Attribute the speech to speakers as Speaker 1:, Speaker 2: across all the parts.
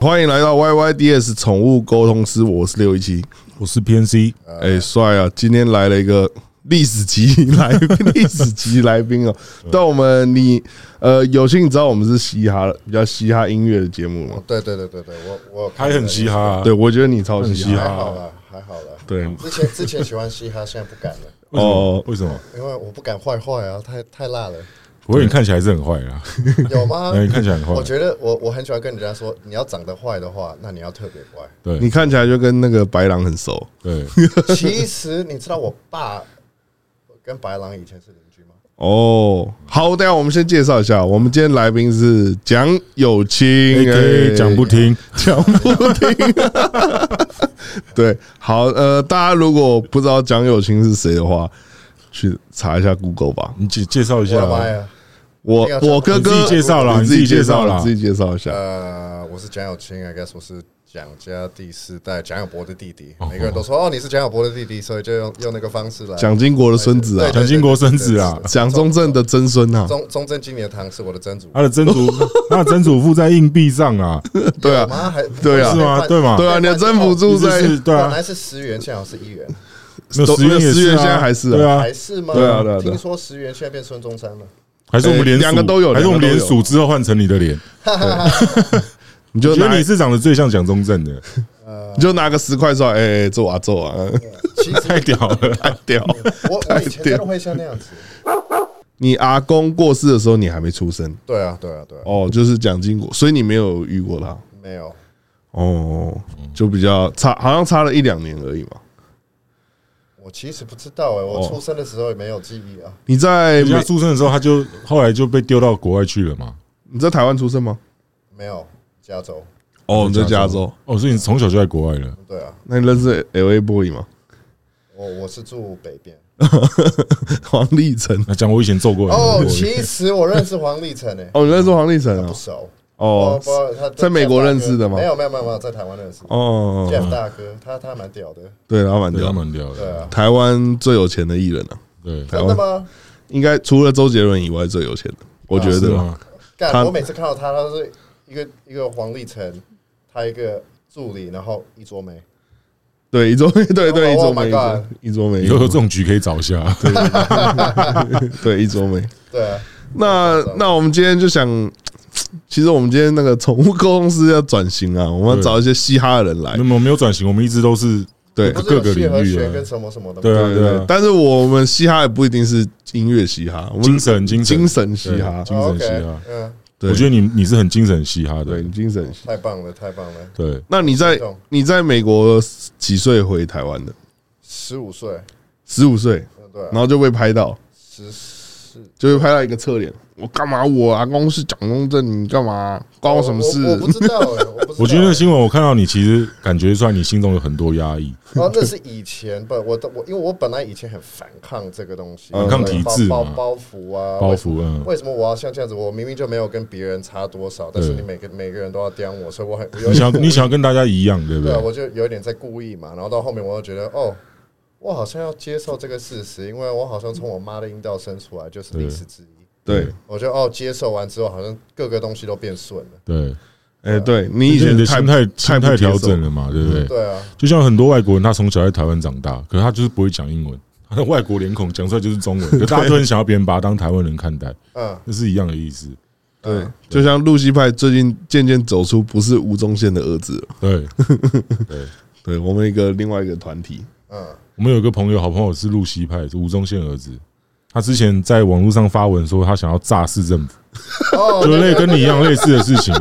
Speaker 1: 欢迎来到 YYDS 宠物沟通师，我是六一七，
Speaker 2: 我是 PNC，
Speaker 1: 哎，帅啊！今天来了一个历史级 来历史级来宾哦。但我们你呃有幸知道我们是嘻哈的比较嘻哈音乐的节目吗？
Speaker 3: 对对对对对，我我
Speaker 2: 他也很嘻哈、，啊，
Speaker 1: 对，，我觉得你超嘻
Speaker 2: 很嘻
Speaker 1: 哈啊
Speaker 2: 哈，啊
Speaker 3: 还好啦，还好啦。
Speaker 1: 对
Speaker 3: 之前之前喜欢嘻哈，现在不敢了，
Speaker 1: 哦
Speaker 2: 哦，为什么？
Speaker 3: 因为我不敢坏坏啊，太太 辣了，
Speaker 2: 不过你看起来还是很坏啊，
Speaker 3: 有吗？
Speaker 2: 对你看起来很坏
Speaker 3: 我觉得我我很喜欢跟人家说，你要长得坏的话，那你要特别 乖。
Speaker 2: 对，
Speaker 1: 你看起来就跟那个白狼很熟，
Speaker 2: 对，
Speaker 3: 其实你知道我爸跟白狼以前是邻居吗？
Speaker 1: 哦，好，等一下我们先介绍一下，我们今天来宾是蒋友清
Speaker 2: 哎 AK 讲不听，
Speaker 1: 讲不听。哎对，好，呃，大家如果不知道蒋友清是谁的话，去查一下 Google 吧。
Speaker 2: 你介介绍一
Speaker 3: 我
Speaker 2: 下
Speaker 3: 的妈
Speaker 2: 啊，
Speaker 3: 呀！
Speaker 1: 我
Speaker 3: 定要查
Speaker 1: 我哥哥
Speaker 2: 你自己介绍啦
Speaker 1: 你
Speaker 2: 你自己
Speaker 1: 介
Speaker 2: 介绍啦
Speaker 1: 你自己介绍一下。
Speaker 3: 呃，我是蒋友清，I guess 我是蒋家第四代蒋友柏的弟弟。每个人都说哦，你是蒋友柏的弟弟，所以就用用那个方式来。
Speaker 1: 蒋经国的孙子啊
Speaker 3: 对，
Speaker 2: 蒋经国孙子啊，
Speaker 1: 蒋中正的曾孙啊，
Speaker 3: 中中正今年的堂是我的曾祖父
Speaker 2: 他的 曾祖，他的曾祖父在硬币上啊，
Speaker 1: 对啊，
Speaker 3: 吗？还
Speaker 1: 对啊
Speaker 2: 是吗？对吗？
Speaker 1: 对啊，你的征服住
Speaker 2: 就
Speaker 1: 在
Speaker 2: 是对
Speaker 3: 本
Speaker 2: 啊
Speaker 3: 哦来，是十元，现在好像是一元，
Speaker 2: 没有
Speaker 1: 都
Speaker 2: 十元也
Speaker 1: 十
Speaker 2: 是
Speaker 1: 元
Speaker 2: 啊，
Speaker 1: 现在还是啊
Speaker 2: 对啊
Speaker 3: 还，是吗？
Speaker 1: 对啊对啊对啊
Speaker 3: 听说十元现在变孙中 山了，
Speaker 2: 还是我们连
Speaker 1: 哎两个都有
Speaker 2: 还是我们
Speaker 1: 两
Speaker 2: 连
Speaker 1: 个都有
Speaker 2: 署之后换成你的脸，
Speaker 1: 你
Speaker 2: 我
Speaker 1: 就
Speaker 2: 觉
Speaker 1: 拿
Speaker 2: 得你
Speaker 1: 你
Speaker 2: 是长得最像蒋中正的，
Speaker 1: 就拿个十块出来，哎哎，揍啊揍啊，
Speaker 3: 其实
Speaker 2: 太屌了，
Speaker 1: 太 屌！
Speaker 3: 我我以前真的会像那样子。
Speaker 1: 你阿公过世的时候，你还没出生
Speaker 3: 对啊，对啊，对啊，
Speaker 1: 哦，就是蒋经国，所以你没有遇过他。
Speaker 3: 没有，
Speaker 1: 哦，就比较差，好像差了一两年而已嘛。
Speaker 3: 我其实不知道哎，
Speaker 1: 哦
Speaker 3: 我出生的时候也没有记忆啊。
Speaker 1: 你在
Speaker 2: 人
Speaker 1: 美
Speaker 2: 家出生的时候他就后来就被丢到国外去了嘛，
Speaker 1: 你在台湾出生吗？
Speaker 3: 没有，加州，
Speaker 1: 哦，你在加州，
Speaker 2: 哦，所以你从小就在国外了，
Speaker 3: 对啊，
Speaker 1: 那你认识 L A Boy 吗？
Speaker 3: 我我是住北边。
Speaker 1: 黄立成，
Speaker 2: 那讲我以前揍过人，
Speaker 3: 哦
Speaker 2: 我，
Speaker 3: 其实我认识黄立成诶，
Speaker 1: 哦，你认识黄立成啊
Speaker 3: 不？熟
Speaker 1: 哦
Speaker 3: 不不他
Speaker 1: 在美国认识的吗
Speaker 3: 没有，没有，没有，没有，在台湾认识。
Speaker 1: 哦，
Speaker 3: Jeff 大哥，他他蛮屌的，
Speaker 1: 对，老板
Speaker 2: 对他
Speaker 1: 屌，
Speaker 2: 蛮屌
Speaker 3: 对
Speaker 2: 的，
Speaker 3: 啊，
Speaker 1: 台湾最有钱的艺人啊，
Speaker 2: 对，
Speaker 3: 真的吗？
Speaker 1: 应该除了周杰伦以外最有钱的，我觉
Speaker 2: 啊是
Speaker 1: 得
Speaker 2: 吗？
Speaker 1: 他
Speaker 3: 干，我每次看到他，他都是一个一个黄立成，他一个助理，然后一桌梅，
Speaker 1: 对，一桌对对一桌
Speaker 3: Oh
Speaker 1: 梅一
Speaker 3: my
Speaker 1: 桌一桌梅，
Speaker 2: 以后有这种局可以找一下，
Speaker 1: 对一桌 梅。
Speaker 3: 对啊，
Speaker 1: 那那我们今天就想，其实我们今天那个宠物沟通师要转型啊，我们要
Speaker 2: 对
Speaker 1: 找一些嘻哈的人来
Speaker 2: 那，么 没有转型，我们一直都嗯是
Speaker 1: 对
Speaker 3: 不是
Speaker 2: 各
Speaker 3: 有
Speaker 2: 个领
Speaker 3: 谢和
Speaker 2: 域
Speaker 3: 弦跟
Speaker 2: 啊，
Speaker 3: 什么什么的吗？
Speaker 2: 对啊，对啊，
Speaker 1: 但是我们嘻哈也不一定是音乐嘻哈，我们
Speaker 2: 精神精神
Speaker 1: 精神嘻哈
Speaker 2: 对，精神
Speaker 3: 哦
Speaker 2: 啊
Speaker 3: OK，
Speaker 2: 嘻哈。
Speaker 3: 嗯，
Speaker 1: 对
Speaker 2: 我觉得你你是很精神嘻哈
Speaker 1: 对
Speaker 2: 的，
Speaker 1: 精神嘻哈。
Speaker 3: 太棒了，太棒了。
Speaker 2: 对，
Speaker 1: 那你在
Speaker 3: 懂
Speaker 1: 你在美国几岁回台湾的？
Speaker 3: 十五岁，
Speaker 1: 十五岁，
Speaker 3: 嗯对
Speaker 1: 然
Speaker 3: 啊，
Speaker 1: 后就被拍到，
Speaker 3: 十四，
Speaker 1: 就被拍到一个侧脸。我干嘛？我阿公是蒋公正，你干嘛？关我什么
Speaker 3: 我我
Speaker 1: 事
Speaker 3: 不？知道哎，我不知道。
Speaker 2: 我觉得那个新闻我看到你，其实感觉出来你心中有很多压抑，
Speaker 3: 哦，那是以前不，我我因为我本来以前很反抗这个东西，
Speaker 1: 反
Speaker 2: 嗯抗体制
Speaker 3: 包
Speaker 2: 嘛
Speaker 3: 包包袱啊，
Speaker 2: 包袱嗯
Speaker 3: 为什么我要像这样子？我明明就没有跟别人差多少，但是
Speaker 2: 对
Speaker 3: 你每个每个人都要刁我，所以 我很我有
Speaker 2: 你想你想要跟大家一样，对不
Speaker 3: 对啊，
Speaker 2: 对？
Speaker 3: 我就有点在故意嘛。然后到后面，我又觉得，哦，我好像要接受这个事实，因为我好像从我妈的阴道生出来就是历史之一。
Speaker 1: 对，
Speaker 3: 我觉得，哦，接受完之后，好像各个东西都变顺了。
Speaker 2: 对，
Speaker 1: 哎，对你以
Speaker 2: 你
Speaker 1: 前
Speaker 2: 的
Speaker 1: 太
Speaker 2: 心态
Speaker 1: 太
Speaker 2: 心
Speaker 1: 不
Speaker 2: 态
Speaker 1: 接
Speaker 2: 调
Speaker 1: 受
Speaker 2: 整了嘛，对不对？
Speaker 3: 对啊，
Speaker 2: 就像很多外国人，他从小在台湾长大，可是他就是不会讲英文，他的外国脸孔讲出来就是中文，可大家都很想要别人把他当台湾人看待，
Speaker 3: 嗯，
Speaker 2: 那是一样的意思。
Speaker 1: 对，就像露西派最近渐渐走出不是吴宗宪的儿子了，
Speaker 2: 对，对，
Speaker 1: 对我们一个另外一个团体，
Speaker 2: 我们有个朋友，好朋友是露西派，是吴宗宪儿子。他之前在网络上发文说，他想要炸市政府，
Speaker 3: 哦，
Speaker 2: 就类跟你一样类似的事情。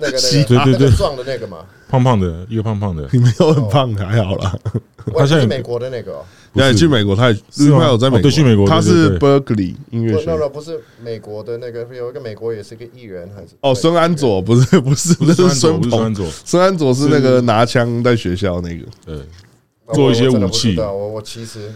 Speaker 3: 那个
Speaker 1: 嘻
Speaker 3: 那
Speaker 1: 哈
Speaker 3: 个
Speaker 2: 对对对
Speaker 3: 那个壮的那个 嘛，
Speaker 2: 胖胖的，一个胖胖的，
Speaker 1: 你没有很胖，还好啦。
Speaker 3: 我
Speaker 2: 现在
Speaker 3: 是
Speaker 2: 也
Speaker 3: 美国的那个哦，
Speaker 2: 不是
Speaker 1: 对，去美国，他也
Speaker 2: 是吗
Speaker 1: 他有在美国，
Speaker 2: 哦对去美国
Speaker 1: 他是
Speaker 2: 对对
Speaker 1: Berkeley 音乐
Speaker 3: 不，
Speaker 1: 学
Speaker 3: 那
Speaker 1: 院。
Speaker 3: 那不是美国的那个，有一个美国也是一个艺人还是
Speaker 1: 哦，孙安佐不是不是，那是孙
Speaker 2: 不是
Speaker 1: 鹏
Speaker 2: 穿。着，
Speaker 1: 孙安佐是那个拿枪在学校那个，
Speaker 2: 对，
Speaker 3: 我
Speaker 2: 做一些
Speaker 3: 啊我真的
Speaker 2: 武
Speaker 3: 不
Speaker 2: 器
Speaker 3: 知道我我其实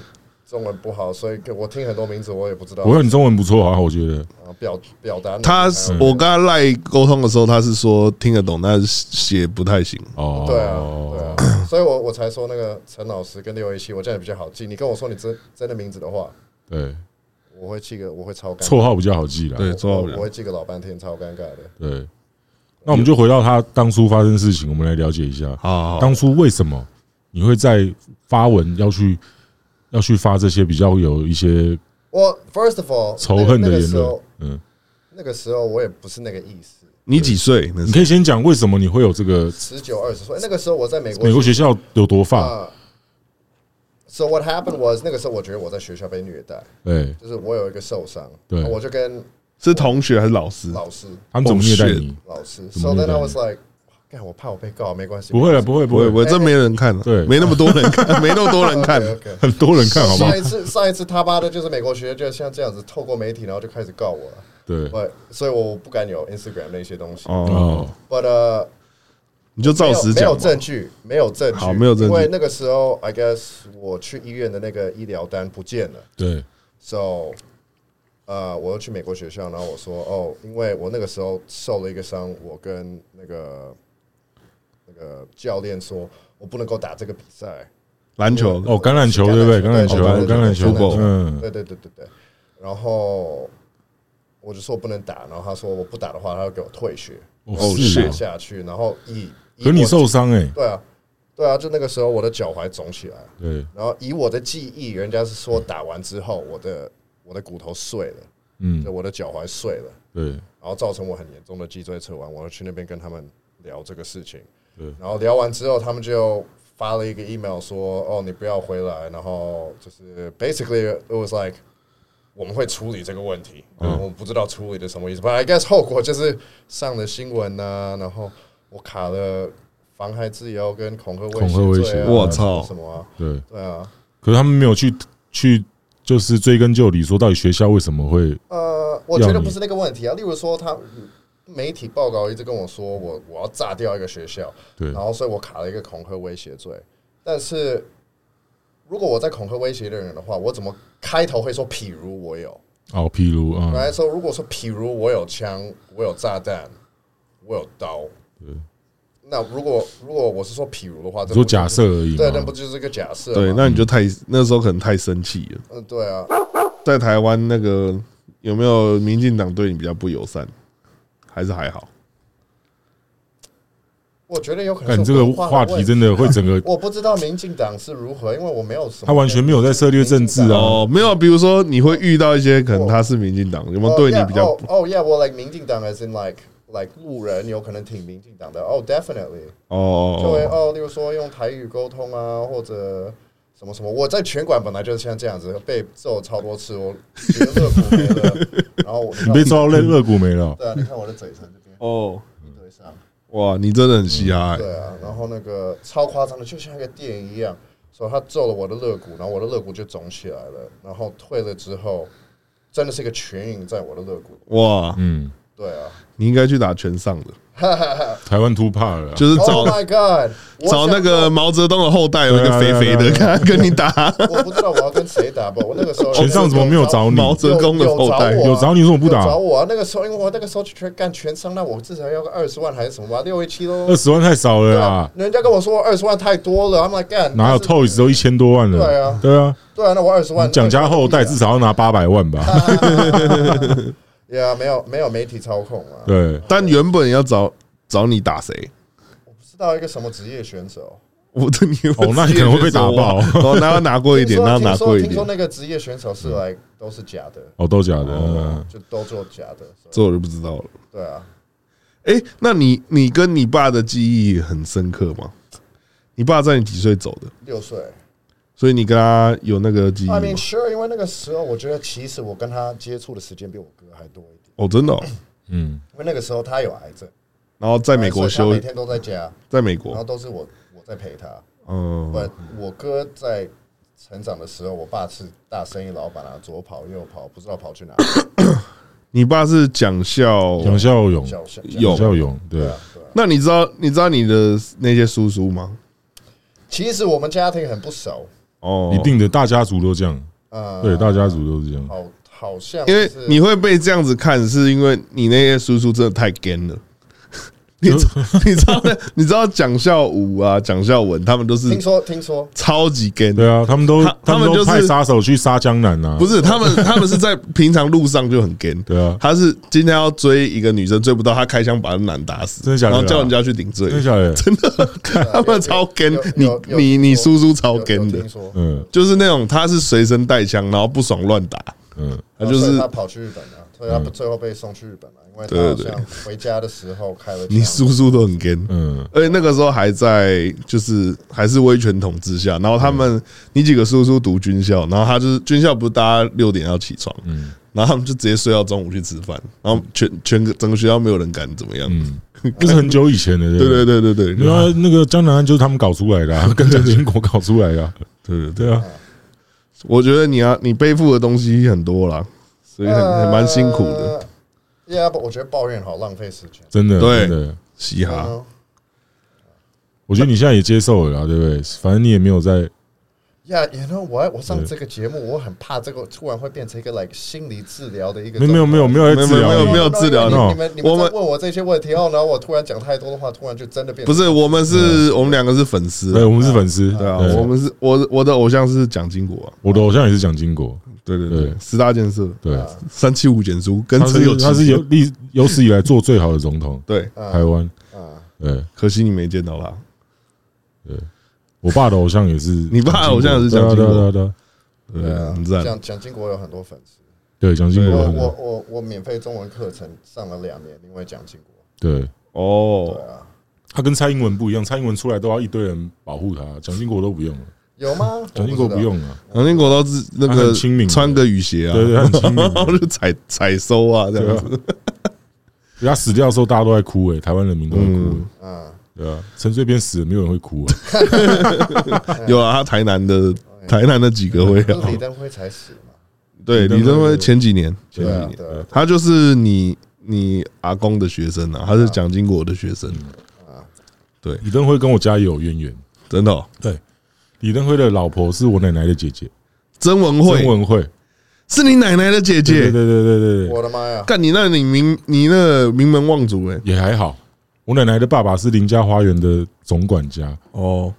Speaker 3: 中文不好，所以我听很多名字我也不知道
Speaker 2: 我觉得你中文不错啊，我觉得
Speaker 3: 啊表表达能力
Speaker 1: 他
Speaker 2: 嗯
Speaker 3: 还有
Speaker 1: 我跟他赖沟通的时候，他是说听得懂，但是写不太行。
Speaker 2: 哦，
Speaker 3: 对啊，对 啊，所以我我才说那个陈老师跟六一七，我这样也比较好记。你跟我说你真真的名字的话，
Speaker 2: 对，
Speaker 3: 我会记个，我会超尴尬。
Speaker 2: 绰号比较好记啦。
Speaker 1: 对，
Speaker 3: 我
Speaker 1: 做好
Speaker 3: 我
Speaker 1: 人
Speaker 3: 会记个老半天，超尴尬的。
Speaker 2: 对，那我们就回到他当初发生事情，我们来了解一下，
Speaker 1: 好好好
Speaker 2: 当初为什么你会在发文要去要去发这些比较有一些
Speaker 3: 我 first of all
Speaker 2: 仇恨
Speaker 3: 那
Speaker 2: 的
Speaker 3: 个那个
Speaker 2: 言
Speaker 3: 时
Speaker 2: 论
Speaker 3: 候，？
Speaker 2: 嗯，
Speaker 3: 那个时候我也不是那个意思。
Speaker 1: 你几岁？那
Speaker 2: 你
Speaker 1: 是
Speaker 2: 可以先讲为什么你会有这个
Speaker 3: 十九二十岁，那个时候我在美国
Speaker 2: 美国学校有多发？
Speaker 3: 啊。So what happened was 那个时候我觉得我在学校被虐待，
Speaker 2: 对，
Speaker 3: 就是我有一个受伤，
Speaker 2: 对
Speaker 3: 我就跟
Speaker 1: 是同学还是老师？
Speaker 3: 老师
Speaker 2: 他们怎么虐待你？
Speaker 3: 老师
Speaker 2: 么
Speaker 3: ，So
Speaker 2: 虐
Speaker 3: then
Speaker 2: 待
Speaker 3: I
Speaker 2: 你
Speaker 3: was like，干我怕我被告，没关系，
Speaker 2: 不会啊了，不会，不
Speaker 1: 不会
Speaker 2: 会，
Speaker 1: 不会，这没人看啊，
Speaker 2: 对
Speaker 1: 没那么多人 看，没那么多人看。
Speaker 3: OK，OK
Speaker 2: 很多人看好不好
Speaker 3: 上？一次上一次他妈的就是美国学校就像这样子透过媒体，然后就开始告我了。
Speaker 2: 对，
Speaker 3: 我所以我不敢有 Instagram 那些东西。
Speaker 1: 哦，
Speaker 2: 哦，
Speaker 3: But 呃、
Speaker 1: 你就照
Speaker 3: 没有
Speaker 1: 实
Speaker 3: 没
Speaker 1: 讲
Speaker 3: 有
Speaker 1: 嘛。
Speaker 3: 证据，没有证据，
Speaker 1: 好没有证据
Speaker 3: 因为那个时候 I guess 我去医院的那个医疗单不见了
Speaker 2: 对，
Speaker 3: ，so 呃，我又去美国学校，然后我说哦，因为我那个时候受了一个伤，我跟那个那个教练说，我不能够打这个比赛。
Speaker 1: 篮球
Speaker 2: 哦，橄榄球对不对？橄榄球，
Speaker 3: 对对对
Speaker 2: 橄榄球
Speaker 3: 对对对，
Speaker 2: 嗯，
Speaker 3: 对对对对对。然后我就说不能打，然后他说我不打的话，他要给我退学，
Speaker 2: 哦
Speaker 3: 打
Speaker 2: 是啊，
Speaker 3: 下去。然后以以
Speaker 2: 可
Speaker 3: 我
Speaker 2: 你受伤哎，
Speaker 3: 对啊对啊，就那个时候我的脚踝肿起来，
Speaker 2: 对，
Speaker 3: 然后以我的记忆，人家是说打完之后我的我的骨头碎了，
Speaker 2: 嗯
Speaker 3: 就，我的脚踝碎了，
Speaker 2: 对，
Speaker 3: 然后造成我很严重的脊椎侧弯。我就去那边跟他们聊这个事情
Speaker 2: 对，
Speaker 3: 然后聊完之后，他们就发了一个 email 说：“哦，你不要回来。”然后就是 basically it was like 我们会处理这个问题，我们不知道处理的什么意思。But I guess 后果就是上了新闻呐、然后我卡了妨害自由跟恐吓威胁、
Speaker 2: 恐吓威胁
Speaker 3: 啊，
Speaker 1: 我操
Speaker 3: 什么啊？
Speaker 2: 对。
Speaker 3: 对啊，
Speaker 2: 可是他们没有去去，就是追根究底，说到底学校为什么会
Speaker 3: 呃，我
Speaker 2: 要
Speaker 3: 觉得
Speaker 2: 你
Speaker 3: 不是那个问题啊。例如说，他媒体报道一直跟我说我我要炸掉一个学校，
Speaker 2: 对
Speaker 3: 然后所以我卡了一个恐吓威胁罪。但是如果我在恐吓威胁的人的话，我怎么开头会说譬如我有？
Speaker 2: 哦，譬如啊，
Speaker 3: 来说、如果说譬如我有枪，我有炸弹，我有刀，那如果如果我是说譬如的话，
Speaker 2: 你说
Speaker 3: 这不就
Speaker 2: 假设而已
Speaker 3: 对，那不
Speaker 2: 嘛，
Speaker 3: 就是个假设？
Speaker 1: 对，，那你就太那时候可能太生气了。
Speaker 3: 嗯，对啊，
Speaker 1: 在台湾那个有没有民进党对你比较不友善，还是还好？
Speaker 3: 我觉得有可能
Speaker 2: 但
Speaker 3: 是
Speaker 2: 这个
Speaker 3: 文化的
Speaker 2: 话
Speaker 3: 问
Speaker 2: 题真的 会整个，
Speaker 3: 我不知道民进党是如何，因为我没有什么，
Speaker 2: 他完全没有在涉猎政治啊
Speaker 1: 哦，没有，比如说你会遇到一些可能他是民进党，有没有对你比较
Speaker 3: 哦、oh, yeah，我 like 民进党 as in like like 路人有可能挺民进党的哦、definitely 就会
Speaker 1: 哦
Speaker 3: 哦例如说用台语沟通啊，或者什么什么。我在拳馆本来就是像这样子，被揍超多次，我觉得骨没了， 然后我
Speaker 2: 你被抓到肋肋骨没 了，
Speaker 3: 对啊，你看我的嘴唇这边啊
Speaker 1: 哦
Speaker 3: 一堆伤，
Speaker 1: 哇，你真的很嘻哈欸，
Speaker 3: 对啊，然后那个超夸张的，就像一个电影一样，所以他揍了我的肋骨，然后我的肋骨就肿起来了，然后退了之后，真的是一个全影在我的肋骨，
Speaker 1: 哇，
Speaker 2: 嗯，
Speaker 3: 对啊。
Speaker 1: 你应该去打拳上的，
Speaker 2: 台湾突怕了啊，
Speaker 1: 就是找
Speaker 3: Oh my God！我
Speaker 1: 找那个毛泽东的后代，有一个肥肥的，
Speaker 2: 对啊对啊
Speaker 1: 跟他 跟你打。
Speaker 3: 想说，我不知道我要跟谁打吧。我那 个时候
Speaker 2: 全上怎么没有找你？
Speaker 1: 毛泽东的后代
Speaker 3: 有找我啊
Speaker 2: 有找你为什么不
Speaker 3: 有
Speaker 2: 打
Speaker 3: 找？我啊！那个时候，因为我那个时候全干全伤，那我至少要个二十万还是什么吧，六一七喽
Speaker 2: 二。十万太少了啦，
Speaker 3: 人家跟我说二十万太多了，I'm like
Speaker 1: 啊
Speaker 3: 干
Speaker 2: 哪有
Speaker 3: 但是
Speaker 2: Toys 都一千多万
Speaker 3: 对啊
Speaker 2: 了？对啊，
Speaker 3: 对啊，那我二十万
Speaker 2: 蒋家后代至
Speaker 3: 是
Speaker 2: 少要拿八百万吧？
Speaker 1: 啊
Speaker 3: 呀，没有没有媒体操控 啊。
Speaker 2: 对，
Speaker 1: 但原本要找找你打谁？
Speaker 3: 我不知道一个什么职业选手，
Speaker 1: 我的你
Speaker 2: 哦那你可能会被打爆
Speaker 1: 哦，那要拿过一点，
Speaker 3: 听
Speaker 1: 那
Speaker 3: 说
Speaker 1: 要拿
Speaker 3: 听
Speaker 1: 过
Speaker 3: 说
Speaker 1: 一
Speaker 3: 听说
Speaker 1: 点，嗯
Speaker 3: 那个职业选手是来都是假的，
Speaker 2: 哦，都假的，嗯
Speaker 3: 就都做假的。
Speaker 1: 这我就不知道了。
Speaker 3: 对啊，
Speaker 1: 哎、那你你跟你爸的记忆很深刻吗？你爸在你几岁走的？
Speaker 3: 六岁。
Speaker 1: 所以你跟他有那个记忆吗
Speaker 3: I？mean, sure，因为那个时候，我觉得其实我跟他接触的时间比我哥还多一点，
Speaker 1: 哦，真的、哦，
Speaker 2: 嗯，
Speaker 3: 因为那个时候他有癌症，
Speaker 1: 然后在美国
Speaker 3: 所以
Speaker 1: 休
Speaker 3: 他每，天都在家，
Speaker 1: 在美
Speaker 3: 然
Speaker 1: 国，
Speaker 3: 后都是我我在陪他。
Speaker 1: 嗯，
Speaker 3: 我我哥在成长的时候，我爸是大生意老板啊，左跑右跑，不知道跑去哪。
Speaker 1: 你爸是蒋校，
Speaker 2: 蒋孝勇，
Speaker 3: 小小
Speaker 1: 有
Speaker 2: 蒋孝勇，对
Speaker 3: 对啊，对啊。
Speaker 1: 那你知道你知道你的那些叔叔吗？
Speaker 3: 其实我们家庭很不熟，
Speaker 1: 哦，
Speaker 2: 一，定的，大家族都这样，
Speaker 1: 啊
Speaker 3: 呃，
Speaker 2: 对，大家族都是这样。
Speaker 3: 好，好像
Speaker 1: 因为
Speaker 3: 是
Speaker 1: 你会被这样子看，是因为你那些叔叔真的太 gay 了。 你知你知道那你知道蒋孝武啊、蒋孝文他们都是
Speaker 3: 听说听说
Speaker 1: 超级 gay，
Speaker 2: 对啊，他们都
Speaker 1: 他他们
Speaker 2: 们
Speaker 1: 就
Speaker 2: 都
Speaker 1: 是
Speaker 2: 派杀手去杀江南啊，
Speaker 1: 不是他们他们是在平常路上就很 gay，
Speaker 2: 对啊
Speaker 1: 他是今天要追一个女生追不到，他开枪把那男打死，
Speaker 2: 真的假的啊
Speaker 1: 然后叫人家去顶罪，
Speaker 2: 真的假的
Speaker 1: 真的，他们超 gay，
Speaker 3: 有
Speaker 1: 你
Speaker 3: 有有
Speaker 1: 你你
Speaker 3: 有
Speaker 1: 叔叔超 gay
Speaker 3: 有有
Speaker 1: 的
Speaker 3: 听，说，
Speaker 2: 嗯
Speaker 1: 就是那种他是随身带枪，然后不爽乱打，
Speaker 2: 嗯，
Speaker 1: 他哦就
Speaker 3: 然后哦所以
Speaker 1: 是嗯
Speaker 3: 他跑去日本了，所以他最后被送去日本了，因为他
Speaker 1: 对
Speaker 3: 好
Speaker 1: 对对
Speaker 3: 像回家的时候开了枪。
Speaker 1: 你叔叔都很 gay，
Speaker 2: 嗯，
Speaker 1: 而且那个时候还在就是还是威权统治下，然后他们
Speaker 2: 嗯
Speaker 1: 你几个叔叔读军校，然后他就是军校不是大家六点要起床，
Speaker 2: 嗯
Speaker 1: 然后他们就直接睡到中午去吃饭，然后全全个整个学校没有人敢怎么样，
Speaker 2: 这是很久以前的，
Speaker 1: 对对对对对，
Speaker 2: 嗯对
Speaker 1: 然后
Speaker 2: 啊，那个江南就是他们搞出来 的、啊，跟蒋经国搞出来的、啊，
Speaker 1: 对对对，
Speaker 2: 对啊，
Speaker 1: 我觉得你要你背负的东西很多啦，所以很很蛮辛苦的，
Speaker 3: 呃。Yeah，but 我觉得抱怨好浪费时间。
Speaker 2: 真的，
Speaker 1: 对
Speaker 2: 真的，
Speaker 1: 嘻哈，
Speaker 3: 嗯
Speaker 2: 我觉得你现在也接受了啦，对不对？反正你也没有在，
Speaker 3: Yeah，you know what？我上这个节目，我很怕这个突然会变成一个 like 心理治疗的一个。
Speaker 2: 没有没有没有没有在治疗，
Speaker 1: 没有没有没有
Speaker 3: No, no,
Speaker 1: 治疗
Speaker 3: 因为
Speaker 2: ，no
Speaker 3: 你们你
Speaker 1: 我
Speaker 3: 们
Speaker 1: 们
Speaker 3: 在问我这些问题后，然后我突然讲太多的话，突然就真的变
Speaker 1: 不是我们是我们两个是粉丝
Speaker 2: 嗯对，
Speaker 1: 啊，
Speaker 2: 我们是粉丝，
Speaker 1: 对
Speaker 2: 对
Speaker 1: 啊，我们是我我的偶像是蒋经国啊，
Speaker 2: 我的偶像也是蒋经国，
Speaker 1: 对对对
Speaker 2: 对，
Speaker 1: 十大建设。
Speaker 2: 对，
Speaker 1: 三七五减租，跟
Speaker 2: 他
Speaker 1: 只啊有嗯
Speaker 2: 是他是有历有史以来做最好的 总统，
Speaker 1: 对，
Speaker 2: 台湾，
Speaker 3: 啊，
Speaker 2: 对
Speaker 1: 可惜你没见到他。
Speaker 2: 我爸的偶像也是，
Speaker 1: 你爸的偶像也是蒋经国
Speaker 2: 对啊对啊对啊
Speaker 1: 对啊，很赞。
Speaker 3: 蒋蒋经国有很多粉丝，
Speaker 2: 对蒋经
Speaker 1: 对
Speaker 2: 国
Speaker 3: 我
Speaker 2: 很
Speaker 3: 我
Speaker 2: 好，
Speaker 3: 我我免费中文课程上了两年，因为蒋经国。
Speaker 2: 对。
Speaker 1: 哦，
Speaker 2: 他跟蔡英文不一样，蔡英文出来都要一堆人保护他，蒋经国都不用了，
Speaker 3: 有吗？
Speaker 2: 蒋经国不用了，
Speaker 1: 杨建国都是那
Speaker 2: 他
Speaker 1: 个
Speaker 2: 很亲民的
Speaker 1: 穿个雨鞋啊，
Speaker 2: 对对他很亲 民
Speaker 1: 然后就采采收啊这
Speaker 2: 对
Speaker 1: 样
Speaker 2: 啊
Speaker 1: 子。。
Speaker 2: 人家死掉的时候，大家都在哭诶、台湾人民都在哭、
Speaker 1: 嗯
Speaker 3: 啊，
Speaker 2: 对啊，陈水扁死了，没有人会哭啊。
Speaker 1: 有啊，他台南的台南的几个会
Speaker 3: 不是
Speaker 1: 啊
Speaker 3: 李，登辉才死嘛？
Speaker 1: 对，
Speaker 2: 李
Speaker 1: 李登
Speaker 2: 登
Speaker 1: 辉
Speaker 2: 辉
Speaker 1: 前几年，前
Speaker 3: 对
Speaker 1: 几
Speaker 3: 啊
Speaker 1: 年，
Speaker 3: 对啊，
Speaker 1: 他就是你你阿公的学生啊，他是蒋经国的学生，
Speaker 2: 李登辉跟我家也有渊源，
Speaker 1: 真的哦。
Speaker 2: 对，李登辉的老婆是我奶奶的姐姐，
Speaker 1: 曾文
Speaker 2: 曾
Speaker 1: 慧
Speaker 2: 文慧，
Speaker 1: 是你奶奶的姐姐，
Speaker 2: 对对对对对对，
Speaker 3: 我的妈呀！
Speaker 1: 干你那你名你那名门望族哎，
Speaker 2: 也还好。我奶奶的爸爸是林家花园的总管家，
Speaker 1: 哦，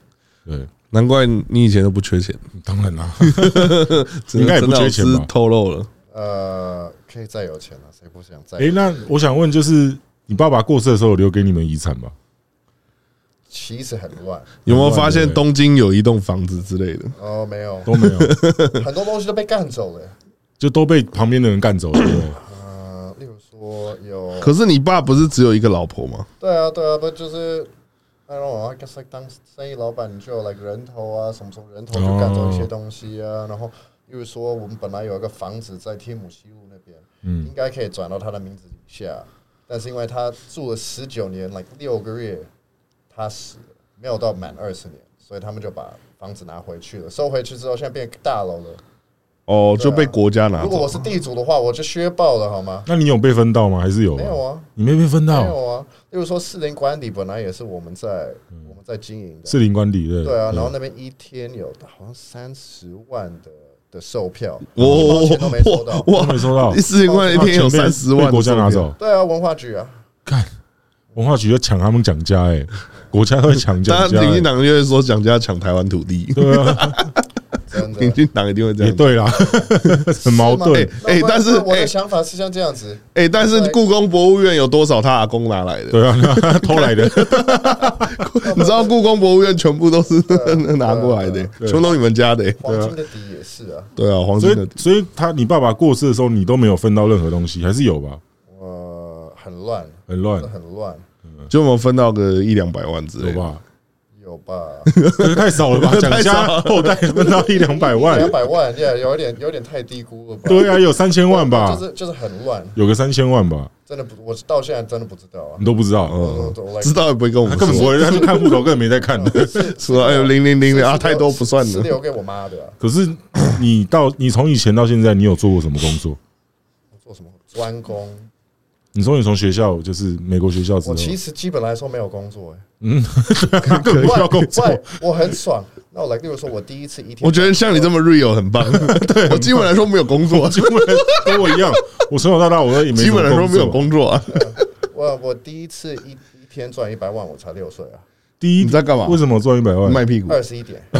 Speaker 2: 对，
Speaker 1: 难怪你以前都不缺钱。
Speaker 2: 当然啦、
Speaker 1: 应
Speaker 2: 应该也不缺钱吧
Speaker 1: 透露了，
Speaker 3: 呃，可以再有钱了，谁不想再？
Speaker 2: 诶，那我想问，就是你爸爸过世的时候有留给你们遗产吗？
Speaker 3: 其实很乱
Speaker 1: 有没有发现东京有一栋房子之类的？
Speaker 2: 啊
Speaker 3: 哦，没有，
Speaker 2: 都没有，
Speaker 3: 很多东西都被干走了。
Speaker 2: 就都被旁边的人干走了。对不对
Speaker 3: 呃，例如说有，
Speaker 1: 可是你爸不是只有一个老婆吗？
Speaker 3: 对啊，对啊，不就是那种啊，就是当生意老板，你就有 like 人头啊，什么什么人头就干走一些东西
Speaker 1: 嗯
Speaker 3: 啊。然后，例如说我们本来有一个房子在天母西路那边，嗯，应该可以转到他的名字以下，但是因为他住了十九年，like 六个月，他死了，没有到满二十年，所以他们就把房子拿回去了。收回去之后，现在变大楼了。
Speaker 1: 哦，
Speaker 3: 对啊
Speaker 1: 就被国家拿
Speaker 3: 如果我
Speaker 1: 走。
Speaker 3: 是地主的话，我就削爆了，好吗？
Speaker 2: 那你有被分到吗？还是有？
Speaker 3: 没有，啊，
Speaker 2: 你没被分
Speaker 3: 没
Speaker 2: 到。
Speaker 3: 有啊。例如说，士林管理本来也是我们在
Speaker 1: 嗯
Speaker 3: 我们在经营的，
Speaker 2: 是林官邸对。
Speaker 3: 对啊，然后那边一天有好像三十万的的售票，一毛钱都没收
Speaker 1: 哇
Speaker 3: 到。
Speaker 1: 哦哇
Speaker 2: 都没收到
Speaker 1: 哇！四千块 一天有三十万
Speaker 2: 被
Speaker 1: 的
Speaker 2: 国家拿
Speaker 1: 收
Speaker 2: 走
Speaker 1: 票，，
Speaker 3: 对啊，文化局啊，
Speaker 2: 看文化局要抢他们蒋家哎、国家会抢
Speaker 1: 当
Speaker 2: 蒋家、
Speaker 1: 然民进
Speaker 2: 欸，
Speaker 1: 党就会说蒋家抢台湾土地，
Speaker 2: 对啊，
Speaker 3: 真的
Speaker 1: 民。进党一定会这
Speaker 2: 也
Speaker 1: 样。
Speaker 2: 哎对啦， 很矛盾。
Speaker 3: 那
Speaker 1: 哎
Speaker 3: 不然
Speaker 1: 但是
Speaker 3: 我
Speaker 1: 哎
Speaker 3: 的想法是像这样子，
Speaker 1: 哎，但是故宫博物院有多少他阿公拿来的？
Speaker 2: 对啊， 偷来的，
Speaker 1: 你知道故宫博物院全部都是
Speaker 3: 啊
Speaker 1: 拿过来的，
Speaker 2: 对啊
Speaker 1: 全部都你们家的。
Speaker 3: 黄金的底也是啊，
Speaker 1: 对啊，黄
Speaker 2: 所
Speaker 1: 金的
Speaker 2: 以所以他你爸爸过世的时候，你都没有分到任何东西，还是有吧？
Speaker 3: 呃，很乱，
Speaker 2: 很乱
Speaker 3: 真的很乱，
Speaker 1: 就我们分到个一两百万之类
Speaker 2: 有
Speaker 1: 的。
Speaker 2: 吧？
Speaker 3: 有有吧？
Speaker 2: 可是太少 了吧？蒋
Speaker 1: 少
Speaker 2: 家后代分到一两百万
Speaker 3: 两，百万，yeah，有一点有点太低估了吧？
Speaker 2: 对啊，有三千万吧
Speaker 3: 就？是就是很乱，
Speaker 2: 有个三千万吧？
Speaker 3: 真的不，我到现在真的不知道啊
Speaker 2: 你。都不知道，
Speaker 3: 我我我来
Speaker 1: 嗯知道也不会跟我
Speaker 2: 他
Speaker 1: 们
Speaker 2: 根本不
Speaker 1: 说，
Speaker 2: 会，他就 看户头，根本没在
Speaker 3: 嗯
Speaker 2: 看的。
Speaker 1: 说哎呦零零零零啊，
Speaker 3: 是
Speaker 1: 太
Speaker 3: 留
Speaker 1: 多不算
Speaker 3: 是
Speaker 1: 的。
Speaker 3: 留给我妈的啊、
Speaker 2: 可是你到你从以前到现在，你有做过什么工作？
Speaker 3: 我做什么专攻？
Speaker 2: 你说你从学校就是美国学校之
Speaker 1: 啊
Speaker 3: 我
Speaker 2: 后，
Speaker 3: 其实基本来说没有工作、欸，
Speaker 2: 根本不需要工
Speaker 3: 喂
Speaker 2: 作，
Speaker 3: 我很爽。那我来，例如说，我第一次一天，
Speaker 1: 我觉得像你这么 real 很 棒。对我基本来说没有工作，
Speaker 2: 基本跟我一样，我从小到大我都也没
Speaker 1: 基
Speaker 2: 什么
Speaker 1: 本来说没有
Speaker 2: 作
Speaker 1: 工作啊。
Speaker 3: 我我第一次一一天赚一百万，我才六岁啊，
Speaker 2: 第一
Speaker 1: 你在干嘛
Speaker 2: 为什么赚一百万？
Speaker 1: 卖屁股，
Speaker 3: 二十一点，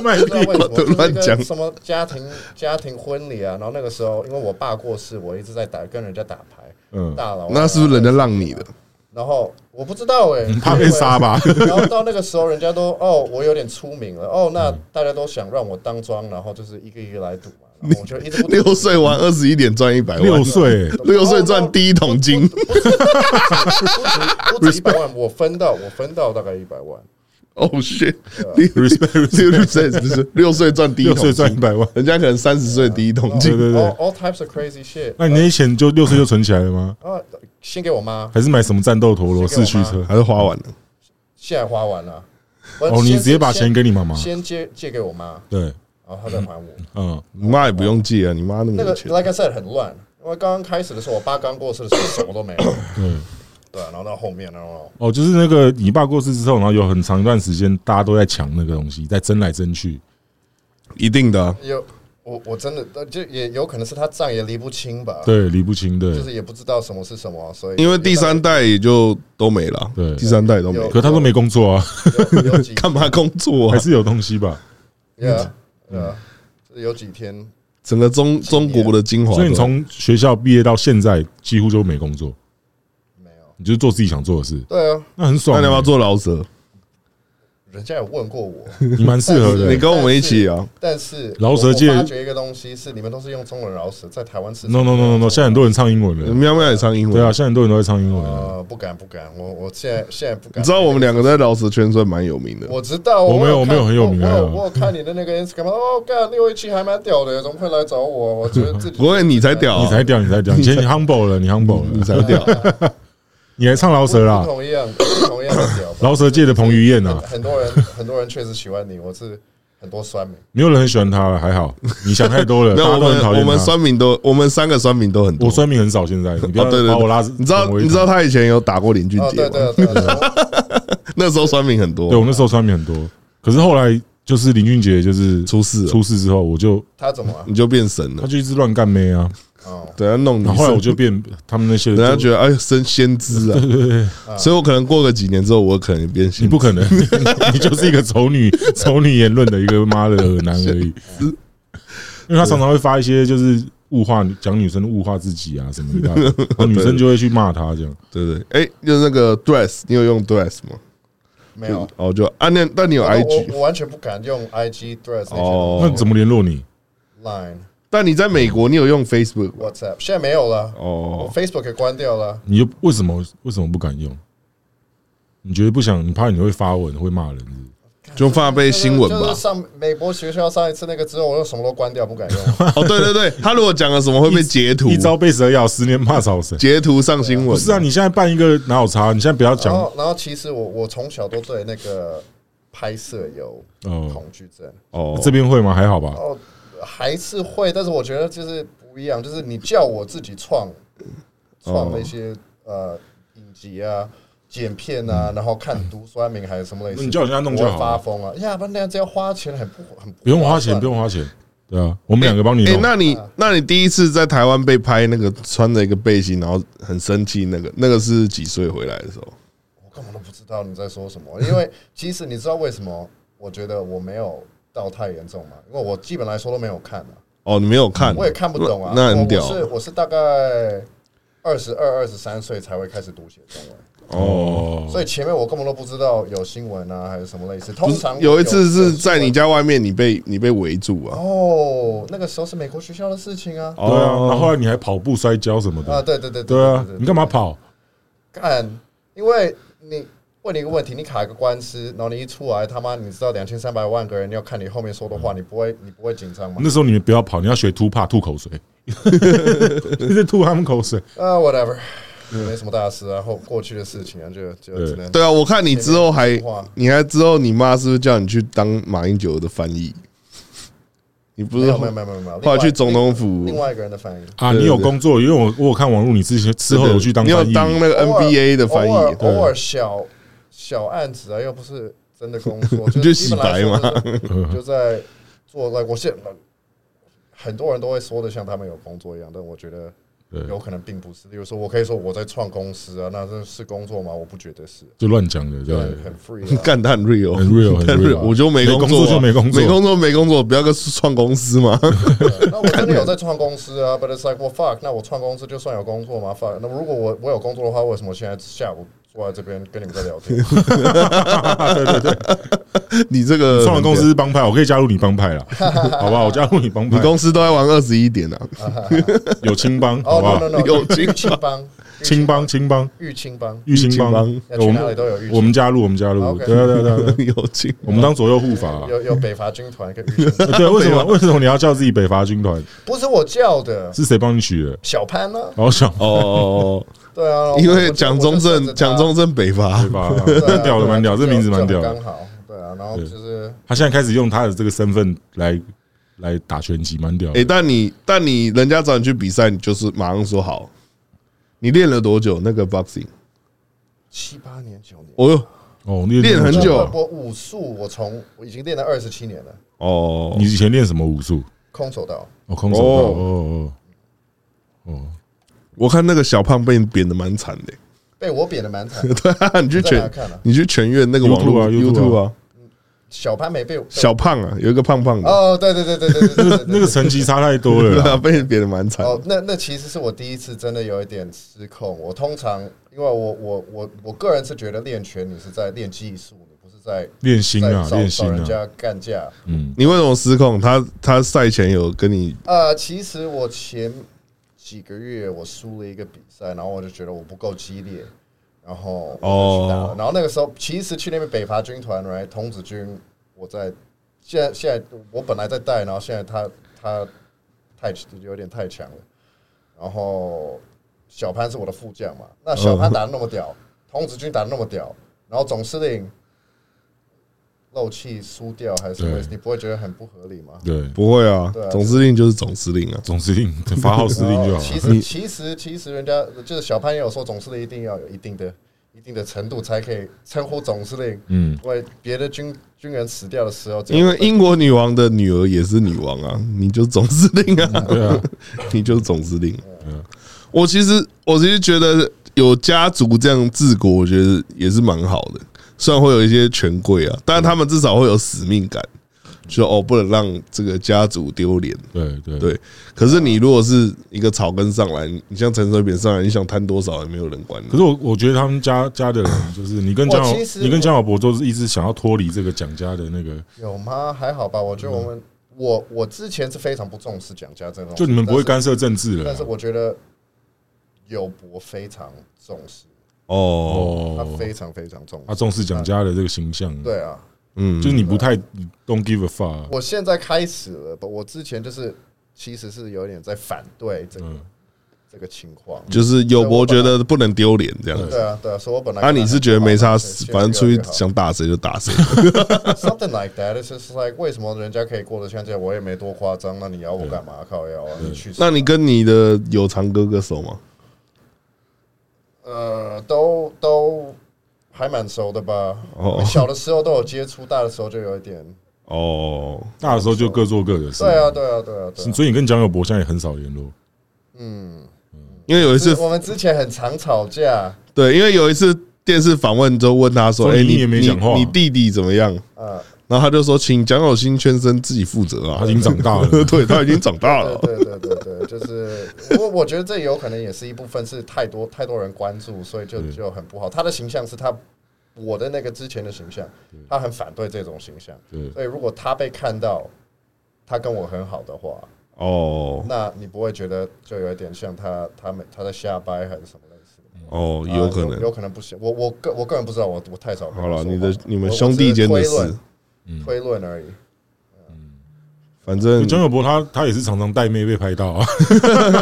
Speaker 2: 卖
Speaker 3: 不知道为什么就是
Speaker 1: 哎乱讲
Speaker 3: 那个什么家庭家庭婚礼啊，然后那个时候因为我爸过世，我一直在打跟人家打牌，
Speaker 2: 嗯
Speaker 3: 大佬啊
Speaker 1: 那是不是人家让你的？
Speaker 3: 然后我不知道 哎、
Speaker 2: 怕被杀吧？
Speaker 3: 然后到那个时候，人家都哦，我有点出名了哦，那大家都想让我当庄，然后就是一个一个来赌嘛，然后我就一直 不
Speaker 1: 六岁玩二十一点赚一百万，
Speaker 2: 六岁欸，
Speaker 1: 六岁赚第一桶金，
Speaker 3: 不止一百万，我分到我分到大概一百万，
Speaker 1: 哦 shit，六
Speaker 2: respect，respect
Speaker 1: 岁就是六岁赚第一
Speaker 2: 六
Speaker 1: 桶
Speaker 2: 岁赚一
Speaker 1: 金，
Speaker 2: 百万，
Speaker 1: 人家可能三十岁第一桶
Speaker 2: 对
Speaker 1: 金，哦
Speaker 2: 对对
Speaker 3: All-。，all types of crazy shit
Speaker 2: 那你那些钱就六岁就存起来了吗？
Speaker 3: 啊，先给我妈，
Speaker 2: 还是买什么战斗陀螺
Speaker 3: 先给我
Speaker 2: 四
Speaker 3: 妈
Speaker 2: 驱车？
Speaker 1: 还是花完了。
Speaker 3: 现在花完了。
Speaker 2: 哦，你直接把钱给你妈妈？
Speaker 3: 先借借给我妈，
Speaker 2: 对，
Speaker 3: 然后她再还我。
Speaker 2: 嗯，
Speaker 1: 你妈也不用借啊，你妈那么
Speaker 3: 那个
Speaker 1: 有钱，
Speaker 3: like I said 很乱，因为刚刚开始的时候，我爸刚过世的时候什么都没 有。
Speaker 2: 对。
Speaker 3: 对，然后到后面，然后
Speaker 2: 哦，就是那个你爸过世之后，然后有很长一段时间大家都在抢那个东西，在争来争去。
Speaker 1: 一定的啊。
Speaker 3: 有我我真的就也有可能是他账也理不清
Speaker 1: 哦
Speaker 3: 吧。
Speaker 2: 对，理不清，对
Speaker 3: 就，是也不知道什么是什么，所以
Speaker 1: 因为第三代也就都没了，
Speaker 2: 对
Speaker 1: 第三代都没了
Speaker 3: 有，
Speaker 2: 可他都没工作啊，
Speaker 3: 有有 几
Speaker 1: 干嘛工作
Speaker 2: 还
Speaker 1: 啊？
Speaker 2: 是有东西吧。
Speaker 3: 呃呃，有几天
Speaker 1: 整个中中国的精华都，
Speaker 2: 所以你从学校毕业到现在，几乎就没工作，
Speaker 3: 没有。
Speaker 2: 你就是做自己想做的事，
Speaker 3: 对啊，
Speaker 2: 那很爽
Speaker 1: 那
Speaker 2: 欸。
Speaker 1: 你要不要做老舍？
Speaker 3: 人家有问过我，
Speaker 2: 你蛮适合
Speaker 3: 对
Speaker 1: 你
Speaker 2: 的。
Speaker 1: 跟我们一起啊，
Speaker 3: 但是
Speaker 2: 饶舌
Speaker 3: 我
Speaker 2: 界
Speaker 3: 我发觉一个东西是你们都是用中文饶舌，在台湾是
Speaker 2: No no no no no，现在很欸多人唱英文了。
Speaker 1: 喵喵也唱英文。
Speaker 2: 对啊，，现在很多人都在唱英文
Speaker 1: 哦
Speaker 2: 了。
Speaker 3: 呃不敢不敢，我我现在现在不敢。
Speaker 1: 你知道我们两个在老舍圈算蛮有名的，
Speaker 3: 我知道，
Speaker 2: 我没有我
Speaker 3: 我看
Speaker 2: 没有很有名啊
Speaker 3: 我我我有看你的那个 Instagram，哦，干六一七还蛮屌的，怎么会来找我？我觉得 自己
Speaker 1: 不过你才屌啊，
Speaker 2: 你才屌，你才屌，以前你 humble 了，你 humble
Speaker 1: 你
Speaker 2: 了，
Speaker 1: 才屌，
Speaker 2: 你还唱饶舌
Speaker 3: 不
Speaker 2: 啦，
Speaker 3: 同一样，不同一样的屌吧。
Speaker 2: 饶舌界的彭于晏啊，
Speaker 3: 很多人很多人确实喜欢你，我是很多酸民。
Speaker 2: 没有人很喜欢他了，还好，你想太多了，
Speaker 1: 没有
Speaker 2: 大
Speaker 1: 我
Speaker 2: 家都很
Speaker 1: 们
Speaker 2: 讨
Speaker 1: 我
Speaker 2: 厌
Speaker 1: 们
Speaker 2: 他。
Speaker 1: 酸民都，我们三个酸民都很多。
Speaker 2: 我酸民很少，现在你不要
Speaker 1: 哦对对
Speaker 2: 把我拉
Speaker 1: 对，，你知道你知道他以前有打过林俊
Speaker 3: 哦，
Speaker 1: 杰
Speaker 3: 对
Speaker 1: 吗？
Speaker 3: 对对对， 对
Speaker 1: 那时候酸民很
Speaker 2: 对我
Speaker 1: 多，
Speaker 2: 那时候酸民很多，可是后来就是林俊杰就是
Speaker 1: 出事了
Speaker 2: 出事之后，我就
Speaker 3: 他怎么啊了？
Speaker 1: 你就变神
Speaker 2: 他
Speaker 1: 了。
Speaker 2: 就一直乱干妹啊，
Speaker 3: 哦，
Speaker 1: 等下弄你
Speaker 2: 然
Speaker 1: 是，
Speaker 2: 后后来我就变他们那些
Speaker 1: 人家
Speaker 2: 就
Speaker 1: 觉得哎升先知啊，所以我可能过个几年之后，我可能变
Speaker 2: 你
Speaker 1: 先
Speaker 2: 不
Speaker 1: 知。
Speaker 2: 可能，你就是一个丑女丑女言论的一个妈的恶男而已，因为他常常会发一些就是物化讲女生物化自己啊什么一 大堆，然后女生就会去骂他这样。
Speaker 1: 对对，哎，就是那个 dress，你有用 dress 吗？
Speaker 3: 没有。
Speaker 1: 哦，就啊，那但你有
Speaker 3: 我
Speaker 1: IG，
Speaker 3: 我完全不敢用 IG Threads
Speaker 1: 哦
Speaker 3: 那
Speaker 2: 那怎么联络你？
Speaker 3: 些 Line
Speaker 1: 但你在美国，你有用 Facebook 吗
Speaker 3: WhatsApp，现在没有了。我
Speaker 1: 哦，
Speaker 3: Facebook 也关掉了。
Speaker 2: 你就为什么为什么不敢用？你觉得不想？你怕你会发文会骂人是不是
Speaker 1: 就发被新闻
Speaker 3: 就是
Speaker 1: 吧
Speaker 3: 就是。上美国学校上一次那个之后，我又什么都关掉，不敢 用。
Speaker 1: 哦，对对 对，他如果讲了什么会被截图
Speaker 2: 一，招被蛇咬，十年怕草绳。
Speaker 1: 截图上新
Speaker 2: 不
Speaker 1: 闻。
Speaker 2: 是啊，你现在办一个哪有差？你现在不要讲
Speaker 3: 然
Speaker 1: 哦
Speaker 3: 后，然后其实我我从小都对那个拍摄有
Speaker 2: 哦，
Speaker 3: 恐惧症，
Speaker 1: 哦，
Speaker 2: 这边会吗？还好吧。
Speaker 3: 哦，还是会，但是我觉得就是不一样，就是你叫我自己创创那些
Speaker 2: 哦
Speaker 3: 呃影集啊。剪片啊，然后看读酸民还是什么类似，
Speaker 2: 嗯你叫人家弄就好了
Speaker 3: 我会发疯啊！呀，不然那样子要花钱，很不很
Speaker 2: 不用花钱，
Speaker 3: 划算
Speaker 2: 不用花钱。对啊，我们两个帮你
Speaker 1: 哎、
Speaker 2: 弄。
Speaker 1: 那你那你第一次在台湾被拍那个穿着一个背心，然后很生气那个，那个是几岁回来的时候？
Speaker 3: 我根本都不知道你在说什么，因为其实你知道为什么？我觉得我没有到太严重嘛，因为我基本来说都没有看啊，
Speaker 1: 哦，你没有看，
Speaker 3: 我也看不懂啊。
Speaker 1: 那那
Speaker 3: 我
Speaker 1: 很屌
Speaker 3: 我是我是大概二十二、二十三岁才会开始读写中文，
Speaker 2: 哦，
Speaker 3: 所以前面我根本都不知道有新闻啊，还是什么类似。
Speaker 1: 不
Speaker 3: 通
Speaker 1: 是
Speaker 3: 常我
Speaker 1: 有一次是在你
Speaker 3: 新闻
Speaker 1: 家外面，你被你被围住啊。
Speaker 3: 哦，那个时候是美国学校的事情啊。
Speaker 2: 对啊，然后
Speaker 1: 哦，
Speaker 2: 后来你还跑步、摔跤什么
Speaker 3: 啊，
Speaker 2: 的。
Speaker 3: 对对对
Speaker 2: 对啊
Speaker 3: 对，
Speaker 2: 你干嘛跑？
Speaker 3: 干？因为你。问你一个问题，你卡一个官司，然后你一出来，他妈你知道两千三百万个人要看你后面说的话，你不会你不会紧张
Speaker 1: 嗯
Speaker 3: 吗？
Speaker 2: 那时候你们不要跑，你要学吐帕吐口水， 就是吐他们口水。
Speaker 3: 啊，whatever，没什么大事啊，然后过去的事情啊，就就只能
Speaker 1: 嗯对啊，我看你之后还
Speaker 3: 前面有话，
Speaker 1: 你还之后你妈是不是叫你去当马英九的翻译？你不
Speaker 3: 没
Speaker 1: 是
Speaker 3: 有没有没有没有没有，
Speaker 1: 后来去总统
Speaker 3: 另
Speaker 1: 府
Speaker 3: 外另外一个人的翻译。
Speaker 2: 啊，
Speaker 1: 对
Speaker 2: 你有
Speaker 1: 对
Speaker 2: 工作，因为我我有看网络，你之前之后有去当
Speaker 1: 你有
Speaker 2: 翻译，
Speaker 1: 当那个
Speaker 3: 偶尔
Speaker 1: NBA 的翻译
Speaker 3: 偶尔，
Speaker 1: 对
Speaker 3: 偶尔小小案子啊，又不是真的工 作，就
Speaker 1: 就是洗
Speaker 3: 基本来
Speaker 1: 白
Speaker 3: 说
Speaker 1: 嘛
Speaker 3: 就是 就在做在我现很多人都会说的像他们有工作一样，但我觉得
Speaker 2: 对
Speaker 3: 有可能并不是。例如说，我可以说我在创公司啊，那这是工作吗？我不觉得是，
Speaker 2: 就乱讲的，对，
Speaker 3: 很 free 啊。
Speaker 1: 干他很 real，
Speaker 2: 很 real，
Speaker 1: 但
Speaker 2: 很
Speaker 1: 是
Speaker 2: real。
Speaker 1: 我就没工
Speaker 2: 没工作
Speaker 1: 作
Speaker 2: 就
Speaker 1: 啊
Speaker 2: 没工作
Speaker 1: 没工作没工作，不要跟创公司嘛。
Speaker 3: 对那我真的有在创公司啊，but it's like 我 fuck，那我创公司就算有工作吗？fuck，那如果我我有工作的话，为什么现在下午坐在这边跟你们在聊天？
Speaker 2: 啊
Speaker 1: 你这
Speaker 3: 呃
Speaker 1: 个
Speaker 2: 创了公司是帮派，我可以加入你帮 派了，好吧？我加入你帮
Speaker 1: 你
Speaker 2: 派，
Speaker 1: 公司都在玩二十一点啊，
Speaker 2: 有青帮，好
Speaker 3: 哦、
Speaker 2: 不好
Speaker 3: no no？no，
Speaker 1: 有
Speaker 3: 玉清帮，
Speaker 2: 青帮，青帮，
Speaker 3: 玉清帮，
Speaker 2: 玉青帮
Speaker 1: 玉清，
Speaker 3: 要
Speaker 2: 我
Speaker 3: 去哪里都
Speaker 2: 们
Speaker 3: 有玉
Speaker 2: 我们加入，我们加入，
Speaker 3: OK
Speaker 2: 对啊对啊对啊
Speaker 3: 嗯
Speaker 2: 对啊，
Speaker 1: 有劲。
Speaker 2: 我们当左右护法啊。呃
Speaker 3: 有有北伐军团跟 玉清，
Speaker 2: 对，为什么为什么你要叫自己北伐军团？
Speaker 3: 不是我叫的，
Speaker 2: 是谁帮你取的？
Speaker 3: 小潘呢、
Speaker 2: 好想啊
Speaker 1: 哦哦，
Speaker 3: 对啊，
Speaker 1: 哦因为蒋中正，蒋中正北伐
Speaker 2: 北，伐，
Speaker 3: 啊
Speaker 2: 蛮屌的，蛮屌，这名字蛮屌的
Speaker 3: 刚。好，对啊，然后就是
Speaker 2: 他现在开始用他的这个身份来来打拳击，蛮屌的。
Speaker 1: 哎，但你但你人家找你去比赛，你就是马上说好。你练了多久那个 boxing？
Speaker 3: 七八年九年。
Speaker 1: 哦哟，
Speaker 2: 哦，
Speaker 1: 练很久
Speaker 3: 我武术我从我已经练了二十七年了，
Speaker 1: 哦
Speaker 2: 你，以前练什么武术？
Speaker 3: 空手道。
Speaker 2: 哦，空手道。哦哦哦，
Speaker 1: 我看那个小胖被扁的蛮惨的。
Speaker 3: 被我扁的蛮 惨的，
Speaker 1: 对啊，你去
Speaker 3: 在哪
Speaker 1: 全
Speaker 3: 看啊
Speaker 1: 你去全院那个网络
Speaker 2: YouTube 啊 YouTube
Speaker 1: 啊，
Speaker 3: 小潘没被我
Speaker 1: 小胖啊，有一个胖胖的，
Speaker 3: 哦，对对对对对对对对，
Speaker 2: 那个 成绩差太多 了
Speaker 1: 对
Speaker 2: 啦。
Speaker 1: 啊，被扁的蛮惨的。
Speaker 3: 哦，那那其实是我第一次真的有一点失控。我通常因为我我我我个人是觉得练拳你是在练技术，你不是在
Speaker 2: 练心
Speaker 3: 在
Speaker 2: 啊，
Speaker 3: 找
Speaker 2: 练
Speaker 3: 找
Speaker 2: 心
Speaker 3: 人
Speaker 2: 啊。
Speaker 3: 家干架。
Speaker 2: 嗯，
Speaker 1: 你为什么失控？他他赛前有跟你
Speaker 3: 呃，其实我前几个月我输了一个比赛，然后我就觉得我不够激烈，然后我就去打了
Speaker 1: 哦
Speaker 3: 然后那个时候其实去那边北伐军团，right 童子军，我在现在现在我本来在带，然后现在他他太有点太强了，然后小潘是我的副将嘛，那小潘打的那么屌，童子军打的那么屌，然后总司令。漏气输掉还是什么
Speaker 2: 对？
Speaker 3: 你不会觉得很不合理吗？
Speaker 2: 对，
Speaker 1: 不会啊
Speaker 3: 对啊，
Speaker 1: 总司令就是总司令啊。
Speaker 2: 总司令，发号施令就好
Speaker 3: 哦其
Speaker 2: 了。
Speaker 3: 实其实其实人家就是小潘也有说，总司令一定要有一定的一定的程度才可以称呼总司令。
Speaker 2: 嗯，
Speaker 3: 因为别的军军人死掉的时候，
Speaker 1: 因为英国女王的女儿也是女王啊，你就是总司令
Speaker 2: 对
Speaker 1: 啊
Speaker 2: 啊，
Speaker 1: 你就是总司令
Speaker 2: 嗯。
Speaker 1: 我其实我其实觉得有家族这样治国，我觉得也是蛮好的。虽然会有一些权贵啊，但他们至少会有使命感，就哦不能让这个家族丢脸。
Speaker 2: 对对
Speaker 1: 对，可是你如果是一个草根上来，你像陈水扁上来，你想贪多少也没有人管你
Speaker 2: 可。是我我觉得他们家家的人，就是你跟
Speaker 3: 我哦
Speaker 2: 江小
Speaker 3: 其实
Speaker 2: 你跟江小博都是一直想要脱离这个蒋家的那个，
Speaker 3: 有吗？还好吧，我觉得我们我我之前是非常不重视蒋家这种，
Speaker 2: 就你们不会干啊涉政治
Speaker 3: 但是，
Speaker 2: 了
Speaker 3: 但是
Speaker 2: 啦。
Speaker 3: 我觉得有博非常重视，
Speaker 1: 哦，
Speaker 3: 他
Speaker 2: 哦，
Speaker 3: 非常非常重
Speaker 2: 他
Speaker 3: 视。
Speaker 2: 重视蒋家的这个形象。
Speaker 3: 对啊，
Speaker 1: 嗯，
Speaker 2: 就是你不太你 don't give a fuck，啊
Speaker 3: 我现在开始了，不我之前就是其实是有点在反对这个、
Speaker 2: 嗯
Speaker 3: 这个情况。
Speaker 1: 就是有伯觉得不能丢脸这样子。
Speaker 3: 对啊，对啊，所以我本来
Speaker 1: 啊，你是觉得没差，反正出去
Speaker 3: 想。
Speaker 1: 想打谁就打谁。
Speaker 3: something like that. It's just like 为什么人家可以过得像这样，我也没多夸张，那你咬我干嘛？靠腰啊！你去死
Speaker 1: 那你跟你的有偿哥哥熟吗？
Speaker 3: 呃，都都还蛮熟的吧？
Speaker 1: 哦
Speaker 3: 小的时候都有接触，大的时候就有 一点。
Speaker 1: 哦，
Speaker 2: 大的时候就各做各的事。
Speaker 3: 对啊，对啊，对啊，对啊。
Speaker 2: 所以你跟蒋友柏现在也很少联络。
Speaker 1: 因为有一
Speaker 3: 是
Speaker 1: 次，
Speaker 3: 我们之前很常吵架，
Speaker 1: 对，因为有一次电视访问之后问他说：“
Speaker 2: 说
Speaker 1: 哎，
Speaker 2: 你
Speaker 1: 你
Speaker 2: 也没
Speaker 1: 你
Speaker 2: 讲话
Speaker 1: 你弟弟怎么样
Speaker 3: 啊，？”
Speaker 1: 然后他就说：“请蒋友新先生自己负责啊，
Speaker 2: 他已经长大了
Speaker 1: 对他已经长大
Speaker 3: 对
Speaker 1: 了。
Speaker 3: 对对对对，就是我我觉得这有可能也是一部分是太多太多人关注，所以就
Speaker 1: 嗯
Speaker 3: 就很不好。他的形象是他我的那个之前的形象，
Speaker 1: 嗯
Speaker 3: 他很反对这种形象。
Speaker 2: 对，
Speaker 3: 所以如果他被看到，他跟我很好的话，”
Speaker 1: 哦，
Speaker 3: 那你不会觉得就有一点像他他们他在瞎掰还是什么类似的？
Speaker 1: 哦，有可
Speaker 3: 啊
Speaker 1: 能
Speaker 3: 有。可能不行。我我个我个人不知道，我我太少跟
Speaker 1: 好
Speaker 3: 他说话。
Speaker 1: 了，你的你们
Speaker 3: 我
Speaker 1: 兄弟间的，
Speaker 3: 我只是推
Speaker 1: 事
Speaker 3: 论，推论而已。
Speaker 1: 反正
Speaker 3: 嗯
Speaker 2: 江友博他他也是常常带妹被拍 到啊，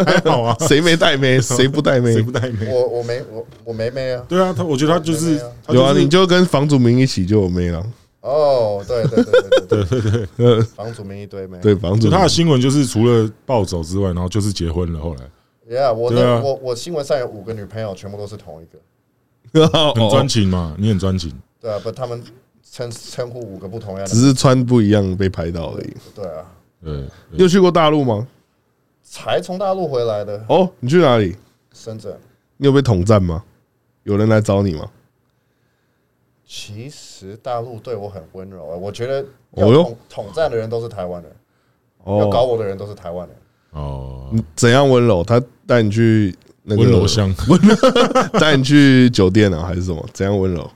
Speaker 2: 还好啊，
Speaker 1: 谁没带 妹，谁不带妹
Speaker 2: 谁？不带妹？
Speaker 3: 我我没我我没妹啊。
Speaker 2: 对啊，他我觉得他就是他
Speaker 1: 有啊，
Speaker 2: 是
Speaker 1: 你就跟房祖名一起就有妹了。
Speaker 3: 哦，对对对对对对对，房祖名一堆妹。
Speaker 1: 对，房祖
Speaker 2: 就
Speaker 1: 名
Speaker 2: 他 的新闻就是除了暴走之外，然后就是结婚了。后来
Speaker 3: Yeah，我
Speaker 2: 对啊
Speaker 3: 的我我新闻上有五个女朋友，全部都是同一个。
Speaker 2: 很专
Speaker 1: 哦，
Speaker 2: 情嘛，你很专情，
Speaker 3: 对啊，不，他们称称呼五个不同样
Speaker 1: 只
Speaker 3: 的。
Speaker 1: 是穿不一样被拍到而已。
Speaker 3: 对啊，
Speaker 2: 对，
Speaker 1: 你有去过大陆吗？
Speaker 3: 才从大陆回来的
Speaker 1: 哦，你去哪里？
Speaker 3: 深圳。
Speaker 1: 你有被统战吗？有人来找你吗？
Speaker 3: 其实大陆对我很温柔啊，我觉得
Speaker 1: 哦
Speaker 3: 要
Speaker 1: 哟
Speaker 3: 统统战的人都是台湾人，要搞
Speaker 1: 哦，
Speaker 3: 我的人都是台湾人。
Speaker 2: 哦，
Speaker 1: 怎样温柔？他带你去那个
Speaker 2: 温柔，乡，
Speaker 1: 带你去酒店啊，还是什么？怎样温柔？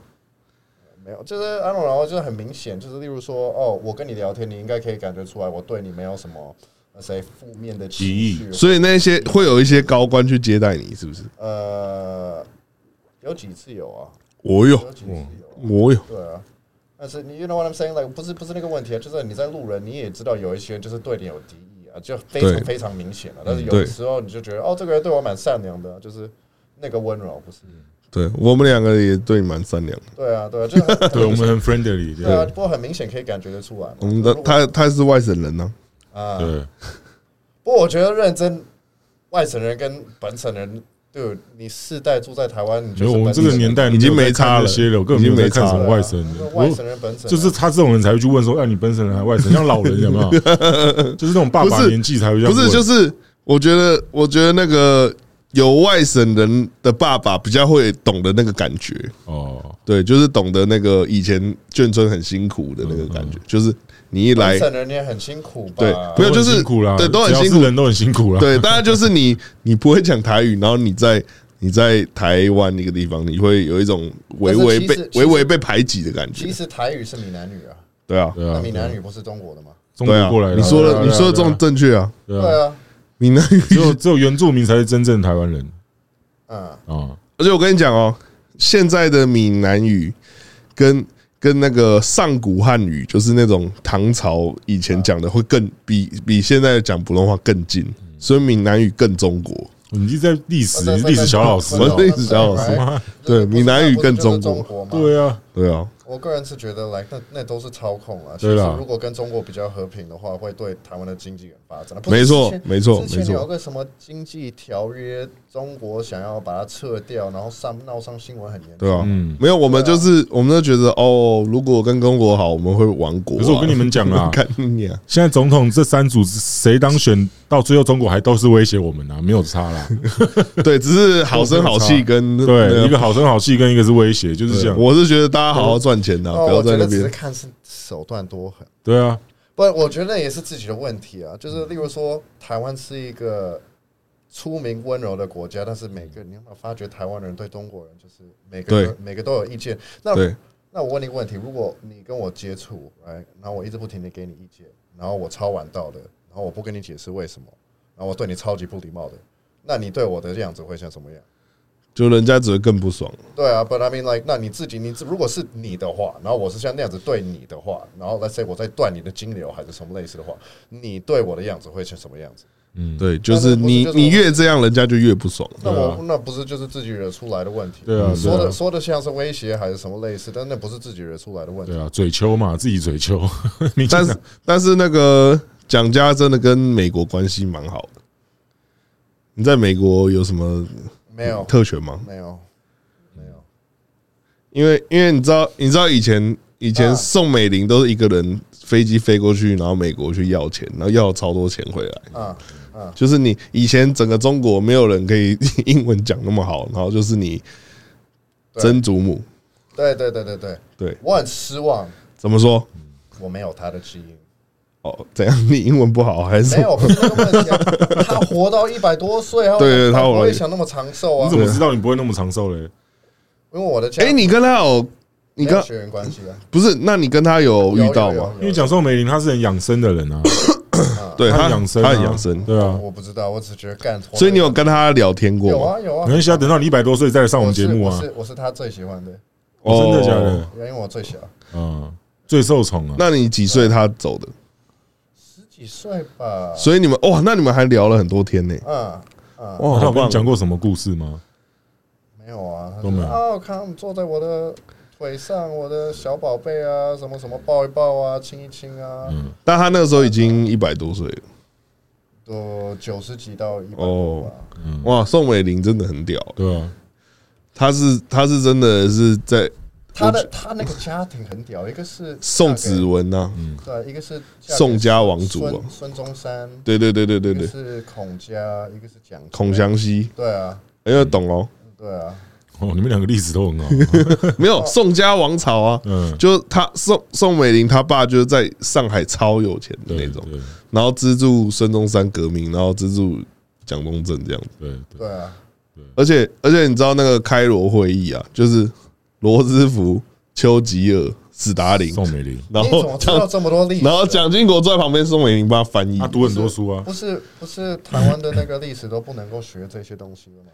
Speaker 3: 没有，就是 I don't know，就是很明显，就是例如说，哦，我跟你聊天，你应该可以感觉出来，我对你没有什么呃谁负面的情
Speaker 2: 敌意
Speaker 3: 绪，
Speaker 1: 所以那些会有一些高官去接待你，是不是？
Speaker 3: 呃，有几次有啊，
Speaker 1: 我有，
Speaker 2: 哦
Speaker 3: 有几次有啊、
Speaker 1: 我有，
Speaker 3: 对啊。但是你 you know what I'm saying，like 不是不是那个问题啊，就是你在路人你也知道有一些人就是对你有敌意啊，就非
Speaker 1: 对
Speaker 3: 常非常明
Speaker 2: 嗯
Speaker 3: 显了、但是有
Speaker 1: 对
Speaker 3: 的时候你就觉得哦，这个人对我蛮善良的啊，就是那个温柔，不是？
Speaker 1: 对我们两个也对你蛮善良的。
Speaker 3: 对啊，对啊，就是很
Speaker 2: 对我们很 friendly，
Speaker 3: 对啊，
Speaker 2: 对
Speaker 3: 不过很明显可以感觉得出来嘛。
Speaker 1: 我
Speaker 2: 嗯
Speaker 1: 们的
Speaker 3: 就是
Speaker 1: 他他是外省人呢、
Speaker 3: 啊，
Speaker 2: 对，
Speaker 3: 不过我觉得认真，外省人跟本省人，对你世代住在台湾，你
Speaker 2: 没
Speaker 3: 就
Speaker 2: 有
Speaker 3: 是
Speaker 2: 我们
Speaker 3: 本
Speaker 2: 这
Speaker 3: 省人
Speaker 2: 个年代
Speaker 1: 已经
Speaker 2: 没有
Speaker 1: 没
Speaker 2: 在看
Speaker 1: 差了
Speaker 2: 那些了，我根本
Speaker 1: 已经
Speaker 2: 没有
Speaker 1: 没
Speaker 2: 在看
Speaker 1: 差
Speaker 2: 什
Speaker 1: 了
Speaker 2: 么外省人，
Speaker 3: 对啊外
Speaker 2: 我
Speaker 3: 省人本省人
Speaker 2: 就是他这种人才会去问说，哎，你本省人还是外省人？像老人有 没有？就是那种爸
Speaker 1: 不
Speaker 2: 爸
Speaker 1: 是
Speaker 2: 年纪才会这样
Speaker 1: 不
Speaker 2: 问，
Speaker 1: 是，就是我觉得，我觉得那个有外省人的爸爸比较会懂得那个感觉，
Speaker 2: 哦，
Speaker 1: 对，就是懂得那个以前眷村很辛苦的那个感觉，就是你一来
Speaker 3: 本，省人也很辛苦吧？
Speaker 1: 对不要
Speaker 2: 都很
Speaker 1: 就是
Speaker 2: 辛苦啦，
Speaker 1: 对都很
Speaker 2: 只要
Speaker 1: 辛
Speaker 2: 是
Speaker 1: 苦
Speaker 2: 人都很辛苦 啦，
Speaker 1: 对，啊当然就是你你不会讲台语，然后你在你在台湾那个地方，你会有一种微微
Speaker 3: 但是
Speaker 1: 被
Speaker 3: 其实
Speaker 1: 微微被排挤的感觉
Speaker 3: 其，实台语是闽南语啊，
Speaker 1: 对啊，
Speaker 2: 对
Speaker 3: 那
Speaker 2: 啊，
Speaker 3: 闽南语不是中国的吗？
Speaker 2: 中
Speaker 1: 对
Speaker 2: 国
Speaker 1: 啊
Speaker 2: 过来的啊，
Speaker 1: 你说
Speaker 2: 对
Speaker 1: 的
Speaker 2: 啊
Speaker 1: 你说的正，正确啊，
Speaker 2: 对啊
Speaker 3: 对
Speaker 2: 对啊，
Speaker 3: 啊，
Speaker 1: 闽南语
Speaker 2: 只有只有原住民才是真正台湾人
Speaker 3: 嗯，
Speaker 2: 啊，
Speaker 1: 而且我跟你讲哦，现在的闽南语跟跟那个上古汉语，就是那种唐朝以前讲的，会更比比现在讲普通话更近，
Speaker 2: 嗯
Speaker 1: 所以闽南语更中国。
Speaker 2: 你是在历史
Speaker 3: 那那
Speaker 2: 历史小老师
Speaker 3: 那
Speaker 1: 我
Speaker 2: 哦
Speaker 1: 是，历史哎小老师
Speaker 3: 那
Speaker 1: 对闽南语更
Speaker 3: 中
Speaker 1: 中国
Speaker 3: 国嘛。
Speaker 2: 对啊，
Speaker 1: 对啊，
Speaker 3: 我个人是觉得，来，那那都是操控啊。其
Speaker 2: 对
Speaker 3: 实
Speaker 2: 啦
Speaker 3: 如果跟中国比较和平的话，会对台湾的经济很发展。
Speaker 1: 没错
Speaker 3: 不是之前
Speaker 1: 没错
Speaker 3: 之
Speaker 1: 没
Speaker 3: 前
Speaker 1: 错
Speaker 3: 有个什么经济条约，中国想要把它撤掉，然后上闹上新闻很严重。
Speaker 1: 对啊，
Speaker 2: 嗯
Speaker 1: 没有，我们就是
Speaker 3: 啊
Speaker 1: 我们就觉得哦，如果跟中国好，我们会亡国啊、
Speaker 2: 可是我跟你们讲啦
Speaker 1: 看你啊，
Speaker 2: 现在总统这三组谁当选，到最后中国还都是威胁我们啊，没有差 啦。
Speaker 1: 对，只是好声好气跟
Speaker 2: 对，一个好声好气跟一个是威胁，就是这
Speaker 1: 对
Speaker 2: 样。
Speaker 1: 啊我是觉得大家好好赚钱呐、
Speaker 3: 哦，
Speaker 1: 啊不要
Speaker 3: 我
Speaker 1: 在那
Speaker 3: 觉得只
Speaker 1: 边
Speaker 3: 是看是手段多狠。
Speaker 2: 对啊，
Speaker 3: 不，我觉得那也是自己的问题
Speaker 1: 嗯
Speaker 3: 啊。就是例如说，台湾是一个出名温柔的国家，但是每个你有没有发觉台湾人对中国人就是每个
Speaker 1: 对
Speaker 3: 人每个都有意见？那
Speaker 1: 对
Speaker 3: 那我问你一个问题：如果你跟我接触，哎，然后我一直不停的给你意见，然后我超晚到的，然后我不跟你解释为什么，然后我对你超级不礼貌的，那你对我的样子会像什么样？
Speaker 1: 就人家只会更不爽。
Speaker 3: 对啊，But I mean like，那你自己，你自如果是你的话，然后我是像那样子对你的话，然后 Let's say 我在断你的金流还是什么类似的话，你对我的样子会是什么样子？
Speaker 2: 嗯
Speaker 1: 对，就是你
Speaker 3: 但是我
Speaker 1: 你越这样，人家就越不 爽。
Speaker 3: 那我、那不是就是自己惹出来的问题？
Speaker 2: 对啊
Speaker 3: 说
Speaker 2: 对啊
Speaker 3: 的说的像是威胁还是什么类似，但那不是自己惹出来的问题
Speaker 2: 对。啊，嘴丘嘛，自己嘴丘。 民进
Speaker 1: 但
Speaker 2: 党
Speaker 1: 是但是那个蒋家真的跟美国关系蛮好的。你在美国有什么
Speaker 3: 没有，
Speaker 1: 特权吗？
Speaker 3: 没有，没有。
Speaker 1: 因为因为你知道你知道以前以前
Speaker 3: 啊
Speaker 1: 宋美龄都是一个人飞机飞过去，然后美国去要钱，然后要了超多钱回来。
Speaker 3: 啊
Speaker 1: 就是你以前整个中国没有人可以 英文讲那么好，然后就是你
Speaker 3: 对
Speaker 1: 曾祖母。
Speaker 3: 对对对对对，
Speaker 1: 对，
Speaker 3: 我很失望，
Speaker 1: 怎么说？
Speaker 3: 我没有他的基因，
Speaker 1: 哦，怎样？ 你英文不好还是
Speaker 3: 没？有不是这个问题、啊。他活到一百多岁，他
Speaker 1: 对对他
Speaker 3: 不
Speaker 1: 活了
Speaker 3: 会想那么长寿啊
Speaker 2: 你怎。么知道你不会那么长寿
Speaker 1: 啊
Speaker 2: 嘞？
Speaker 3: 因为我的家
Speaker 1: 哎，你跟他有你
Speaker 3: 没
Speaker 1: 跟
Speaker 3: 有血缘关系啊，
Speaker 1: 不是？那你跟他有遇到
Speaker 3: 有有有
Speaker 1: 吗？
Speaker 3: 有
Speaker 2: 因为蒋宋美龄她是很养生的人啊，
Speaker 1: 对
Speaker 2: 他
Speaker 1: 他
Speaker 2: 很养生、啊，
Speaker 1: 他很养生，
Speaker 2: 对啊。
Speaker 3: 我不知道，我只觉得干。
Speaker 1: 所以你有跟他聊天过
Speaker 3: 有
Speaker 1: 吗？
Speaker 3: 啊有啊，
Speaker 2: 没关系啊，等到你一百多岁再来上我
Speaker 3: 我
Speaker 2: 们
Speaker 3: 是
Speaker 2: 节目啊
Speaker 3: 我！是我是他最喜欢的，
Speaker 2: 真的假的？
Speaker 1: 哦？
Speaker 3: 因为我最小，
Speaker 2: 啊，最受宠啊！
Speaker 1: 那你几岁他走的？
Speaker 3: 嗯十几岁吧。
Speaker 1: 所以你们哇，那你们还聊了很多天呢。
Speaker 3: 嗯，
Speaker 1: 哇，好
Speaker 2: 他有跟
Speaker 1: 棒
Speaker 2: 你！讲过什么故事吗？
Speaker 3: 没有啊，他
Speaker 2: 都没有
Speaker 3: 说啊，我看他们坐在我的腿上，我的小宝贝啊，什么什么抱一抱啊，亲一亲啊，
Speaker 1: 但他那个时候已经一百多岁了。
Speaker 3: 都九十几到一百多
Speaker 1: 哦
Speaker 3: 吧。
Speaker 2: 嗯
Speaker 1: 哇，宋美龄真的很屌，
Speaker 2: 对啊，
Speaker 1: 她是她是真的是在
Speaker 3: 他的他那个家庭很屌，一个是
Speaker 1: 宋
Speaker 3: 嫁
Speaker 1: 子文呐，
Speaker 2: 嗯
Speaker 3: 给，对，一个是嫁给
Speaker 1: 宋家王族啊
Speaker 3: 孙孙中山，
Speaker 1: 对对对对对
Speaker 3: 一个
Speaker 1: 对，
Speaker 3: 是孔家，一个是蒋家
Speaker 1: 孔，祥熙，
Speaker 3: 对啊，
Speaker 1: 哎呀，懂哦，
Speaker 3: 对啊，
Speaker 2: 哦，你们两个历史都很好啊，
Speaker 1: 没有宋家王朝啊，
Speaker 2: 嗯，
Speaker 1: 就他宋宋美龄他爸就是在上海超有钱的
Speaker 2: 对
Speaker 1: 那种，
Speaker 2: 对
Speaker 1: 然后资助孙中山革命，然后资助蒋中正这样子，
Speaker 2: 对对，
Speaker 3: 对啊，
Speaker 1: 而且而且你知道那个开罗会议啊，就是罗斯福、丘吉尔、史达林，
Speaker 2: 宋美龄，
Speaker 1: 然
Speaker 3: 你怎么
Speaker 1: 后
Speaker 3: 知道
Speaker 1: 蒋
Speaker 3: 这么多历史？啊
Speaker 1: 然后蒋经国坐在旁边，宋美龄帮他翻译
Speaker 2: 他，读很多书啊，
Speaker 3: 不是不是台湾的那个历史都不能够学这些东西了吗？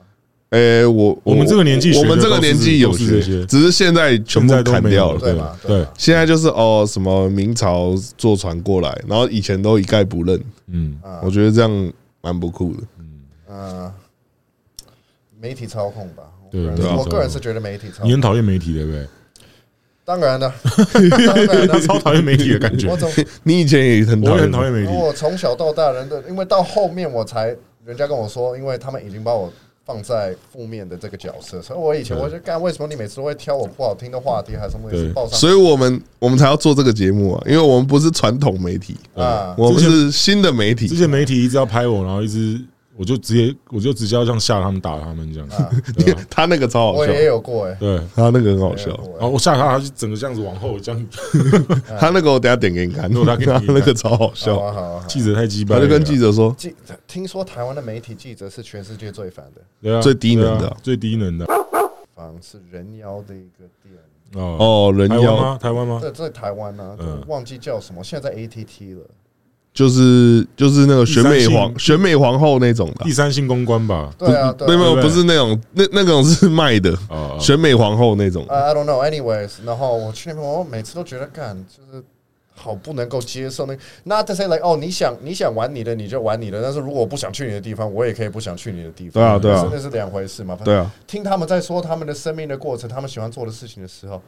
Speaker 1: 诶、我
Speaker 2: 我们这个年纪学的
Speaker 1: 我们这个
Speaker 2: 都是
Speaker 1: 年纪有
Speaker 2: 都是
Speaker 1: 学
Speaker 2: 这些，
Speaker 1: 只是现在全部
Speaker 2: 现在都
Speaker 1: 砍
Speaker 2: 没有
Speaker 1: 掉了。
Speaker 2: 了
Speaker 3: 对吧？
Speaker 2: 对
Speaker 3: 吧
Speaker 1: 现在就是哦，什么明朝坐船过来，然后以前都一概不认。
Speaker 2: 嗯，
Speaker 3: 啊
Speaker 1: 我觉得这样蛮不酷的。
Speaker 3: 嗯，媒体操控吧。我
Speaker 2: 对
Speaker 3: 个人
Speaker 2: 对啊
Speaker 3: 我个人是觉得媒体操
Speaker 2: 你
Speaker 3: 控
Speaker 2: 很。讨厌媒体对不对？
Speaker 3: 当然的，当然
Speaker 2: 他
Speaker 3: 的，
Speaker 2: 超讨厌媒体的感觉
Speaker 3: 我，总
Speaker 1: 你以前也很
Speaker 2: 我
Speaker 1: 讨
Speaker 2: 也
Speaker 1: 厌
Speaker 2: 很讨厌媒体，
Speaker 3: 我从小到大人的，因为到后面我才人家跟我说，因为他们已经把我放在负面的这个角色，所以我以前我就干，为什么你每次都会挑我不好听的话题，还是什么东西
Speaker 2: 对
Speaker 3: 报上？
Speaker 1: 所以我们我们才要做这个节目啊，因为我们不是传统媒体，
Speaker 3: 啊，
Speaker 1: 我们
Speaker 2: 之前
Speaker 1: 是新的媒
Speaker 2: 之
Speaker 1: 体。
Speaker 2: 前媒体一直要拍我，然后一直我就直接我就直接要这样吓他们打他们这样，对啊
Speaker 1: 他那个超好
Speaker 3: 我
Speaker 1: 笑，
Speaker 3: 也有过哎，
Speaker 2: 对，然
Speaker 1: 他那个很好
Speaker 3: 我也有
Speaker 1: 笑，
Speaker 3: 过
Speaker 2: 后我吓他，他就整个这样子往后这样，
Speaker 1: 他那个我等一下点给你看，
Speaker 2: 我等一下给你
Speaker 1: 他
Speaker 2: 看
Speaker 1: 那个超好
Speaker 3: 哎好
Speaker 1: 笑，
Speaker 3: 啊好啊。好 啊
Speaker 2: 记者太鸡巴
Speaker 1: 他
Speaker 2: 了，
Speaker 1: 就跟记者说
Speaker 3: 记听说台湾的媒体记者是全世界最烦的，
Speaker 2: 对啊
Speaker 1: 最低能的
Speaker 2: 对啊最低能的
Speaker 3: 房是人妖的一个店，
Speaker 2: 哦，
Speaker 1: 哦，人
Speaker 2: 台湾
Speaker 1: 妖
Speaker 2: 吗？台湾吗？
Speaker 3: 这在台湾呢、
Speaker 2: 啊嗯
Speaker 3: 忘记叫什么，现在在 ATT 了。
Speaker 1: 就是就是那个选美
Speaker 2: 第三
Speaker 1: 皇
Speaker 2: 性
Speaker 1: 选美皇后那种的
Speaker 2: 第，三性公关吧，
Speaker 3: 对啊，对
Speaker 1: 没
Speaker 3: 啊
Speaker 1: 有
Speaker 2: 对不对
Speaker 1: 不是那种那那种是卖的
Speaker 2: 哦哦
Speaker 1: 选美皇后那种，
Speaker 3: ，I I don't know. Anyways，然后我去那边，我每次都觉得干就是好不能够接受那个。Not to say like 哦，你想你想玩你的你就玩你的，但是如果我不想去你的地方，我也可以不想去你的地方。
Speaker 1: 对啊对啊
Speaker 3: 那是那是两回事嘛。反正
Speaker 1: 对啊，
Speaker 3: 听他们在说他们的生命的过程，他们喜欢做的事情的时候，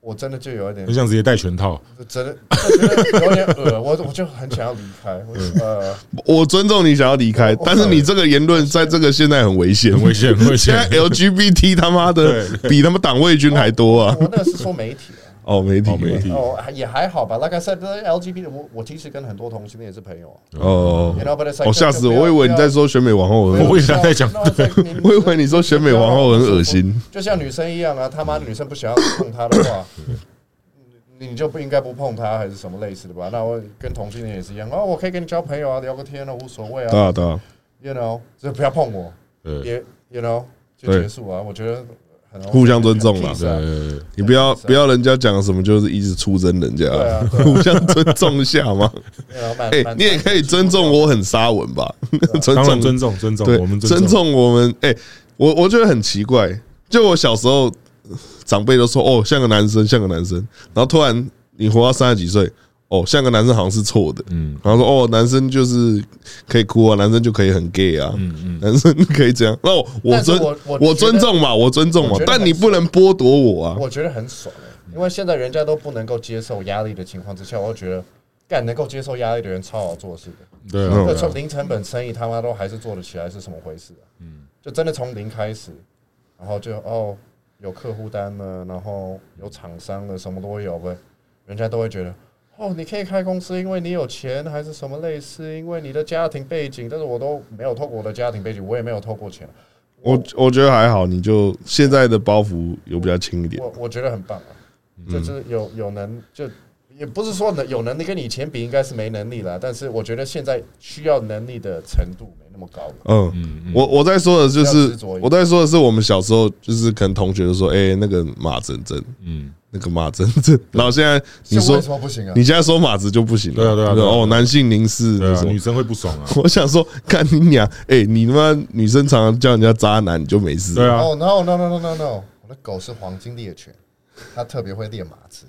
Speaker 3: 我真的就有一点
Speaker 2: 很想直接戴全套，
Speaker 3: 真的就觉得有点恶，我我就很想要离开。我就呃，
Speaker 1: 我尊重你想要离开，但是你这个言论在这个现在很危险，
Speaker 2: 很危险，很危险
Speaker 1: 现。在 LGBT 他妈的比他们党卫军还多啊！
Speaker 3: 我那个是说媒体啊。
Speaker 1: 哦，媒体
Speaker 2: 哦媒体
Speaker 3: 哦，还也还好吧。Like I said, LGBT，我我其实跟很多同性恋也是朋友啊。
Speaker 1: 哦
Speaker 3: You know, but it's like-
Speaker 1: 哦，吓死我！我以为你在说选美皇后很
Speaker 2: 我
Speaker 1: 恶
Speaker 2: 以
Speaker 1: 心，
Speaker 2: 为他在讲
Speaker 3: No, it's like 你
Speaker 1: 我以为你说选美皇后很恶心。
Speaker 3: 就像女生一样啊，他妈的女生不想要碰他的话，你你就不应该不碰他，还是什么类似的吧？那我跟同性恋也是一样哦，我可以跟你交朋友啊，聊个天啊，无所谓
Speaker 1: 对
Speaker 3: 啊。
Speaker 1: 啊，对啊，
Speaker 3: You know，就不要碰我，
Speaker 2: 对对
Speaker 3: 也 You know 就
Speaker 1: 对
Speaker 3: 结束啊。我觉得很啊
Speaker 1: 互相尊重啦
Speaker 3: 啦。
Speaker 2: 对对
Speaker 1: 你不要不要人家讲什么就是一直出征人家
Speaker 3: 对啊，
Speaker 1: 互相尊重一下嘛。哎
Speaker 3: 哎，
Speaker 1: 你也可以尊重我很沙文吧？ 尊
Speaker 2: 当
Speaker 1: 重
Speaker 2: 然尊重尊重，
Speaker 1: 对，
Speaker 2: 我们
Speaker 1: 尊重我们。哎、我我觉得很奇怪，就我小时候呃长辈都说哦像个男生，像个男生，然后突然你活到三十几岁，哦像个男生好像是错的，嗯，然后说哦男生就是可以哭啊，男生就可以很 gay 啊，嗯嗯，男生可以这样，那我我
Speaker 3: 但是
Speaker 1: 尊
Speaker 3: 我我觉得
Speaker 1: 尊重嘛，我尊重嘛
Speaker 3: 我觉，得
Speaker 1: 但
Speaker 3: 很
Speaker 1: 你不能剥夺我啊，
Speaker 3: 我觉得很爽、欸，因为现在人家都不能够接受压力的情况之下，我就觉得干能够接受压力的人超好做事的，
Speaker 2: 对啊
Speaker 1: 嗯
Speaker 3: 就
Speaker 2: 对
Speaker 3: 从
Speaker 2: 啊，
Speaker 3: 零成本生意他妈都还是做得起来，是什么回事啊？嗯，就真的从零开始，然后就哦有客户单了，然后有厂商了，什么都有呗，人家都会觉得。哦，你可以开公司，因为你有钱，还是什么类似？因为你的家庭背景，但是我都没有透过我的家庭背景，我也没有透过钱，
Speaker 1: 我我觉得还好，你就现在的包袱有比较轻一点，嗯
Speaker 3: 我我觉得很棒啊，就是有有能就也不是说能有能力跟你以前比应该是没能力啦，但是我觉得现在需要能力的程度没那么高了。
Speaker 1: 嗯，我我在说的就
Speaker 3: 不要
Speaker 1: 是
Speaker 3: 执着于
Speaker 1: 我在说的是我们小时候，就是可能同学就说，哎、那个马真真，
Speaker 2: 嗯，
Speaker 1: 那个马真正，然后现在你
Speaker 3: 现在
Speaker 1: 说
Speaker 3: 为什么不行啊
Speaker 1: 你现在说马子就不行了，
Speaker 2: 对啊对啊对啊
Speaker 1: 哦，男性凝视
Speaker 2: 对
Speaker 1: 那
Speaker 2: 啊，
Speaker 1: 种
Speaker 2: 女。生会不爽啊，
Speaker 1: 我想说，看你俩，哎，你他妈女生常常叫人家渣男，你就没事。？
Speaker 2: 对啊，
Speaker 3: 哦、no no no no no no，我的狗是黄金猎犬，它特别会猎马子。